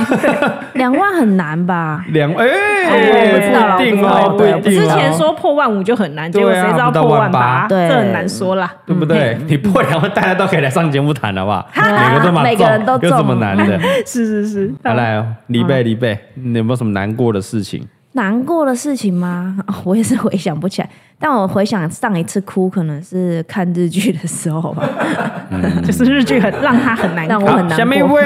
[SPEAKER 1] 啊，
[SPEAKER 3] 两万很难吧？
[SPEAKER 1] 两哎，
[SPEAKER 2] 哎
[SPEAKER 3] 不知道啦
[SPEAKER 1] 不一定
[SPEAKER 3] 我
[SPEAKER 1] 哦，
[SPEAKER 3] 不
[SPEAKER 1] 不
[SPEAKER 3] 知
[SPEAKER 1] 一
[SPEAKER 3] 道
[SPEAKER 1] 定
[SPEAKER 2] 之
[SPEAKER 1] 哦
[SPEAKER 2] 前说破万五就很难，结
[SPEAKER 1] 对啊
[SPEAKER 2] 果谁知道破万八，
[SPEAKER 1] 不
[SPEAKER 3] 到万八
[SPEAKER 2] 这很难说啦。
[SPEAKER 1] 对不对？
[SPEAKER 2] 嗯
[SPEAKER 1] 你破两万，大家都可以来上节目谈，好不
[SPEAKER 2] [laughs]
[SPEAKER 1] 好？
[SPEAKER 3] 啊
[SPEAKER 1] 每个都蛮
[SPEAKER 3] 每个人都
[SPEAKER 1] 有什么
[SPEAKER 3] 中
[SPEAKER 1] 难的？
[SPEAKER 2] 是是是，
[SPEAKER 1] 来来哦，李贝李贝，你有没有什么难过的事情？
[SPEAKER 3] 难过的事情吗？ [laughs] 哦我也是回想不起来，但我回想上一次哭可能是看日剧的时候吧，
[SPEAKER 1] [laughs]
[SPEAKER 2] 就是日剧很让他很难
[SPEAKER 3] 让我
[SPEAKER 2] 过。哎
[SPEAKER 3] 很
[SPEAKER 1] 好
[SPEAKER 3] 难
[SPEAKER 1] 下面一
[SPEAKER 3] 过。
[SPEAKER 1] 位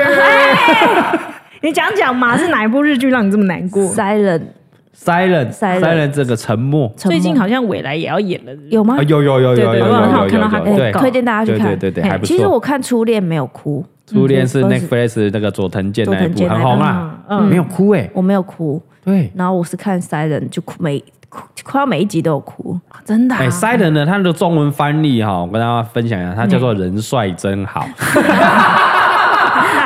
[SPEAKER 2] 你讲讲嘛，是哪一部日剧让你这么难过？
[SPEAKER 3] Silent
[SPEAKER 1] ，silent
[SPEAKER 3] Silent
[SPEAKER 1] silent 这个沉默
[SPEAKER 3] 沉
[SPEAKER 2] 最
[SPEAKER 3] 默
[SPEAKER 2] 近好像未来也要演了，是不是
[SPEAKER 3] 有吗
[SPEAKER 1] 啊，？有有有
[SPEAKER 2] 对
[SPEAKER 1] 有有
[SPEAKER 2] 对
[SPEAKER 1] 有
[SPEAKER 2] 我好像有
[SPEAKER 1] 有
[SPEAKER 2] 看到他
[SPEAKER 1] 有有，
[SPEAKER 2] 广
[SPEAKER 1] 对
[SPEAKER 3] 哎，
[SPEAKER 2] 告
[SPEAKER 3] 推荐大家去看。
[SPEAKER 1] 对对对对
[SPEAKER 3] 嘿
[SPEAKER 1] 还不错
[SPEAKER 3] 其实我看初恋没有哭，
[SPEAKER 1] 初恋是
[SPEAKER 3] 嗯对
[SPEAKER 1] Netflix 那个佐藤健那一
[SPEAKER 3] 佐藤
[SPEAKER 1] 部
[SPEAKER 3] 健
[SPEAKER 1] 很
[SPEAKER 3] 那一
[SPEAKER 1] 红
[SPEAKER 3] 部
[SPEAKER 1] 啊，
[SPEAKER 2] 嗯
[SPEAKER 1] 没有哭哎，
[SPEAKER 3] 我没有哭，
[SPEAKER 1] 对。
[SPEAKER 3] 然后我是看 Silent 就哭每哭快要每一集都有哭，
[SPEAKER 2] 啊真的啊
[SPEAKER 1] 哎，Silent 呢，它的中文翻译哈，我跟大家分享一下，它叫做“人帅真
[SPEAKER 3] [laughs]
[SPEAKER 1] 好”。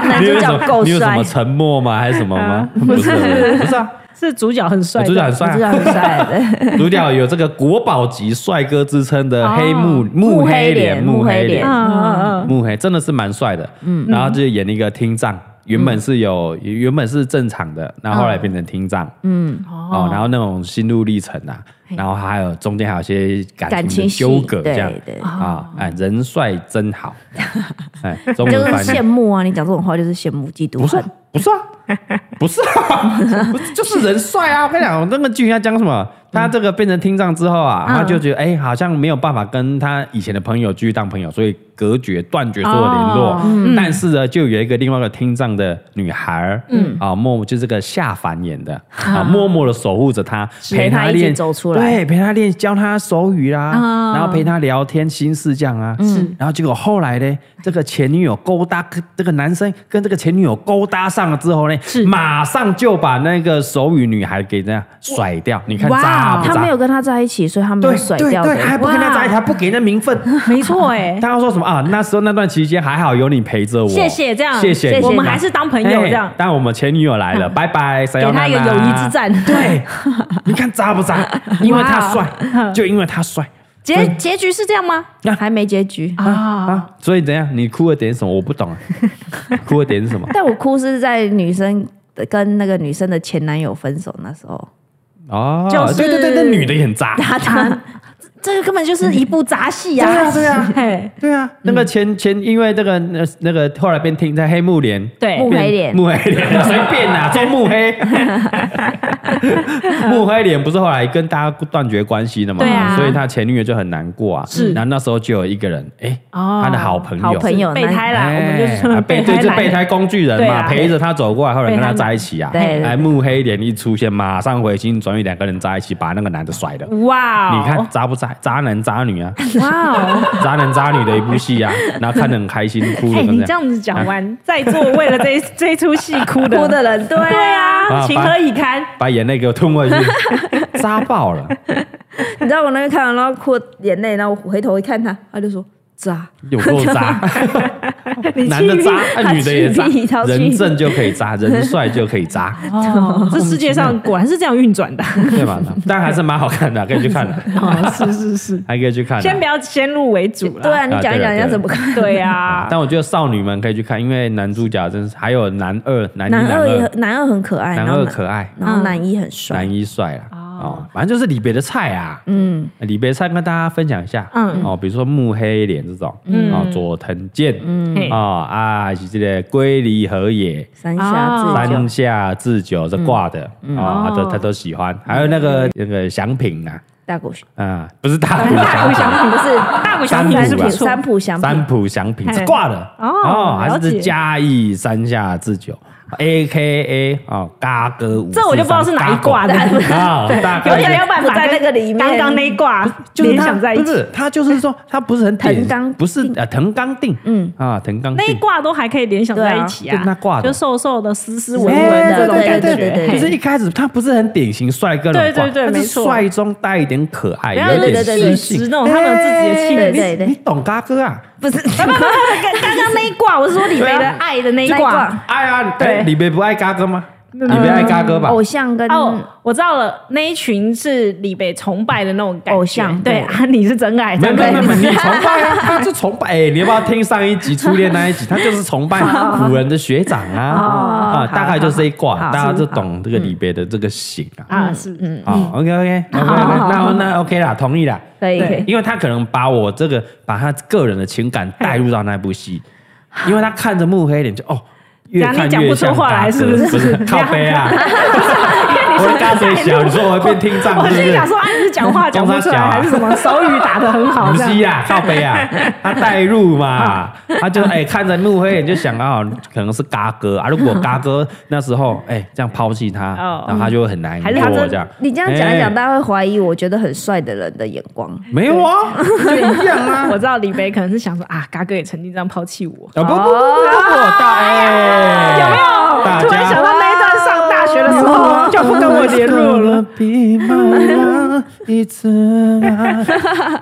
[SPEAKER 3] 男
[SPEAKER 1] 你有
[SPEAKER 3] 主
[SPEAKER 1] 什
[SPEAKER 3] 角
[SPEAKER 1] 么
[SPEAKER 3] 够
[SPEAKER 1] 你有什
[SPEAKER 3] 帅嗯
[SPEAKER 1] 么，沉默吗？还是什么吗？不是，
[SPEAKER 3] [laughs]
[SPEAKER 1] 不是啊，
[SPEAKER 2] 是主角很帅，
[SPEAKER 1] 主角很
[SPEAKER 3] 男
[SPEAKER 1] 帅
[SPEAKER 3] 主角
[SPEAKER 1] 啊，
[SPEAKER 3] 很帅
[SPEAKER 1] [laughs]
[SPEAKER 3] 的， [laughs]
[SPEAKER 1] 主角有这个国宝级帅哥之称的黑木木黑脸，
[SPEAKER 3] 哦木
[SPEAKER 1] 木
[SPEAKER 3] 黑
[SPEAKER 1] 黑
[SPEAKER 3] 脸
[SPEAKER 1] 脸
[SPEAKER 2] 嗯，嗯嗯
[SPEAKER 1] 木黑真的是蛮帅的。嗯，然后就演一个听障，
[SPEAKER 3] 嗯
[SPEAKER 1] 原本是有原本是正常的，然后后来变成听障。
[SPEAKER 3] 嗯，
[SPEAKER 1] 哦，然后那种心路历程啊，然后还有中间还有一些感
[SPEAKER 3] 感
[SPEAKER 1] 情的
[SPEAKER 3] 情
[SPEAKER 1] 纠
[SPEAKER 3] 戏
[SPEAKER 1] 葛这样
[SPEAKER 3] 对对，哦
[SPEAKER 1] 啊，哎，人帅真好，
[SPEAKER 3] [laughs]
[SPEAKER 1] 哎，中
[SPEAKER 3] 就是
[SPEAKER 1] 文翻
[SPEAKER 3] 羡
[SPEAKER 1] 译
[SPEAKER 3] 慕啊！你讲这种话就是羡慕嫉妒
[SPEAKER 1] 不是
[SPEAKER 3] 恨
[SPEAKER 1] 啊。不 [laughs] 是啊，不是啊， [laughs] 不是就是人帅啊！我跟你讲，我那个剧情要讲什么？他这个变成听障之后啊，他就觉得哎、好像没有办法跟他以前的朋友继续当朋友，所以隔绝、断绝所有联络。
[SPEAKER 2] 哦
[SPEAKER 3] 嗯
[SPEAKER 1] 但是呢，就有一个另外一个听障的女孩，嗯啊，默默就这个夏凡演的啊，默默的守护着他，
[SPEAKER 3] 是
[SPEAKER 1] 陪
[SPEAKER 3] 陪她一起
[SPEAKER 1] 练
[SPEAKER 3] 走出来
[SPEAKER 1] 哎对，陪他练，教他手语啦，
[SPEAKER 3] 啊
[SPEAKER 1] 然后陪他聊天、心事这样啊。
[SPEAKER 3] 嗯
[SPEAKER 1] 然后结果后来呢，这个前女友勾搭这个男生跟这个前女友勾搭上。上了之后呢，
[SPEAKER 2] 是
[SPEAKER 1] 马上就把那个手语女孩给这样甩掉。你看渣不
[SPEAKER 3] 他没
[SPEAKER 1] 渣
[SPEAKER 3] 有？跟他在一起，所以他没有
[SPEAKER 1] 对
[SPEAKER 3] 甩
[SPEAKER 1] 对
[SPEAKER 3] 掉
[SPEAKER 1] 对，
[SPEAKER 3] 的。
[SPEAKER 1] 还不跟他在一起，还不给人家名分。
[SPEAKER 3] [laughs]
[SPEAKER 2] 没错哎、
[SPEAKER 1] 他要说什么啊？那时候那段期间还好有你陪着我，
[SPEAKER 2] 谢谢这样，
[SPEAKER 1] 谢谢你，
[SPEAKER 2] 我们还是当朋友这样嗯
[SPEAKER 1] 哎，但我们前女友来了，拜拜，给
[SPEAKER 3] 给他一个友谊之。战。
[SPEAKER 1] 对，你看渣不
[SPEAKER 2] [laughs]
[SPEAKER 1] 渣？因为他
[SPEAKER 2] 嗯
[SPEAKER 1] 帅，就因为他帅
[SPEAKER 2] 结结局是这样吗？
[SPEAKER 1] 啊
[SPEAKER 3] 还没结局。
[SPEAKER 2] 嗯啊，
[SPEAKER 1] 啊！所以怎样？你哭的点是什么？我不
[SPEAKER 2] [laughs]
[SPEAKER 1] 懂啊，哭的点是什么？
[SPEAKER 3] 但我哭是在女生跟那个女生的前男友分手那时候，
[SPEAKER 1] 哦，
[SPEAKER 2] 就是
[SPEAKER 1] 对对对，那女的也很渣。
[SPEAKER 2] 他他这个根本
[SPEAKER 3] 嗯
[SPEAKER 2] 就是一部杂戏啊！
[SPEAKER 1] 对啊对
[SPEAKER 2] 嘿
[SPEAKER 1] 对啊，那个前前因为这个那那个后来变听在黑幕帘，
[SPEAKER 2] 对
[SPEAKER 3] 幕黑脸
[SPEAKER 1] 幕黑脸随便
[SPEAKER 2] [laughs]
[SPEAKER 1] 啦，做幕黑，幕黑脸不是后来跟大家断绝关系的嘛，
[SPEAKER 2] 对啊
[SPEAKER 1] 所以他前女友就很难过啊，
[SPEAKER 2] 是
[SPEAKER 1] 然后那时候就有一个人，哎，
[SPEAKER 2] 哦
[SPEAKER 1] 他的好朋友，
[SPEAKER 3] 好朋友
[SPEAKER 2] 备胎啦，
[SPEAKER 1] 哎
[SPEAKER 2] 我们就是说
[SPEAKER 1] 啊备对就是
[SPEAKER 2] 来
[SPEAKER 1] 备胎工具人
[SPEAKER 2] 对
[SPEAKER 1] 嘛，
[SPEAKER 2] 啊
[SPEAKER 1] 陪着他走过来，后来跟他在一起啊，
[SPEAKER 3] 备胎嘛对
[SPEAKER 1] 哎，幕黑脸一出现，马上回心转意，两个人在一起，把那个男的甩了，
[SPEAKER 2] 哇哦，
[SPEAKER 1] 你看渣不渣？渣男渣女啊。
[SPEAKER 2] 哇哦！
[SPEAKER 1] 渣男渣女的一部戏
[SPEAKER 2] [laughs]
[SPEAKER 1] 啊，然后看得很开心，哭
[SPEAKER 2] 哎，
[SPEAKER 1] 的
[SPEAKER 2] 你
[SPEAKER 1] 跟
[SPEAKER 2] 这
[SPEAKER 1] 这样。
[SPEAKER 2] 样子讲完，在座为了这一这一出戏哭的
[SPEAKER 3] 哭的人对
[SPEAKER 2] 对啊，
[SPEAKER 1] 啊
[SPEAKER 2] 情何以堪？
[SPEAKER 1] 把眼泪给我吞回去，
[SPEAKER 2] [laughs]
[SPEAKER 1] 渣爆了！
[SPEAKER 3] 你知道我那个看完然后哭眼泪，然后我回头一看他，他就
[SPEAKER 2] [laughs]
[SPEAKER 3] 说渣，
[SPEAKER 1] 有够渣，
[SPEAKER 3] 你
[SPEAKER 1] 男的渣，
[SPEAKER 3] 气
[SPEAKER 1] 哎女的也渣
[SPEAKER 3] 他气他，气
[SPEAKER 1] 人正就可以
[SPEAKER 2] [laughs]
[SPEAKER 1] 渣，人帅就可以渣，
[SPEAKER 2] 哦，这世界上果然是这样运转的。
[SPEAKER 1] 对吧？但还是蛮好看的，可以去看的，啊
[SPEAKER 2] [laughs] 哦，是是是，
[SPEAKER 1] 还可以去看的。啊
[SPEAKER 2] 先不要先入为主了。
[SPEAKER 3] 对啊，你讲
[SPEAKER 1] 对
[SPEAKER 3] 一
[SPEAKER 1] 了
[SPEAKER 3] 讲人家
[SPEAKER 1] 对
[SPEAKER 3] 怎么看？
[SPEAKER 2] 对
[SPEAKER 1] 啊
[SPEAKER 2] 啊，
[SPEAKER 1] 但我觉得少女们可以去看，因为男主角真是，还有男二、男一、
[SPEAKER 3] 男
[SPEAKER 1] 男
[SPEAKER 3] 二也
[SPEAKER 1] 二、
[SPEAKER 3] 很男二很可爱，
[SPEAKER 1] 男
[SPEAKER 3] 然后
[SPEAKER 1] 二可爱，
[SPEAKER 3] 然后男一很帅
[SPEAKER 1] 男，一帅了哦，反正就是李别的菜啊。嗯，李别的菜跟大家分享一下。
[SPEAKER 2] 嗯
[SPEAKER 1] 哦，比如说木黑脸这种，嗯，哦，佐藤健，嗯，
[SPEAKER 2] 嘿
[SPEAKER 1] 哦啊，是这个龟梨和也。
[SPEAKER 3] 三下智久
[SPEAKER 1] 山下智久这挂的
[SPEAKER 2] 嗯
[SPEAKER 1] 哦，他都他都喜欢，还有那个那个祥平啊，
[SPEAKER 3] 大狗熊，
[SPEAKER 1] 啊，不是大谷
[SPEAKER 2] [laughs]
[SPEAKER 1] 祥平，
[SPEAKER 3] 不是大
[SPEAKER 2] 谷
[SPEAKER 1] 小品
[SPEAKER 3] 三
[SPEAKER 1] 是不
[SPEAKER 3] 浦
[SPEAKER 1] 错
[SPEAKER 3] 三浦祥平
[SPEAKER 1] 三浦祥平
[SPEAKER 2] 嘿
[SPEAKER 1] 这挂的
[SPEAKER 2] 哎哦
[SPEAKER 1] 还
[SPEAKER 2] 了
[SPEAKER 1] 是
[SPEAKER 2] 解
[SPEAKER 1] 嘉义山下智久，A K A 哦，嘎哥五，
[SPEAKER 2] 这我就不知道是哪一挂的， [laughs]
[SPEAKER 1] 啊，大哥
[SPEAKER 2] 有点没有办法
[SPEAKER 3] 在那个里面
[SPEAKER 2] 刚刚那一挂
[SPEAKER 1] 就是
[SPEAKER 2] 联
[SPEAKER 1] 他
[SPEAKER 2] 想在一
[SPEAKER 1] 不
[SPEAKER 2] 起，哎
[SPEAKER 1] 是他就是说他不是很典
[SPEAKER 3] 藤冈
[SPEAKER 1] 不是呃藤冈定，嗯啊藤冈
[SPEAKER 2] 那一
[SPEAKER 1] 定。
[SPEAKER 2] 挂都还可以联想在一起
[SPEAKER 1] 对啊
[SPEAKER 2] 啊，
[SPEAKER 1] 就那挂的
[SPEAKER 2] 就瘦瘦的、斯斯文文
[SPEAKER 1] 哎对
[SPEAKER 2] 的这种
[SPEAKER 1] 对
[SPEAKER 2] 感
[SPEAKER 1] 对对对，
[SPEAKER 2] 觉。
[SPEAKER 1] 就是一开始他不是很典型帅哥的
[SPEAKER 2] 对
[SPEAKER 1] 话
[SPEAKER 2] 对对
[SPEAKER 1] 他
[SPEAKER 2] 没
[SPEAKER 1] 是
[SPEAKER 2] 错
[SPEAKER 1] 帅中带一点可爱，
[SPEAKER 2] 不要
[SPEAKER 1] 有一点
[SPEAKER 3] 对对对
[SPEAKER 1] 自
[SPEAKER 3] 对
[SPEAKER 1] 信，
[SPEAKER 2] 那种他们有自己的
[SPEAKER 1] 哎
[SPEAKER 2] 气
[SPEAKER 3] 对对对
[SPEAKER 1] 你你懂嘎哥啊？
[SPEAKER 3] 不是
[SPEAKER 2] 刚刚刚那一挂，我是说李梅的爱的那一挂。
[SPEAKER 1] 爱啊，
[SPEAKER 2] 对嗯
[SPEAKER 1] 哎你别不爱嘎哥吗？你别爱嘎哥吧？
[SPEAKER 3] 嗯偶像跟
[SPEAKER 2] 哦，我知道了，那一群是李北崇拜的那种感觉
[SPEAKER 3] 偶像
[SPEAKER 2] 对
[SPEAKER 3] 对
[SPEAKER 2] 啊，你是真爱，
[SPEAKER 1] 没有没
[SPEAKER 2] 真
[SPEAKER 1] 有
[SPEAKER 2] 爱
[SPEAKER 1] 没
[SPEAKER 2] [laughs]
[SPEAKER 1] 有，你崇拜啊，他就崇拜。哎，你要不要听上一集初恋那一集？他就是崇
[SPEAKER 2] [laughs]
[SPEAKER 1] 拜古人的学长
[SPEAKER 2] 哦
[SPEAKER 1] 啊，啊，大概就是这一挂，大家就懂这
[SPEAKER 2] 嗯
[SPEAKER 1] 个里边的这个型啊。
[SPEAKER 2] 啊，是嗯，
[SPEAKER 1] 啊，OK OK，那那 OK 啦，同意啦。
[SPEAKER 3] 可以可以，
[SPEAKER 1] 因为他可能把我这个把他个人的情感带入到那部戏，因为他看着木黑脸就哦，越
[SPEAKER 2] 然后
[SPEAKER 1] 看
[SPEAKER 2] 你讲
[SPEAKER 1] 越
[SPEAKER 2] 不出
[SPEAKER 1] 像
[SPEAKER 2] 话
[SPEAKER 1] 大
[SPEAKER 2] 来是
[SPEAKER 1] 哥
[SPEAKER 2] 不是
[SPEAKER 1] 不是靠背啊，我会大嘴小，你说我会变听障
[SPEAKER 2] 我
[SPEAKER 1] 是不
[SPEAKER 2] 心
[SPEAKER 1] 是
[SPEAKER 2] 想？说，啊，你是讲话讲不出
[SPEAKER 1] 中山小
[SPEAKER 2] 来，
[SPEAKER 1] 啊
[SPEAKER 2] 还是什么手语打的很好
[SPEAKER 1] 不
[SPEAKER 2] 这
[SPEAKER 1] 是
[SPEAKER 2] 样？
[SPEAKER 1] 呀，靠背
[SPEAKER 2] [laughs]
[SPEAKER 1] 啊，他带入嘛，他就哎看着木黑脸就想啊，可能是嘎哥啊，如果嘎哥那时候哎这样抛弃他
[SPEAKER 2] 哦，
[SPEAKER 1] 然后他就会很难
[SPEAKER 2] 还是他
[SPEAKER 1] 过
[SPEAKER 2] 真
[SPEAKER 1] 这样。
[SPEAKER 3] 你这样讲一讲，
[SPEAKER 1] 哎
[SPEAKER 3] 大家会怀疑我觉得很帅的人的眼光。
[SPEAKER 1] 没有
[SPEAKER 2] [laughs]
[SPEAKER 1] 啊，就 [laughs] 一样啊。
[SPEAKER 2] 我知道李北可能是想说啊，嘎哥也曾经这样抛弃我，
[SPEAKER 1] 啊不不不不，我大哎，
[SPEAKER 2] 有没有？
[SPEAKER 1] 大
[SPEAKER 2] 突然想
[SPEAKER 1] 家。哦
[SPEAKER 2] 到那一段上大学的时候，就不跟我联络了。
[SPEAKER 1] [laughs]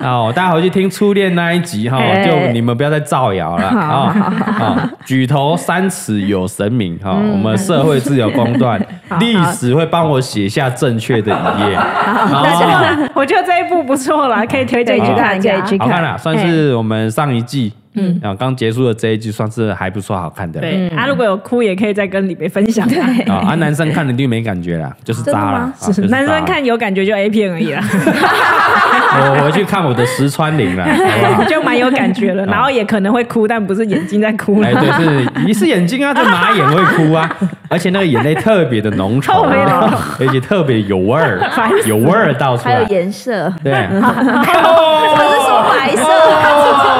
[SPEAKER 1] 哦，大家回去听初恋那一集哈，
[SPEAKER 3] 哎
[SPEAKER 1] 就你们不要再造谣了啊！啊，举头三尺有神明哈，
[SPEAKER 2] 嗯
[SPEAKER 1] 我们社会自有公
[SPEAKER 2] [laughs]
[SPEAKER 1] 断，历史会帮我写下正确的一页。哦
[SPEAKER 2] [laughs] 我觉得这一部不错
[SPEAKER 1] 嗯
[SPEAKER 2] 啦，可以推荐
[SPEAKER 3] 可
[SPEAKER 2] 给
[SPEAKER 3] 以去
[SPEAKER 2] 大
[SPEAKER 3] 看
[SPEAKER 2] 家。
[SPEAKER 3] 可以去
[SPEAKER 1] 好看啦，算
[SPEAKER 2] 哎
[SPEAKER 1] 是我们上一季，嗯，啊，刚结束的这一季算是还不错，好看的。
[SPEAKER 2] 对，啊，如果有哭也可以再跟李北分享。
[SPEAKER 1] 啊，啊，男生看了一定没感觉
[SPEAKER 3] [laughs]
[SPEAKER 1] 啦，就是渣
[SPEAKER 3] 真的
[SPEAKER 1] 啦
[SPEAKER 3] 吗，
[SPEAKER 1] 啊 [laughs] 就是渣
[SPEAKER 2] 男生看有感觉就 A 片而已啦，
[SPEAKER 1] 我回去看我的石川绫
[SPEAKER 3] [laughs]
[SPEAKER 1] 了，好不好？
[SPEAKER 2] [laughs] 就蛮有感觉了。
[SPEAKER 1] 啊
[SPEAKER 2] 然后也可能会哭，但不是眼睛在哭
[SPEAKER 1] 哎，
[SPEAKER 2] 啦。
[SPEAKER 1] 对，是一是眼睛啊，这马眼会哭
[SPEAKER 3] [laughs]
[SPEAKER 1] 啊，而且那个眼泪特别的浓稠
[SPEAKER 2] 特别浓
[SPEAKER 1] 啊， [laughs] 而且特别有味儿，有味儿道出
[SPEAKER 3] 还有
[SPEAKER 1] 来。
[SPEAKER 3] 颜色，
[SPEAKER 1] 对，
[SPEAKER 3] [laughs] 我
[SPEAKER 1] 我
[SPEAKER 3] 是说白色，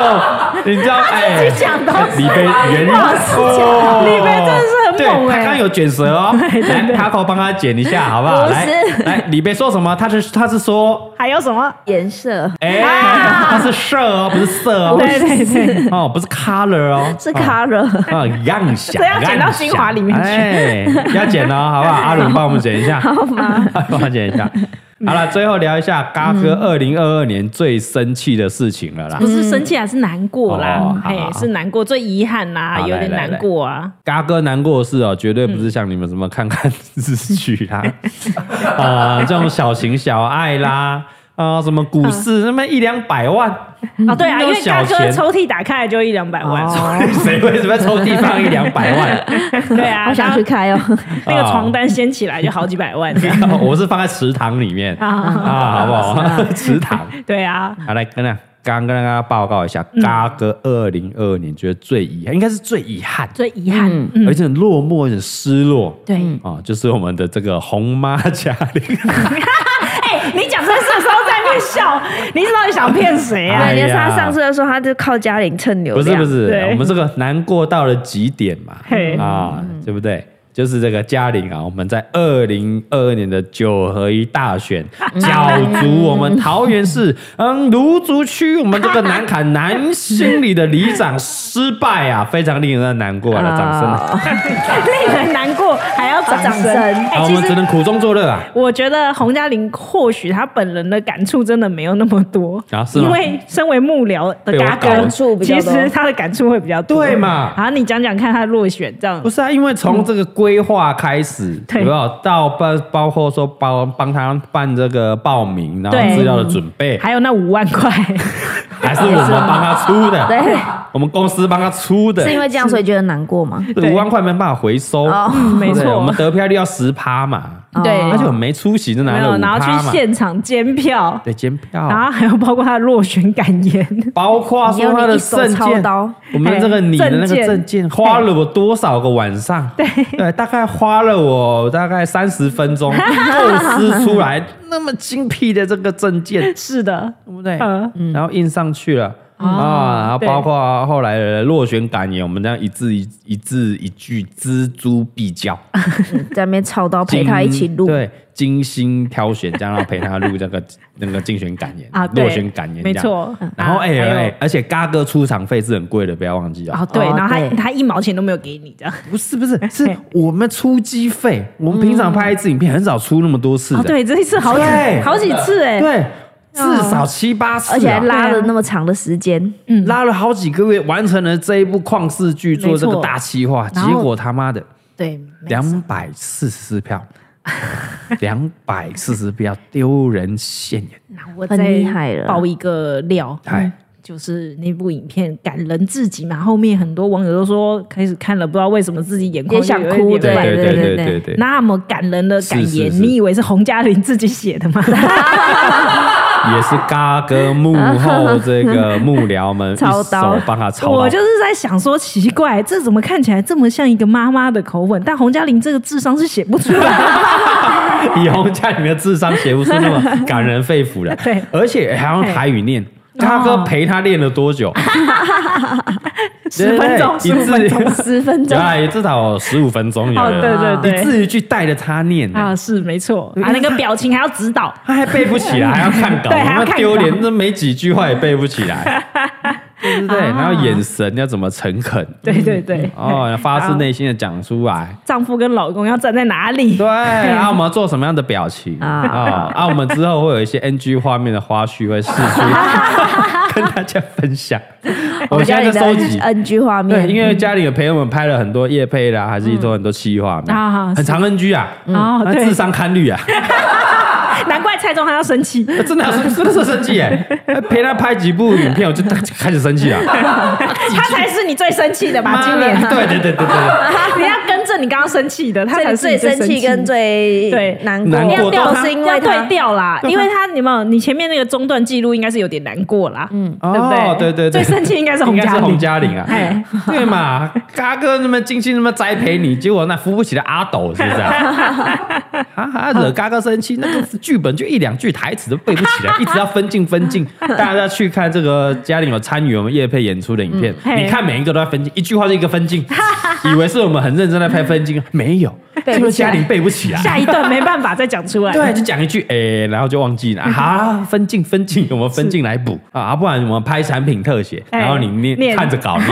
[SPEAKER 1] 哦，你知道哎，
[SPEAKER 3] 讲到
[SPEAKER 1] 李贝原谅
[SPEAKER 2] 李
[SPEAKER 1] 李
[SPEAKER 2] 北真的是很
[SPEAKER 1] 对
[SPEAKER 2] 猛
[SPEAKER 1] 他
[SPEAKER 3] 欸
[SPEAKER 1] 刚
[SPEAKER 2] 哎、
[SPEAKER 1] 刚有卷舌
[SPEAKER 3] [laughs]
[SPEAKER 1] 哦，来，Taco 帮他剪一下好不好？
[SPEAKER 3] 不
[SPEAKER 1] 来
[SPEAKER 3] 是
[SPEAKER 1] 来，李贝说什么？他是他是说，
[SPEAKER 2] [laughs] 还有什么？
[SPEAKER 3] 颜色
[SPEAKER 1] 哎，他是色哦，不是色哦，
[SPEAKER 2] 啊对对对，
[SPEAKER 1] 哦，不是 color 哦，
[SPEAKER 3] 是
[SPEAKER 1] 哦
[SPEAKER 3] color，
[SPEAKER 1] 啊，样想，
[SPEAKER 2] 这要剪到
[SPEAKER 1] 样想
[SPEAKER 2] 精华里面去
[SPEAKER 1] 哎，要剪哦，好不
[SPEAKER 2] [laughs]
[SPEAKER 1] 好？阿伦帮我们剪一下，好吗？帮我剪一下。好了，最后聊一下嘎哥二零二二年最生气的事情了啦。
[SPEAKER 2] 不是生气啊还是难过啦
[SPEAKER 1] 哦，
[SPEAKER 2] 哎、
[SPEAKER 1] 好好好
[SPEAKER 2] 是难过，最遗憾啦，
[SPEAKER 1] 好
[SPEAKER 2] 有
[SPEAKER 1] 来
[SPEAKER 2] 点
[SPEAKER 1] 来
[SPEAKER 2] 难过啊。
[SPEAKER 1] 嘎哥难过的事哦，绝对不是像你们什么看看日剧啦，[laughs]
[SPEAKER 2] 嗯
[SPEAKER 1] 啊、这种小情小爱啦，啊、什么股
[SPEAKER 2] 嗯
[SPEAKER 1] 市那么一两百万，
[SPEAKER 3] 嗯
[SPEAKER 2] 哦，对啊，
[SPEAKER 1] 那
[SPEAKER 2] 因
[SPEAKER 1] 种
[SPEAKER 2] 为
[SPEAKER 1] 小
[SPEAKER 2] 大哥
[SPEAKER 1] 钱，
[SPEAKER 2] 抽屉打开来就一两百万，
[SPEAKER 3] 哦
[SPEAKER 1] [laughs] 谁会什么抽地方一两百万？
[SPEAKER 2] [laughs] 对啊，
[SPEAKER 3] 好想去开哦。
[SPEAKER 2] 那个床单掀起来就好几百
[SPEAKER 3] [laughs]
[SPEAKER 2] 万 [laughs] 这样
[SPEAKER 1] [laughs] 我是放在池塘里面啊，
[SPEAKER 2] 啊，
[SPEAKER 1] 好不好？ [laughs] 池塘，
[SPEAKER 2] 对啊，
[SPEAKER 1] 好来跟大家刚刚跟大家报告一下，嘎哥二零二二年觉得最遗憾，应该是最遗憾，
[SPEAKER 2] 最遗憾，
[SPEAKER 3] 嗯
[SPEAKER 1] 而且很落寞，很失落。
[SPEAKER 2] 对，
[SPEAKER 1] 啊、就是我们的这个红妈嘉玲，
[SPEAKER 2] 哎，你讲这事的时候在那边笑，你到底想骗谁啊？
[SPEAKER 1] 哎
[SPEAKER 3] 对，
[SPEAKER 1] 呀
[SPEAKER 3] 就是他上次就说他就靠家里蹭流
[SPEAKER 1] 不是
[SPEAKER 3] 量，
[SPEAKER 1] 不是，
[SPEAKER 2] 对
[SPEAKER 1] 我们这个难过到了极点嘛，
[SPEAKER 2] 嘿嗯
[SPEAKER 1] 啊，对不对？就是这个嘉玲啊，我们在二零二二年的九合一大选，角逐我们桃园
[SPEAKER 2] [laughs]
[SPEAKER 1] 市嗯芦竹区我们这个南坎南新里的里长失败啊，非常令人难过了，掌声！
[SPEAKER 3] 啊
[SPEAKER 2] [laughs] 令人难过，还要掌
[SPEAKER 3] 掌声
[SPEAKER 2] 哎，
[SPEAKER 1] 啊，我
[SPEAKER 2] 其
[SPEAKER 1] 们只
[SPEAKER 2] 实嗯
[SPEAKER 1] 能苦中作乐啊，
[SPEAKER 2] 我觉得洪嘉玲或许她本人的感触真的没有那么多
[SPEAKER 1] 啊是吗
[SPEAKER 2] 因为身为幕僚的
[SPEAKER 1] 被我
[SPEAKER 2] 嘎
[SPEAKER 1] 搞
[SPEAKER 2] 哥
[SPEAKER 1] 感，
[SPEAKER 3] 触比较
[SPEAKER 2] 其
[SPEAKER 3] 多
[SPEAKER 2] 实她的感触会比较多，
[SPEAKER 1] 对嘛
[SPEAKER 2] 好，你讲讲看她的落选这样
[SPEAKER 1] 不，是啊，因为从这个规划开始，
[SPEAKER 2] 对
[SPEAKER 1] 有没有到包包括说帮帮他办这个报名，然后
[SPEAKER 2] 对
[SPEAKER 1] 资料的准备，
[SPEAKER 2] 还有那五万块，
[SPEAKER 1] 还是我们帮他出的，
[SPEAKER 3] 对，
[SPEAKER 1] 我们公司帮他出的，
[SPEAKER 3] 是因为这样所以觉得难过吗？
[SPEAKER 1] 这五万块没办法回收，
[SPEAKER 3] 哦
[SPEAKER 2] 嗯没
[SPEAKER 1] 对我
[SPEAKER 2] 错
[SPEAKER 1] 们，得票率要十趴嘛，
[SPEAKER 2] [laughs] 对
[SPEAKER 1] 而且我没出席就拿
[SPEAKER 2] 哦没
[SPEAKER 1] 了
[SPEAKER 2] 有，
[SPEAKER 1] 五
[SPEAKER 2] 然后
[SPEAKER 1] 趴
[SPEAKER 2] 去
[SPEAKER 1] 嘛，哦
[SPEAKER 2] 现场监票，
[SPEAKER 1] 对，监
[SPEAKER 2] 然
[SPEAKER 1] 票，
[SPEAKER 2] 后还有包括他的落选感言，
[SPEAKER 1] 包括说他的证
[SPEAKER 3] 你用你一手操
[SPEAKER 1] 件
[SPEAKER 3] 刀，
[SPEAKER 1] 我们这个你的那个
[SPEAKER 2] 证件
[SPEAKER 1] 证件花了我多少个晚上？对大概花了我大概三十分
[SPEAKER 3] [laughs]
[SPEAKER 1] 钟构思出来那么精辟的这个证件，
[SPEAKER 2] 是的，
[SPEAKER 1] 对不对？
[SPEAKER 2] 嗯哦
[SPEAKER 1] 然后印上去了。啊，然后
[SPEAKER 2] 对
[SPEAKER 1] 包括后来的落选感言，我们这样一字一一字一句锱铢必较，
[SPEAKER 2] 啊
[SPEAKER 3] 在那边操刀陪他一起
[SPEAKER 1] 精，
[SPEAKER 3] 录
[SPEAKER 1] 对，精心挑选，这样然后陪他录这个那个竞选感言
[SPEAKER 2] 啊对
[SPEAKER 1] 落选感言，
[SPEAKER 2] 没。错。
[SPEAKER 1] 然后
[SPEAKER 2] 啊
[SPEAKER 1] 哎
[SPEAKER 2] 还有
[SPEAKER 1] 哎，而且嘎哥出场费是很贵的，不要忘记
[SPEAKER 2] 哦
[SPEAKER 1] 啊！
[SPEAKER 2] 对，
[SPEAKER 3] 哦
[SPEAKER 2] 然后他
[SPEAKER 3] 对
[SPEAKER 2] 他一毛钱都没有给你这样，
[SPEAKER 1] 不是不是，是我们出击费，我们平常拍一支影片很少出那么多次
[SPEAKER 2] 嗯哦
[SPEAKER 1] 的，
[SPEAKER 2] 对，这一次好几
[SPEAKER 1] 对
[SPEAKER 2] 好几次哎，
[SPEAKER 1] 对，至少七八次啊，
[SPEAKER 3] 而且还拉了那么长的时间，
[SPEAKER 2] 嗯
[SPEAKER 1] 拉了好几个月，完成了这一部旷世巨作
[SPEAKER 2] 没
[SPEAKER 1] 这
[SPEAKER 2] 错
[SPEAKER 1] 个大企划，结
[SPEAKER 2] 然后
[SPEAKER 1] 果他妈的
[SPEAKER 2] 对，
[SPEAKER 1] 两百四十四票， [laughs] 两百四十票丢人现眼，
[SPEAKER 2] 那我
[SPEAKER 3] 很
[SPEAKER 2] 再
[SPEAKER 3] 厉害了
[SPEAKER 2] 爆一个料，
[SPEAKER 1] 哎，
[SPEAKER 2] 就是那部影片感人至极嘛，后面很多网友都说开始看了，不知道为什么自己眼眶
[SPEAKER 3] 也想
[SPEAKER 2] 就有一
[SPEAKER 3] 哭，
[SPEAKER 1] 对
[SPEAKER 2] 点泛
[SPEAKER 1] 对
[SPEAKER 3] 对
[SPEAKER 1] 对对对
[SPEAKER 2] 那么感人的感
[SPEAKER 1] 是
[SPEAKER 2] 言
[SPEAKER 1] 是，是
[SPEAKER 2] 你以为是洪嘉玲自己写的吗？ [laughs]
[SPEAKER 1] 也是嘎哥幕后这个幕僚
[SPEAKER 2] [laughs]
[SPEAKER 1] 们一
[SPEAKER 3] 操刀
[SPEAKER 1] 手帮他操刀， [laughs]
[SPEAKER 2] 我就是在想说，奇怪，这怎么看起来这么像一个妈妈的口吻？但洪嘉玲这个智商是写不出来的。
[SPEAKER 1] 以洪嘉玲的智商写不出那么感人肺腑的，
[SPEAKER 2] [laughs] 对哦
[SPEAKER 1] 而且还用台语念。嘎哥陪他练了多
[SPEAKER 2] [laughs]
[SPEAKER 1] 久？
[SPEAKER 2] 十分钟
[SPEAKER 1] 对对对一字
[SPEAKER 3] 十分钟，
[SPEAKER 1] 啊，也至少十五分钟有
[SPEAKER 2] 哦，
[SPEAKER 1] 了。
[SPEAKER 2] 对对
[SPEAKER 1] 一
[SPEAKER 2] 对，
[SPEAKER 1] 字一句带着他念呢
[SPEAKER 2] 啊，是没错啊，那个表情还要指导，
[SPEAKER 1] 他还背不起来，还要看稿，
[SPEAKER 2] 对还要
[SPEAKER 1] 那
[SPEAKER 2] 看稿
[SPEAKER 1] 丢脸，那没几句话也背不起
[SPEAKER 2] [laughs]
[SPEAKER 1] 来，对不对？
[SPEAKER 2] 啊
[SPEAKER 1] 然后眼神要怎么诚恳
[SPEAKER 2] [laughs] 对对对，
[SPEAKER 1] 哦，发自内心的讲出来。
[SPEAKER 2] 丈夫跟老公要站在哪里？
[SPEAKER 1] 对，啊，我们要做什么样的表情啊？
[SPEAKER 3] 啊
[SPEAKER 1] 啊，我们之后会有一些 NG 画面的花絮会试出，
[SPEAKER 2] [laughs]
[SPEAKER 1] 跟大家分享。我们现在在收集
[SPEAKER 3] NG 画面
[SPEAKER 1] 对，，因为家里有朋友们拍了很多夜配啦，还是做很多企划面
[SPEAKER 2] 啊是
[SPEAKER 1] 很长 NG 啊，
[SPEAKER 2] 哦
[SPEAKER 1] 那
[SPEAKER 2] 对
[SPEAKER 1] 智商堪虑
[SPEAKER 2] [laughs]
[SPEAKER 1] 啊。
[SPEAKER 2] 难怪蔡宗汉要生气。
[SPEAKER 1] 真的是真的是生气哎！陪他拍几部影片，我就开始生气了。
[SPEAKER 2] [laughs] 他才是你最生气的吧？今年
[SPEAKER 1] [laughs] 对对对对对，
[SPEAKER 2] [laughs] 你要跟着你刚刚生气的，他
[SPEAKER 3] 所以
[SPEAKER 2] 才
[SPEAKER 3] 你
[SPEAKER 2] 是你
[SPEAKER 3] 最生气跟最
[SPEAKER 2] 对
[SPEAKER 3] 难
[SPEAKER 1] 难
[SPEAKER 3] 过，
[SPEAKER 1] 过
[SPEAKER 3] 掉
[SPEAKER 1] 都
[SPEAKER 3] 是因
[SPEAKER 2] 要
[SPEAKER 3] 为
[SPEAKER 2] 对
[SPEAKER 3] 他
[SPEAKER 2] 调啦，因为他你们你前面那个中断记录应该是有点难过啦，嗯，对不
[SPEAKER 1] 哦对对对
[SPEAKER 2] 最生气应该是
[SPEAKER 1] 应
[SPEAKER 2] 洪
[SPEAKER 1] 该
[SPEAKER 2] 嘉
[SPEAKER 1] 是
[SPEAKER 2] 玲
[SPEAKER 1] 洪嘉玲啊
[SPEAKER 2] [laughs] 哎，
[SPEAKER 1] [laughs] 对嘛？嘎哥那么精心那么栽
[SPEAKER 2] [laughs]
[SPEAKER 1] 培你，结果那扶不起的阿斗是不是啊？啊，啊惹嘎哥生气，那个剧本就一两句台词都背不起来，一直要分镜分
[SPEAKER 2] [laughs]
[SPEAKER 1] 镜。大家去看这个嘉玲有参与我们夜配演出的影片，
[SPEAKER 2] 嗯嘿
[SPEAKER 1] 你看每一个都在分镜，一句话就一个分
[SPEAKER 2] [laughs]
[SPEAKER 1] 镜，以为是我们很认真在拍分镜，没有，
[SPEAKER 3] 背不起来
[SPEAKER 1] 就是嘉玲背不起来。
[SPEAKER 2] 啊下一段没办法再讲出来。
[SPEAKER 1] 对，就讲一句，哎、然后就忘记了。
[SPEAKER 2] 嗯
[SPEAKER 1] 啊，分镜分镜，我们分镜来补啊，不然我们拍产品特写，然后你念
[SPEAKER 2] 哎念
[SPEAKER 1] 看着稿念，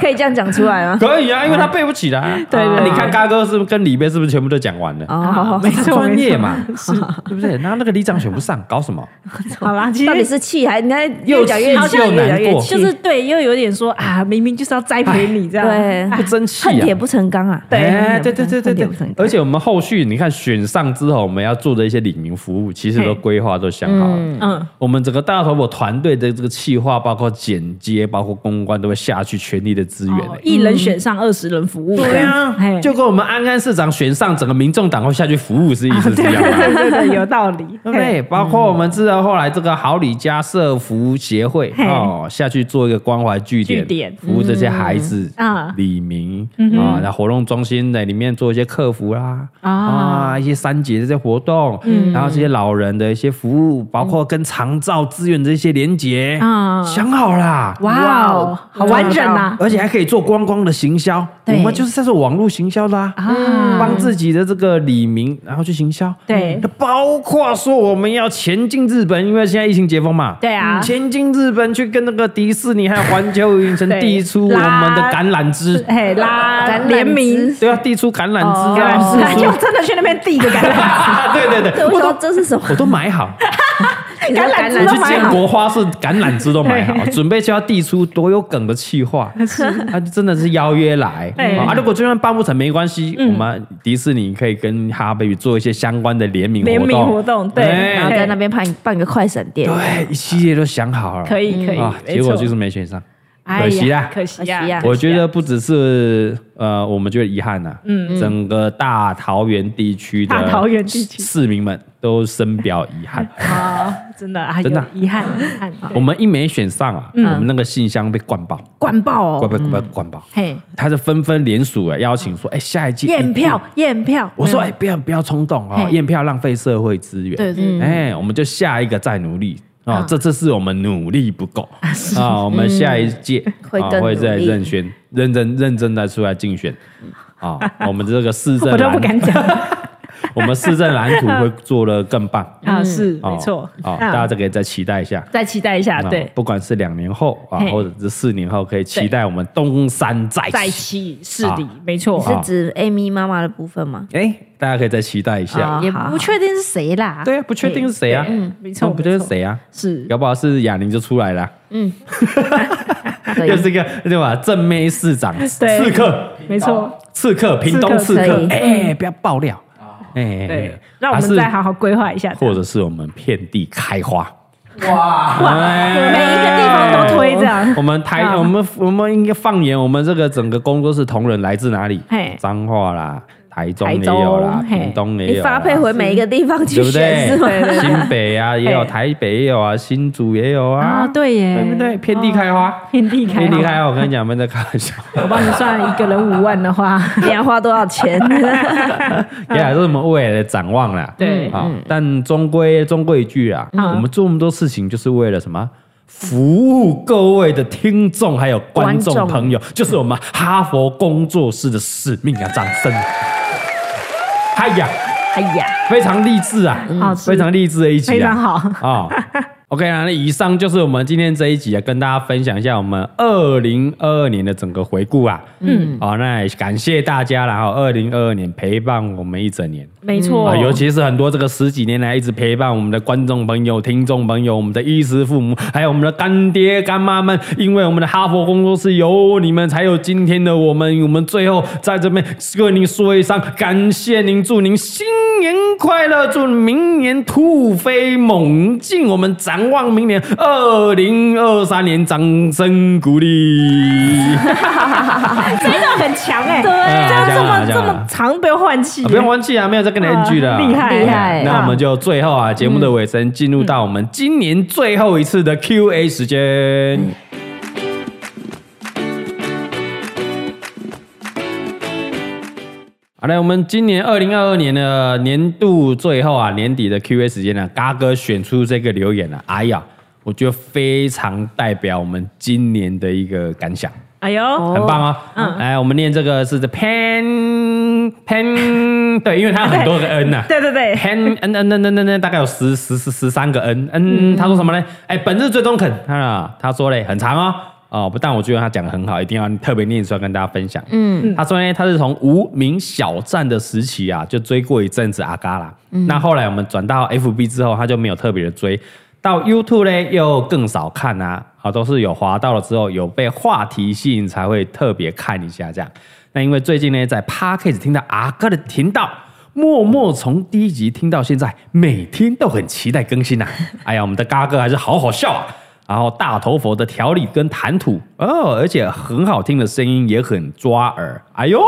[SPEAKER 3] 可以这样讲出来吗？
[SPEAKER 1] 可以啊，因为他背不 [laughs] 起来。
[SPEAKER 2] 对对
[SPEAKER 1] 啊
[SPEAKER 2] 对
[SPEAKER 1] 你看嘎哥是不是跟李贝是不是全部都讲完了？
[SPEAKER 3] 哦，
[SPEAKER 1] 没 [laughs] 专业啊嘛，是对不对？然后那个里长选不上，搞什么？
[SPEAKER 2] [laughs] 好啦，其
[SPEAKER 3] 到底
[SPEAKER 2] 实
[SPEAKER 3] 是气还人家
[SPEAKER 1] 又
[SPEAKER 3] 越讲越
[SPEAKER 1] 气
[SPEAKER 3] 气，
[SPEAKER 1] 又
[SPEAKER 3] 越讲
[SPEAKER 1] 难
[SPEAKER 3] 越
[SPEAKER 1] 过
[SPEAKER 3] 气，
[SPEAKER 2] 就是对，又有点说啊，明明就是要栽培你这样。
[SPEAKER 3] 对
[SPEAKER 1] 不争气
[SPEAKER 3] 恨
[SPEAKER 1] 啊
[SPEAKER 3] 铁！不成钢啊。
[SPEAKER 1] 哎，
[SPEAKER 3] 恨
[SPEAKER 1] 对对
[SPEAKER 3] 铁不
[SPEAKER 1] 对对
[SPEAKER 3] 成恨铁
[SPEAKER 1] 对
[SPEAKER 3] 不成，钢
[SPEAKER 1] 而且我们后续你看选上之后，我们要做的一些领民服务，其实都
[SPEAKER 2] 嘿
[SPEAKER 1] 规划都想好了。
[SPEAKER 2] 嗯，
[SPEAKER 1] 我们整个大头佛团队的这个企划，包括剪接，包括公关，都会下去全力的支援、
[SPEAKER 2] 哦
[SPEAKER 1] 欸。
[SPEAKER 2] 一人选上二十人服务。哎
[SPEAKER 1] 对啊
[SPEAKER 2] 嘿，
[SPEAKER 1] 就跟我们安安市长选上，整个民众党会下去服务是意思是一样的。
[SPEAKER 2] [laughs] 对对对，有道理。
[SPEAKER 1] [laughs] 对不对？包括我们知道后来这个好礼家社服协会
[SPEAKER 2] 嘿
[SPEAKER 1] 哦，下去做一个关怀据点，
[SPEAKER 2] 据点
[SPEAKER 1] 服务这些孩子
[SPEAKER 2] 嗯啊
[SPEAKER 1] 李明啊，那活动中心在里面做一些客服啦
[SPEAKER 2] 啊嗯
[SPEAKER 1] 啊，一些三节这些活动，然后这些老人的一些服务，包括跟长照资源的一些连接
[SPEAKER 2] 啊
[SPEAKER 1] 想好啦。
[SPEAKER 2] 哇哦，好完整呐！
[SPEAKER 1] 嗯而且还可以做观光的行销，我
[SPEAKER 3] 对
[SPEAKER 1] 们就是在做网络行销的啊，帮自己的这个李明，然后去行销。
[SPEAKER 2] 对
[SPEAKER 1] 那包括说我们要前进日本，因为现在疫情解封嘛。
[SPEAKER 2] 对啊
[SPEAKER 1] 前进日本去跟那个迪士尼还有环球影城
[SPEAKER 2] 对
[SPEAKER 1] 递出我们的橄榄枝。
[SPEAKER 2] 嘿，哎拉 [laughs]
[SPEAKER 3] 橄榄
[SPEAKER 2] 联
[SPEAKER 3] 枝
[SPEAKER 2] 名，
[SPEAKER 1] 对啊，递出橄榄
[SPEAKER 3] 哦
[SPEAKER 1] 枝，
[SPEAKER 3] 橄榄
[SPEAKER 1] [laughs]
[SPEAKER 2] 他
[SPEAKER 1] 枝
[SPEAKER 2] 就真的去那边递个橄
[SPEAKER 1] [laughs]
[SPEAKER 2] 榄
[SPEAKER 1] 啊，对对对，
[SPEAKER 3] [laughs] 对，我
[SPEAKER 1] 我
[SPEAKER 3] 说
[SPEAKER 1] 都
[SPEAKER 3] 这是什么？
[SPEAKER 1] 我都买好，
[SPEAKER 3] 你说
[SPEAKER 2] 橄榄枝
[SPEAKER 1] 我
[SPEAKER 2] 都
[SPEAKER 1] 哎去
[SPEAKER 2] 买
[SPEAKER 1] 建
[SPEAKER 2] 好
[SPEAKER 1] 国花市橄榄枝都买好，准备就要递出多有梗的气
[SPEAKER 2] [laughs]
[SPEAKER 1] 话。
[SPEAKER 2] 枝。
[SPEAKER 1] 他真的是邀约来
[SPEAKER 2] 对嗯
[SPEAKER 1] 啊！如果就算办不成没关系，我们迪士尼可以跟哈贝比做一些相关的联名
[SPEAKER 2] 联名活动对
[SPEAKER 1] 哎
[SPEAKER 3] 然后在那边办办个快闪店，
[SPEAKER 1] 对，一系列都想好了，
[SPEAKER 2] 可以可以
[SPEAKER 1] 啊，，
[SPEAKER 2] 没
[SPEAKER 1] 结果
[SPEAKER 2] 错
[SPEAKER 1] 就是没选上。
[SPEAKER 2] 哎呀
[SPEAKER 1] 可惜啊
[SPEAKER 2] 可惜呀
[SPEAKER 3] 可惜，啊
[SPEAKER 1] 我觉得不只是呃，我们觉得遗憾呐，嗯，整个大桃园地区的
[SPEAKER 2] 大桃园地区
[SPEAKER 1] 市民们都深表遗憾。
[SPEAKER 2] 啊，真的啊，
[SPEAKER 1] 真的啊
[SPEAKER 2] 有遗憾遗憾，
[SPEAKER 1] 我们一没选上啊，我们那个信箱被灌爆，
[SPEAKER 2] 嗯灌
[SPEAKER 1] 灌
[SPEAKER 2] 爆哦，
[SPEAKER 1] 爆灌爆灌爆，
[SPEAKER 2] 嘿，
[SPEAKER 1] 他是纷纷联署啊，邀请说，哎，下一届
[SPEAKER 2] 嗯验票验票，
[SPEAKER 1] 我说：“
[SPEAKER 2] 嗯
[SPEAKER 1] 哎、不要不要冲动哦，
[SPEAKER 2] 嘿
[SPEAKER 1] 验票浪费社会资源。
[SPEAKER 2] 对对嗯对
[SPEAKER 1] 哎、我们就下一个再努力哦，这这是我们努力不
[SPEAKER 2] [laughs]
[SPEAKER 1] 够啊、我们下一届、
[SPEAKER 2] 嗯
[SPEAKER 3] 会
[SPEAKER 1] 啊
[SPEAKER 3] 更
[SPEAKER 1] 会
[SPEAKER 3] 努
[SPEAKER 1] 再
[SPEAKER 3] 力
[SPEAKER 1] 认选，认真认真的出来竞选啊、
[SPEAKER 2] [laughs]
[SPEAKER 1] 我们这个市政
[SPEAKER 2] 我都不
[SPEAKER 1] 蓝
[SPEAKER 2] 敢讲
[SPEAKER 1] 我们市政蓝图会做的更棒。”
[SPEAKER 2] [laughs] 啊，是
[SPEAKER 1] 哦
[SPEAKER 2] 没错
[SPEAKER 1] 哦，
[SPEAKER 2] 啊
[SPEAKER 1] 大家这个再期待一下。
[SPEAKER 2] 再期待一下，
[SPEAKER 1] 啊
[SPEAKER 2] 对，
[SPEAKER 1] 不管是两年后啊，
[SPEAKER 2] 嘿
[SPEAKER 1] 或者是四年后，可以期
[SPEAKER 2] 对
[SPEAKER 1] 待我们东山再
[SPEAKER 2] 再
[SPEAKER 1] 起。
[SPEAKER 2] 起是的，没错，
[SPEAKER 1] 啊
[SPEAKER 3] 是指 Amy 妈妈的部分吗？
[SPEAKER 1] 哎、大家可以再期待一下。
[SPEAKER 3] 啊
[SPEAKER 2] 也
[SPEAKER 3] 好
[SPEAKER 2] 不确定是谁啦，
[SPEAKER 1] 对啊，不确定是谁啊，
[SPEAKER 2] 哦嗯，没
[SPEAKER 1] 那
[SPEAKER 2] 错，
[SPEAKER 1] 不确定
[SPEAKER 2] 没
[SPEAKER 1] 是
[SPEAKER 2] 错
[SPEAKER 1] 谁啊？
[SPEAKER 2] 是
[SPEAKER 1] 搞不好是哑铃就出来了啊，
[SPEAKER 3] 可以
[SPEAKER 1] 又，是啊一个对吧？正妹市长，
[SPEAKER 2] 对
[SPEAKER 1] 刺客，
[SPEAKER 2] 没错，
[SPEAKER 1] 刺客，屏东刺
[SPEAKER 3] 可
[SPEAKER 1] 客
[SPEAKER 3] 以，
[SPEAKER 1] 哎，不要爆料，哎，
[SPEAKER 2] 嗯对
[SPEAKER 1] 哎，
[SPEAKER 2] 让我
[SPEAKER 1] 还
[SPEAKER 2] 们
[SPEAKER 1] 是
[SPEAKER 2] 再好好规划一下，
[SPEAKER 1] 或者是我们遍地开花，
[SPEAKER 5] 哇，
[SPEAKER 1] 哎
[SPEAKER 2] 每一个地方都推这样
[SPEAKER 1] 我们台，
[SPEAKER 2] 啊
[SPEAKER 1] 我们我们应该放眼我们这个整个工作室同仁来自哪里
[SPEAKER 2] 嘿？
[SPEAKER 1] 彰化啦，台中
[SPEAKER 2] 台
[SPEAKER 1] 也
[SPEAKER 2] 中
[SPEAKER 1] 有啦，
[SPEAKER 2] 嘿
[SPEAKER 1] 屏东也
[SPEAKER 3] 你
[SPEAKER 1] 有啦，
[SPEAKER 3] 发配回每一个地方去
[SPEAKER 1] 对不
[SPEAKER 3] 选是吗？
[SPEAKER 1] 对？ [laughs] 新北啊也有，
[SPEAKER 2] 嘿
[SPEAKER 1] 台北也有啊，新竹也有
[SPEAKER 2] 啊，
[SPEAKER 1] 啊，
[SPEAKER 2] 对耶，
[SPEAKER 1] 对不对？遍地开花。
[SPEAKER 2] 遍地开
[SPEAKER 1] 遍地
[SPEAKER 2] 花，
[SPEAKER 1] 开花，我跟你讲，我们在开玩笑，
[SPEAKER 2] 我帮你算一个人五万的话，
[SPEAKER 3] 你要花多少钱？
[SPEAKER 1] 也还是我们未来的展望啦。
[SPEAKER 2] 对
[SPEAKER 1] 啊，但终归终归一句啊，
[SPEAKER 2] 嗯
[SPEAKER 1] 我们做那么多事情就是为了什么？服务各位的听众还有观众
[SPEAKER 3] 观众
[SPEAKER 1] 朋友，就是我们哈佛工作室的使命啊！掌声！哎呀，
[SPEAKER 3] 哎呀，
[SPEAKER 1] 非常励志啊，
[SPEAKER 2] 嗯好是
[SPEAKER 1] 非常励志的一集、啊，
[SPEAKER 2] 非常好。
[SPEAKER 1] 啊、OK 啊，那以上就是我们今天这一集啊，跟大家分享一下我们二零二二年的整个回顾啊。嗯，好、那也感谢大家啦，然后二零二二年陪伴我们一整年。
[SPEAKER 2] 没
[SPEAKER 1] 啊、
[SPEAKER 2] 错，
[SPEAKER 1] 尤其是很多这个十几年来一直陪伴我们的观众朋友、听众朋友、我们的衣食父母，还有我们的干爹干妈们，因为我们的哈佛工作室有你们，才有今天的我们。我们最后在这边跟您说一声，感谢您，祝您新年快乐，祝明年突飞猛进。我们展望明年二零二三年，掌声鼓励。
[SPEAKER 2] 真的很强哎，对，
[SPEAKER 1] 啊
[SPEAKER 2] 这样
[SPEAKER 1] 这
[SPEAKER 2] 这么
[SPEAKER 1] 样啊这
[SPEAKER 2] 这
[SPEAKER 1] 样啊
[SPEAKER 2] 么长不用换气
[SPEAKER 1] 啊、
[SPEAKER 2] 耶，
[SPEAKER 1] 不用换气啊，没有再跟你 NG 的、啊
[SPEAKER 2] 啊厉害
[SPEAKER 3] 厉害
[SPEAKER 1] 那我们就最后啊，节目的尾声，进入到我们今年最后一次的 Q&A 时间。好来，我们今年二零二二年的年度最后啊，年底的 Q&A 时间呢、嘎哥选出这个留言啊，哎呀，我觉得非常代表我们今年的一个感想。
[SPEAKER 2] 哎呦，
[SPEAKER 1] 很棒哦。来，我们念这个是 the pen pen，对，因为它有很多个 n 呐、啊。
[SPEAKER 2] 对对对，
[SPEAKER 1] pen n n n n n n 大概有十十十十三个 n n。他说什么呢？哎，本日最中肯啊，他说嘞很长哦。哦，不但我觉得他讲的很好，一定要特别念出来跟大家分享。嗯，他说呢，他是从无名小站的时期啊，就追过一阵子阿嘎啦。那后来我们转到 FB 之后，他就没有特别的追。到 YouTube 呢又更少看啊，好都是有滑到了之后有被话题吸引才会特别看一下这样。那因为最近呢在 Parkes 听到阿哥的频道，默默从第一集听到现在，每天都很期待更
[SPEAKER 2] [laughs]
[SPEAKER 1] 新啊。哎呀，我们的嘎哥还是好好笑啊。然后大头佛的条理跟谈吐哦，而且很好听的声音也很抓耳。哎呦，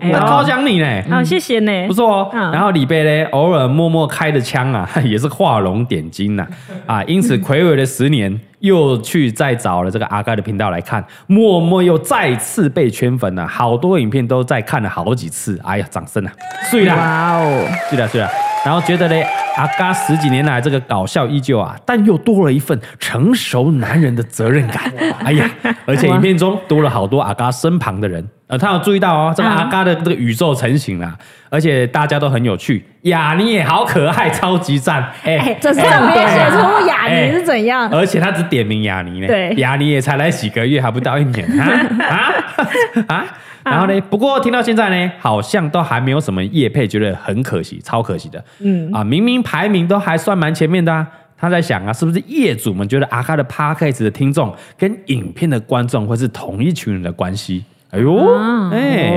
[SPEAKER 2] 哎呦
[SPEAKER 1] 那超想你呢。
[SPEAKER 2] 好啊谢谢呢，
[SPEAKER 1] 嗯不错哦。
[SPEAKER 2] 嗯
[SPEAKER 1] 然后李贝嘞，偶尔默默开的枪啊， [laughs] 也是画龙点睛呐、啊，因此魁伟了十年，又去再找了这个阿盖的频道来看，默默又再次被圈粉了、啊好多影片都再看了好几次。哎呀，掌声啊！碎啦！
[SPEAKER 3] 哇哦，
[SPEAKER 1] 是的，是的。然后觉得嘞，阿嘎十几年来这个搞笑依旧啊，但又多了一份成熟男人的责任感。哎呀，而且影片中多了好多阿嘎身旁的人，呃，他有注意到哦，这个阿嘎的这个宇宙成型啦、而且大家都很有趣。雅尼也好可爱，超级赞！哎、
[SPEAKER 3] 哎，这是
[SPEAKER 1] 哎
[SPEAKER 3] 特别
[SPEAKER 1] 哎
[SPEAKER 3] 写出雅
[SPEAKER 1] 哎
[SPEAKER 3] 尼是怎样？
[SPEAKER 1] 而且他只点名雅尼呢，
[SPEAKER 2] 对
[SPEAKER 1] 雅尼也才来几个月，还不到一年啊啊啊！然后呢，不过听到现在呢，好像都还没有什么业配，觉得很可惜，超可惜的。嗯啊，明明排名都还算蛮前面的啊。他在想啊，是不是业主们觉得阿卡的 p a r k a s 的听众跟影片的观众会是同一群人的关系？哎呦，哎、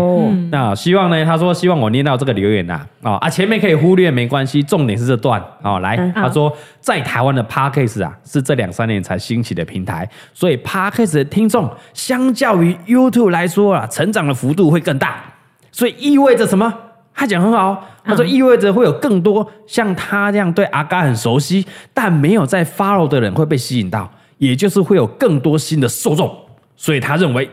[SPEAKER 1] 那希望呢？他说希望我念到这个留言呐、啊，哦啊，前面可以忽略没关系，重点是这段哦。来，他说在台湾的 Parkes 啊，是这两三年才兴起的平台，所以 Parkes 的听众相较于 YouTube 来说啊，成长的幅度会更大，所以意味着什么？他讲很好哦，
[SPEAKER 2] 嗯
[SPEAKER 1] 他说意味着会有更多像他这样对阿嘎很熟悉，但没有在 follow 的人会被吸引到，也就是会有更多新的受众。所以他认为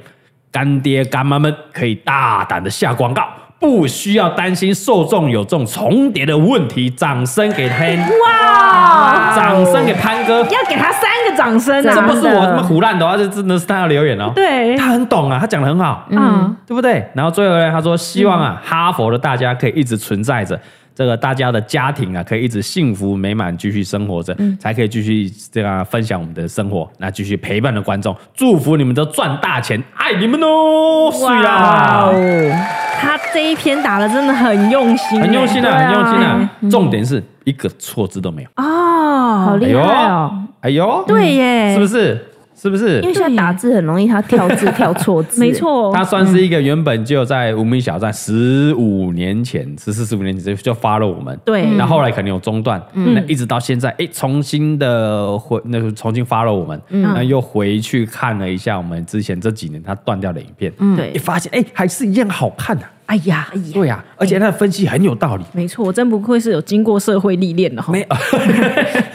[SPEAKER 1] 干爹干妈们可以大胆的下广告，不需要担心受众有这种重叠的问题。掌声给潘，
[SPEAKER 2] 哇，
[SPEAKER 1] 掌声给潘哥，
[SPEAKER 2] 要给他三个掌声
[SPEAKER 1] 这
[SPEAKER 2] 啊！
[SPEAKER 1] 不是我他妈胡乱的哦，这真的是他的留言哦。
[SPEAKER 2] 对，
[SPEAKER 1] 他很懂啊，他讲的很好，
[SPEAKER 2] 嗯，
[SPEAKER 1] 对不对？然后最后呢，他说希望
[SPEAKER 3] 嗯
[SPEAKER 1] 啊，哈佛的大家可以一直存在着。这个大家的家庭啊，可以一直幸福美满，继续生活着，
[SPEAKER 3] 嗯
[SPEAKER 1] 才可以继续这样分享我们的生活，那继续陪伴的观众，祝福你们都赚大钱，爱你们哦！啊是啦，
[SPEAKER 2] 哦他这一篇打的真的很用心，欸
[SPEAKER 1] 很用心啊，
[SPEAKER 2] 对
[SPEAKER 1] 很用心啊。
[SPEAKER 3] 嗯
[SPEAKER 1] 重点是一个错字都没有，
[SPEAKER 3] 好
[SPEAKER 2] 哦，
[SPEAKER 3] 厉害哦！
[SPEAKER 1] 哎呦，
[SPEAKER 2] 对耶
[SPEAKER 1] 是不是？是不是
[SPEAKER 3] [laughs] 因？为现在打字很容易，它跳 [laughs] 字跳错字，
[SPEAKER 2] 没。错，
[SPEAKER 1] 他算是一个原本就在无名小站十五年前，十四十五年前就就发了我们，
[SPEAKER 2] 对
[SPEAKER 1] 那后来可能有中断，
[SPEAKER 2] 嗯
[SPEAKER 1] 那一直到现在，哎，重新的回，那就重新发了我们，
[SPEAKER 2] 嗯
[SPEAKER 1] 那又回去看了一下我们之前这几年他断掉的影片，
[SPEAKER 2] 嗯对
[SPEAKER 1] 一，发现哎还是一样好看啊，
[SPEAKER 2] 哎呀，哎呀，
[SPEAKER 1] 对呀，而且他的分析很有道理。
[SPEAKER 2] 没错，我真不愧是有经过社会历练的哈。
[SPEAKER 1] 没，呃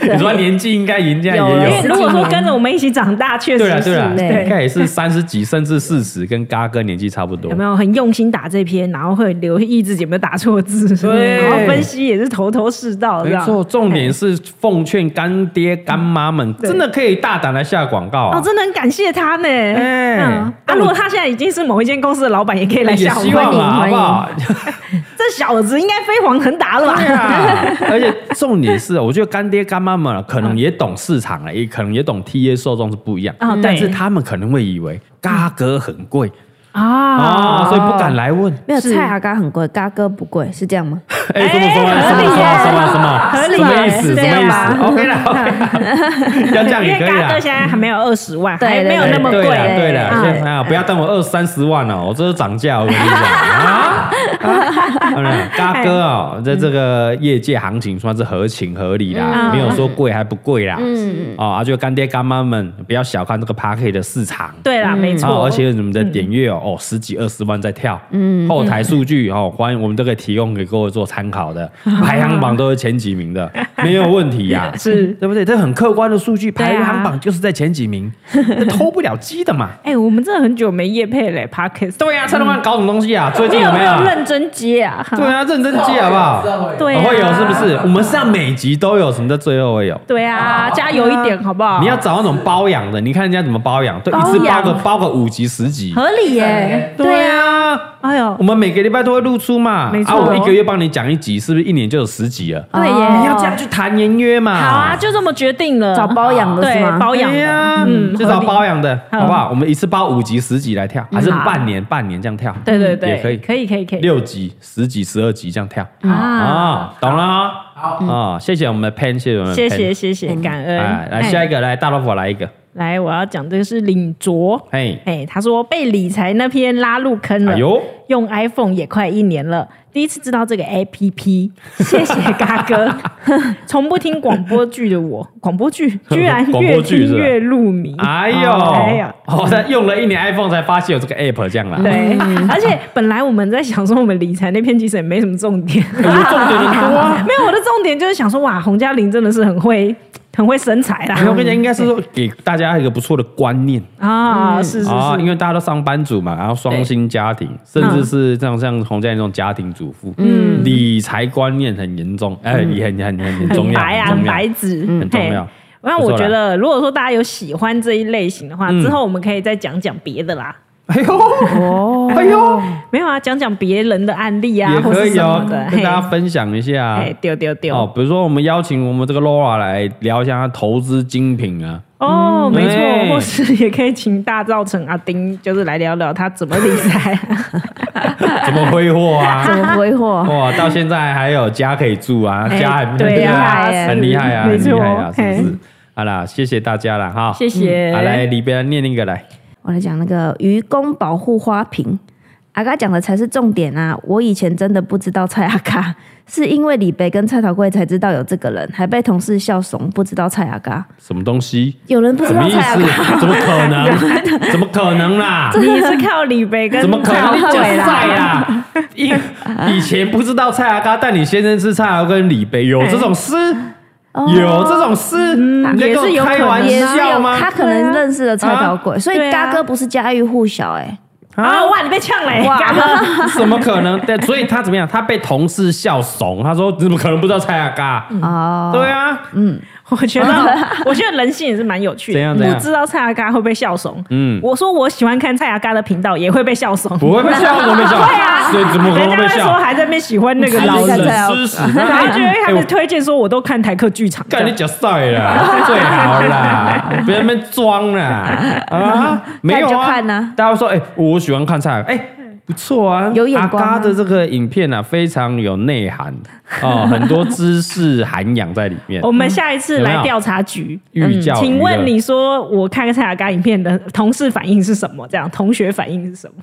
[SPEAKER 1] 你说年纪应该人家也
[SPEAKER 3] 有
[SPEAKER 2] 因
[SPEAKER 1] 有
[SPEAKER 3] 了
[SPEAKER 2] 为，如果说跟着我们一起长大，确实
[SPEAKER 1] 啊对啊
[SPEAKER 2] 是
[SPEAKER 1] 对啊，
[SPEAKER 3] 对
[SPEAKER 1] 应该也是三十几甚至四十，跟嘎哥年纪差不多
[SPEAKER 2] 有。没有很用心打这篇，然后会留意自己有没有打错字，
[SPEAKER 1] 对
[SPEAKER 2] 然后分析也是头头是道，这
[SPEAKER 1] 没
[SPEAKER 2] 样
[SPEAKER 1] 错，重点是奉劝干爹干妈们，真的可以大胆来下广告啊
[SPEAKER 2] 嗯哦，！真的很感谢他呢。
[SPEAKER 1] 哎
[SPEAKER 2] 嗯，啊，如果他现在已经是某一间公司的老板，也啊可以来
[SPEAKER 1] 也
[SPEAKER 2] 笑
[SPEAKER 1] 希
[SPEAKER 2] 我。
[SPEAKER 1] 望啦，好
[SPEAKER 3] 欢迎
[SPEAKER 1] 不好？
[SPEAKER 2] 这小子应该飞黄腾达了吧？
[SPEAKER 1] 对
[SPEAKER 2] [laughs]
[SPEAKER 1] 啊，而且重点是，我觉得干爹干妈们可能也懂市场啊
[SPEAKER 2] 嗯
[SPEAKER 1] 了，也可能也懂 TA 受众是不一样
[SPEAKER 2] 啊，对
[SPEAKER 1] 但是他们可能会以为嘎哥很贵
[SPEAKER 2] 啊
[SPEAKER 1] 啊，所以不敢来问。
[SPEAKER 3] 没有
[SPEAKER 2] 是
[SPEAKER 3] 菜阿嘎很贵，嘎哥不贵，是这样吗？
[SPEAKER 1] 哎，什么什么什
[SPEAKER 2] 合理
[SPEAKER 1] 么
[SPEAKER 2] 耶
[SPEAKER 1] 什么什么
[SPEAKER 2] 合理
[SPEAKER 1] 什么
[SPEAKER 2] 耶
[SPEAKER 1] 意思？
[SPEAKER 2] 哎是
[SPEAKER 1] 什
[SPEAKER 2] 这
[SPEAKER 1] 么
[SPEAKER 2] 样
[SPEAKER 1] 意
[SPEAKER 2] 吧
[SPEAKER 1] 思？OK 啦，OK
[SPEAKER 2] [laughs]
[SPEAKER 1] 啦，要这样
[SPEAKER 2] 因
[SPEAKER 1] 也
[SPEAKER 2] 为
[SPEAKER 1] 可以
[SPEAKER 2] 嘎
[SPEAKER 1] 啦
[SPEAKER 2] 哥。现在还没有二十万，
[SPEAKER 3] 对
[SPEAKER 2] 还没有
[SPEAKER 1] 哎
[SPEAKER 2] 那么
[SPEAKER 1] 对
[SPEAKER 2] 贵。
[SPEAKER 1] 了对了，
[SPEAKER 2] 嗯
[SPEAKER 1] 现在啊不要等我二三十万哦，我这是涨价，我跟你讲
[SPEAKER 2] [laughs]
[SPEAKER 1] 啊。啊嘎哥哦，在这个业界行情算是合情合理啦，
[SPEAKER 2] 嗯
[SPEAKER 1] 没有说贵还不贵啦。
[SPEAKER 3] 嗯，
[SPEAKER 1] 哦，啊，就干爹干妈们不要小看这个 p a r k e 的市场。
[SPEAKER 2] 对啦，没
[SPEAKER 1] 哦，
[SPEAKER 2] 错，
[SPEAKER 1] 而且你们的点阅哦，哦十几二十万在跳，嗯，后台数据
[SPEAKER 2] 嗯
[SPEAKER 1] 哦，欢迎我们都可以提供给各位做参考
[SPEAKER 2] [laughs]
[SPEAKER 1] 的，排行榜都是前几名的，没有问题呀、
[SPEAKER 2] [laughs] 是。
[SPEAKER 1] 对不对？这很客观的数据，
[SPEAKER 2] 对啊
[SPEAKER 1] 排行榜就是在前几
[SPEAKER 2] [laughs]
[SPEAKER 1] 名，这偷不了鸡的嘛。啊
[SPEAKER 2] 哎，我们真的很久没夜配嘞 p a r k e s
[SPEAKER 1] 对呀、啊，蔡老板搞什么东西啊？最近有没有？
[SPEAKER 2] 你有没有
[SPEAKER 3] 认真接啊！
[SPEAKER 1] 对啊，认真记好不好？
[SPEAKER 2] 对啊
[SPEAKER 1] 会有是不是？我们上每集都有，什么叫最后会有？
[SPEAKER 2] 对啊，加油一点好不好？
[SPEAKER 1] 你要找那种包养的，你看人家怎么包养，对，一
[SPEAKER 2] 哦包
[SPEAKER 1] 次包
[SPEAKER 2] 养
[SPEAKER 1] 个包个五集十
[SPEAKER 2] [laughs]
[SPEAKER 1] 集。
[SPEAKER 3] 合理耶、
[SPEAKER 1] 对啊，
[SPEAKER 2] 哎呦
[SPEAKER 1] 我，们每个礼拜都会露出嘛，
[SPEAKER 2] 没错
[SPEAKER 1] 啊，我一个月帮你讲一集，是不是一年就有十集了？
[SPEAKER 3] 啊哦
[SPEAKER 2] 对耶
[SPEAKER 1] 你要这样去谈年约嘛？
[SPEAKER 2] 好啊，就这么决定了。
[SPEAKER 3] 找包养的是
[SPEAKER 2] 对
[SPEAKER 3] 吗， [laughs]
[SPEAKER 2] 包养
[SPEAKER 1] 对呀
[SPEAKER 2] 的，，嗯，
[SPEAKER 1] 就找
[SPEAKER 2] 合理
[SPEAKER 1] 包养的，
[SPEAKER 2] 嗯
[SPEAKER 1] 好不好？我们一次包五集、十集来跳，还是
[SPEAKER 2] 好
[SPEAKER 1] 半年、半年这样跳？
[SPEAKER 2] 对对对，
[SPEAKER 1] 也可以
[SPEAKER 2] 嗯可以可以可以
[SPEAKER 1] 六集、十集、十二集这样跳
[SPEAKER 2] 啊！嗯
[SPEAKER 1] 啊，懂了啊？
[SPEAKER 4] 好
[SPEAKER 1] 啊，谢谢我们的 Pen，谢谢我们的 Pen，
[SPEAKER 2] 谢谢谢谢，感恩。
[SPEAKER 1] 哎，来
[SPEAKER 2] 哎
[SPEAKER 1] 下一个，来大老虎来一个，
[SPEAKER 2] 来，我要讲这个是领卓。
[SPEAKER 1] 嘿，
[SPEAKER 2] 哎，他说被理财那篇拉入坑了，
[SPEAKER 1] 哎呦，
[SPEAKER 2] 用 iPhone 也快一年了，第一次知道这个 APP，谢谢嘎哥。 [laughs] 从不听广播剧的我，广播
[SPEAKER 1] [laughs]
[SPEAKER 2] 剧居然
[SPEAKER 1] 广播
[SPEAKER 2] 越
[SPEAKER 1] 剧是
[SPEAKER 2] 听
[SPEAKER 1] 吧
[SPEAKER 2] 越入迷。
[SPEAKER 1] 哎呦，
[SPEAKER 2] 哎呀
[SPEAKER 1] 哦，他用了一年 iPhone 才发现有这个 App 这样啦，
[SPEAKER 2] 对，
[SPEAKER 1] 嗯
[SPEAKER 2] 而且本来我们在想说，我们理财那篇其实也没什么重点，
[SPEAKER 1] 我觉得重点很多啊。
[SPEAKER 2] [laughs] 没有我的重点就是想说，哇，洪嘉玲真的是很会很会生财啦
[SPEAKER 1] 没。有我跟你讲，应该是说给大家一个不错的观念
[SPEAKER 2] 啊，是是
[SPEAKER 1] 啊，因
[SPEAKER 2] 是，
[SPEAKER 1] 为大家都上班族嘛，然后双薪家庭，甚至是这样像洪家那种家庭主妇，嗯，理财观念很严重，哎，也很很很很重
[SPEAKER 2] 嗯很
[SPEAKER 1] 要，
[SPEAKER 2] 白啊，
[SPEAKER 1] 很重
[SPEAKER 2] 很
[SPEAKER 1] 要嗯
[SPEAKER 2] 白，纸，
[SPEAKER 1] 很重要
[SPEAKER 2] 嘿。那
[SPEAKER 1] 不
[SPEAKER 2] 我
[SPEAKER 1] 错啦
[SPEAKER 2] 觉得，如果说大家有喜欢这一类型的话，
[SPEAKER 1] 嗯
[SPEAKER 2] 之后我们可以再讲讲别的啦。
[SPEAKER 1] 哎呦，哎呦，
[SPEAKER 2] 没有啊，讲讲别人的案例啊，
[SPEAKER 1] 也
[SPEAKER 2] 或
[SPEAKER 1] 可
[SPEAKER 2] 是
[SPEAKER 1] 以
[SPEAKER 2] 什
[SPEAKER 1] 哦
[SPEAKER 2] 么的，，
[SPEAKER 1] 跟
[SPEAKER 2] 嘿
[SPEAKER 1] 大家分享一下啊
[SPEAKER 2] 哎，。丢丢
[SPEAKER 1] 哦，
[SPEAKER 2] 丢，
[SPEAKER 1] 比如说我们邀请我们这个 Laura 来聊一下她投资精品啊，
[SPEAKER 2] 哦，没
[SPEAKER 1] 哎
[SPEAKER 2] 错，或是也可以请大造成阿丁，就是来聊聊他怎么理
[SPEAKER 1] [laughs]
[SPEAKER 2] 财。
[SPEAKER 1] 怎么挥霍
[SPEAKER 2] [laughs]
[SPEAKER 3] 怎
[SPEAKER 1] 啊，
[SPEAKER 3] 么挥霍？
[SPEAKER 1] 哇，到现在还有家可以住啊，
[SPEAKER 2] 哎
[SPEAKER 1] 家还
[SPEAKER 2] 对啊
[SPEAKER 1] 很很厉害啊，
[SPEAKER 2] 没
[SPEAKER 1] 很厉
[SPEAKER 2] 错
[SPEAKER 1] 害啊，是不
[SPEAKER 2] 嘿
[SPEAKER 1] 是？好啦，谢谢大家啦，哈，
[SPEAKER 2] 谢谢，
[SPEAKER 1] 嗯好来，里边念一个来，
[SPEAKER 3] 嗯我来讲那个愚公保护花瓶，阿嘎讲的才是重点啊！我以前真的不知道蔡阿嘎，是因为李北跟蔡桃贵才知道有这个人，还被同事笑怂，不知道啊蔡阿嘎。
[SPEAKER 1] 什么东西？
[SPEAKER 3] 有人不知
[SPEAKER 1] 什么
[SPEAKER 3] 道啊
[SPEAKER 1] 意
[SPEAKER 3] 蔡阿
[SPEAKER 1] 思
[SPEAKER 3] 嘎，？
[SPEAKER 1] 怎么可能？怎么可能啦？
[SPEAKER 2] 你是靠李北跟
[SPEAKER 1] 怎么可能？
[SPEAKER 2] 蔡
[SPEAKER 1] 你
[SPEAKER 2] 康
[SPEAKER 1] 就
[SPEAKER 2] 永
[SPEAKER 1] 晒
[SPEAKER 2] 啦
[SPEAKER 1] 啦！以以前不知道蔡阿嘎，但你先生是蔡阿嘎跟李贝，有这种事？有这种事？你在跟
[SPEAKER 2] 也是有
[SPEAKER 1] 我
[SPEAKER 2] 可
[SPEAKER 1] 开
[SPEAKER 2] 能
[SPEAKER 1] 玩
[SPEAKER 3] 哦也是
[SPEAKER 1] 笑
[SPEAKER 3] 有
[SPEAKER 1] 吗？
[SPEAKER 3] 他可能认识了蔡桃贵，所
[SPEAKER 2] 对
[SPEAKER 3] 以
[SPEAKER 2] 啊
[SPEAKER 3] 嘎哥不是家喻户晓哎、
[SPEAKER 2] [laughs] 啊！哇，你被呛了欸，嘎哥，
[SPEAKER 1] [laughs] 怎么可能？对，所以他怎么样？他被同事笑怂，他说：“怎么可能不知道蔡阿嘎？”
[SPEAKER 3] 哦，
[SPEAKER 1] 对啊，
[SPEAKER 2] [laughs] 我
[SPEAKER 1] [laughs]
[SPEAKER 2] 觉得，我觉得人性也是蛮有趣
[SPEAKER 1] 怎
[SPEAKER 2] 的。
[SPEAKER 1] 样怎样
[SPEAKER 2] 不知道蔡阿嘎会被笑怂，
[SPEAKER 1] 嗯，
[SPEAKER 2] 我说我喜欢看蔡阿嘎的频道，也会被笑怂。
[SPEAKER 1] 不会被笑，怎么被
[SPEAKER 2] [laughs]
[SPEAKER 1] 笑？
[SPEAKER 2] 对啊
[SPEAKER 1] 所以怎么可能
[SPEAKER 2] 人家
[SPEAKER 1] 被
[SPEAKER 2] 会说
[SPEAKER 1] 笑？
[SPEAKER 2] 还在那边喜欢那个
[SPEAKER 1] 吃
[SPEAKER 2] 老
[SPEAKER 3] 人
[SPEAKER 1] [laughs]
[SPEAKER 2] 人
[SPEAKER 3] 家，
[SPEAKER 1] 屎吃屎，
[SPEAKER 2] 然后就会
[SPEAKER 1] 啊哎
[SPEAKER 2] 他
[SPEAKER 1] 我
[SPEAKER 2] 们推荐说，我都看台客剧场。
[SPEAKER 1] 干你脚晒
[SPEAKER 2] [laughs]
[SPEAKER 1] 啦，最好啦，别在那边装啦
[SPEAKER 2] [laughs]
[SPEAKER 1] 啊！没有
[SPEAKER 3] 看就
[SPEAKER 1] 啊，
[SPEAKER 3] 看啊
[SPEAKER 1] 大家说，哎、我喜欢看菜，哎、不错啊，
[SPEAKER 3] 有眼光啊
[SPEAKER 1] 阿嘎的这个影片啊，非常有内涵哦， [laughs] 很多知识涵养在里面。
[SPEAKER 2] 我们下一次
[SPEAKER 1] 嗯有没
[SPEAKER 2] 来
[SPEAKER 1] 有
[SPEAKER 2] 调查局，嗯
[SPEAKER 1] 寓教于乐
[SPEAKER 2] 请问你说我看蔡雅嘎影片的同事反应是什么？这样同学反应是什么？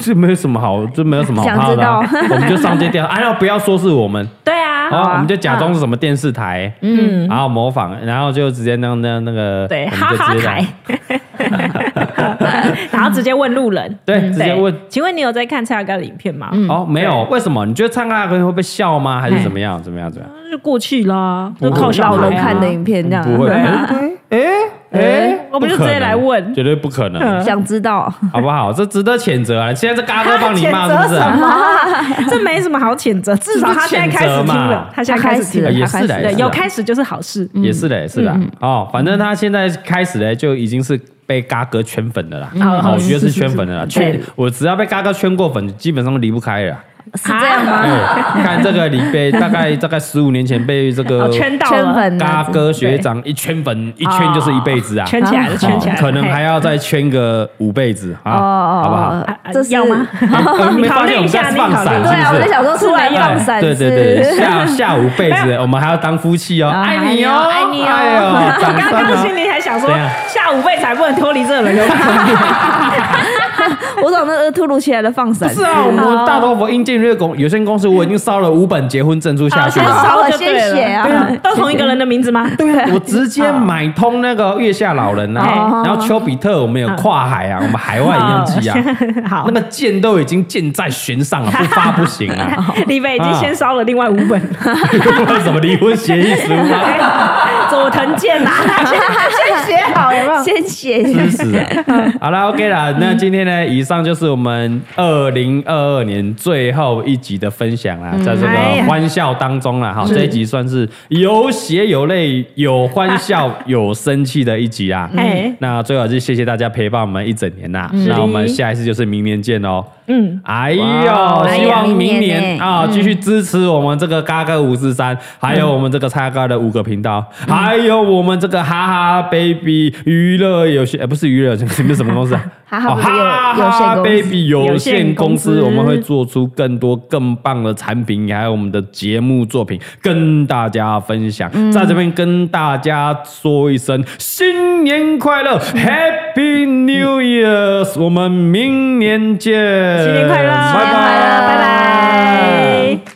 [SPEAKER 1] 这没有什么好，这没有什么好怕的、啊
[SPEAKER 3] 想，
[SPEAKER 1] 我们就上街调查，哎、啊，不要说是我们，
[SPEAKER 2] 对啊，
[SPEAKER 1] 好、我们就假装是什么电视台，嗯，然后模仿，然后就直接那那那个，
[SPEAKER 2] 对
[SPEAKER 1] 我们
[SPEAKER 2] 哈
[SPEAKER 1] 就
[SPEAKER 2] 哈
[SPEAKER 1] 直接
[SPEAKER 2] 台，
[SPEAKER 1] [laughs]
[SPEAKER 2] 然后直接问路人，
[SPEAKER 1] 对，直接
[SPEAKER 2] 嗯对嗯
[SPEAKER 1] 问，
[SPEAKER 2] 请问你有在看蔡雅嘎的影片吗？
[SPEAKER 1] 哦，没有，为什么？你觉得唱那个会被笑吗？
[SPEAKER 2] 哎
[SPEAKER 1] 还是怎么样？怎么样？怎么样？
[SPEAKER 2] 那就过去啦，
[SPEAKER 1] 不
[SPEAKER 2] 就
[SPEAKER 1] 会
[SPEAKER 2] 靠小孩啊
[SPEAKER 3] 老人看的影片这样，
[SPEAKER 1] 不会，
[SPEAKER 2] 对
[SPEAKER 1] 哎
[SPEAKER 2] 啊
[SPEAKER 1] 哎，
[SPEAKER 2] 我们就
[SPEAKER 1] 不可能
[SPEAKER 2] 直接来问嗯
[SPEAKER 1] 绝对不可能，
[SPEAKER 3] 想知道
[SPEAKER 1] 好不好？这值得谴责啊！现在这嘎哥帮你
[SPEAKER 2] [laughs]
[SPEAKER 1] 骂
[SPEAKER 2] 他
[SPEAKER 1] 是不是啊？
[SPEAKER 3] [laughs]
[SPEAKER 2] 这没什么好谴责，至少他现在开始听了，他现在开始听
[SPEAKER 1] 啊
[SPEAKER 2] 了，
[SPEAKER 1] 也
[SPEAKER 3] 他
[SPEAKER 1] 是
[SPEAKER 3] 开始
[SPEAKER 1] 的，嗯
[SPEAKER 2] 对，
[SPEAKER 1] 也是
[SPEAKER 2] 有
[SPEAKER 1] 的
[SPEAKER 2] 开始就是好事。
[SPEAKER 1] 也是的，也是的
[SPEAKER 2] 嗯
[SPEAKER 1] 哦。反正他现在开始呢，就已经是被嘎哥圈粉的啦。
[SPEAKER 2] 嗯
[SPEAKER 1] 哦，我觉得是圈粉的啦，圈我只要被嘎哥圈过粉，基本上都离不开了啦。
[SPEAKER 3] 是这样吗？
[SPEAKER 1] 哎看这个李贝，大概大概十五年前被这个
[SPEAKER 2] 哦，圈到
[SPEAKER 3] 圈
[SPEAKER 2] 了，
[SPEAKER 3] 粉
[SPEAKER 1] 嘎
[SPEAKER 3] 啊，
[SPEAKER 1] 哥学长一圈粉，一圈就是一辈子啊，
[SPEAKER 2] 哦圈起来了，圈起来哦了，
[SPEAKER 1] 可能
[SPEAKER 2] 嘿
[SPEAKER 1] 还要再圈个五辈子啊，好不好？
[SPEAKER 2] 啊啊
[SPEAKER 3] 这是
[SPEAKER 1] [laughs]
[SPEAKER 2] 要吗？
[SPEAKER 1] 哎我们没
[SPEAKER 2] 你考
[SPEAKER 1] 发
[SPEAKER 2] 虑
[SPEAKER 1] 现我
[SPEAKER 2] 一
[SPEAKER 1] 们
[SPEAKER 2] 下
[SPEAKER 1] 在放
[SPEAKER 2] 你考虑
[SPEAKER 1] 闪，
[SPEAKER 2] 一
[SPEAKER 1] 是不
[SPEAKER 3] 对啊，我在
[SPEAKER 1] 是？
[SPEAKER 3] 想说出来放闪
[SPEAKER 1] 对
[SPEAKER 3] 是，
[SPEAKER 1] 对对，下下五辈
[SPEAKER 2] [laughs]
[SPEAKER 1] 子，我们还要当夫妻哦，
[SPEAKER 3] 啊
[SPEAKER 1] 爱你哦，
[SPEAKER 3] 爱你哦
[SPEAKER 1] 哎
[SPEAKER 2] [laughs]
[SPEAKER 1] 呦，
[SPEAKER 2] 我
[SPEAKER 1] 掌
[SPEAKER 2] 刚
[SPEAKER 1] 声
[SPEAKER 2] 刚心
[SPEAKER 1] 啊！
[SPEAKER 2] 里还想说
[SPEAKER 1] 怎样，
[SPEAKER 2] 下午被才不能脱离这个人，有可能
[SPEAKER 3] 我找那个突如其来的放闪
[SPEAKER 1] 不 [laughs] 是啊，我们大头佛硬件热公有限公司，我已经烧了五本结婚证书下去
[SPEAKER 2] 先
[SPEAKER 1] 了，
[SPEAKER 2] 烧
[SPEAKER 3] 好
[SPEAKER 2] 就对
[SPEAKER 3] 谢谢
[SPEAKER 2] 了。
[SPEAKER 3] 啊
[SPEAKER 2] 对啊都同一个人的名字吗？对
[SPEAKER 1] [laughs]
[SPEAKER 2] 啊
[SPEAKER 1] 我直接买通那个月下老人啊
[SPEAKER 2] 哦，
[SPEAKER 1] 然后丘比特我们有跨海啊，我们海外一样记啊，
[SPEAKER 2] [laughs] 好
[SPEAKER 1] 那，个箭都已经箭在弦上了，不发不行
[SPEAKER 2] [laughs]
[SPEAKER 1] 啊，
[SPEAKER 2] 李北已经先烧了另外五
[SPEAKER 1] [laughs]
[SPEAKER 2] 本
[SPEAKER 1] 为
[SPEAKER 2] [laughs]
[SPEAKER 1] 什么离婚协议书啊？ [laughs]
[SPEAKER 2] 佐藤健呐，啊
[SPEAKER 1] 啊
[SPEAKER 3] 谢谢好有没有？先先写一下
[SPEAKER 1] 吃屎啊！好啦 o k 啦，那今天呢，以上就是我们二零二二年最后一集的分享啦，在这
[SPEAKER 3] 哎
[SPEAKER 1] 个
[SPEAKER 3] 呀
[SPEAKER 1] 欢笑当中啦，好，这一集算是有血有泪、有欢笑、有生气的一集啊。
[SPEAKER 2] 哎
[SPEAKER 1] 那最好是谢谢大家陪伴我们一整年啦，那我们下一次就是明年见哦。嗯，哎呦，
[SPEAKER 5] 哇
[SPEAKER 1] 希望明
[SPEAKER 3] 明年
[SPEAKER 1] 年
[SPEAKER 3] 呢
[SPEAKER 1] 啊继续支持我们这个嘎哥五四三，还有我们这个叉哥的五个频道，还有我们这个哈哈 baby 娱乐有限，呃不是娱乐有限，你们什么公司啊？
[SPEAKER 3] 哈哈
[SPEAKER 1] 哦
[SPEAKER 3] baby 有
[SPEAKER 1] 哈哈 baby 有限公
[SPEAKER 3] 有限公司
[SPEAKER 2] 有限公
[SPEAKER 1] 司，
[SPEAKER 2] 司
[SPEAKER 1] 我们会做出更多更棒的产品，还有我们的节目作品跟大家分享。
[SPEAKER 2] 嗯
[SPEAKER 1] 在这边跟大家说一声新年快乐，Happy New Year！我们明年见，
[SPEAKER 2] 新年快乐，
[SPEAKER 1] 拜拜，
[SPEAKER 3] 拜拜
[SPEAKER 2] 拜拜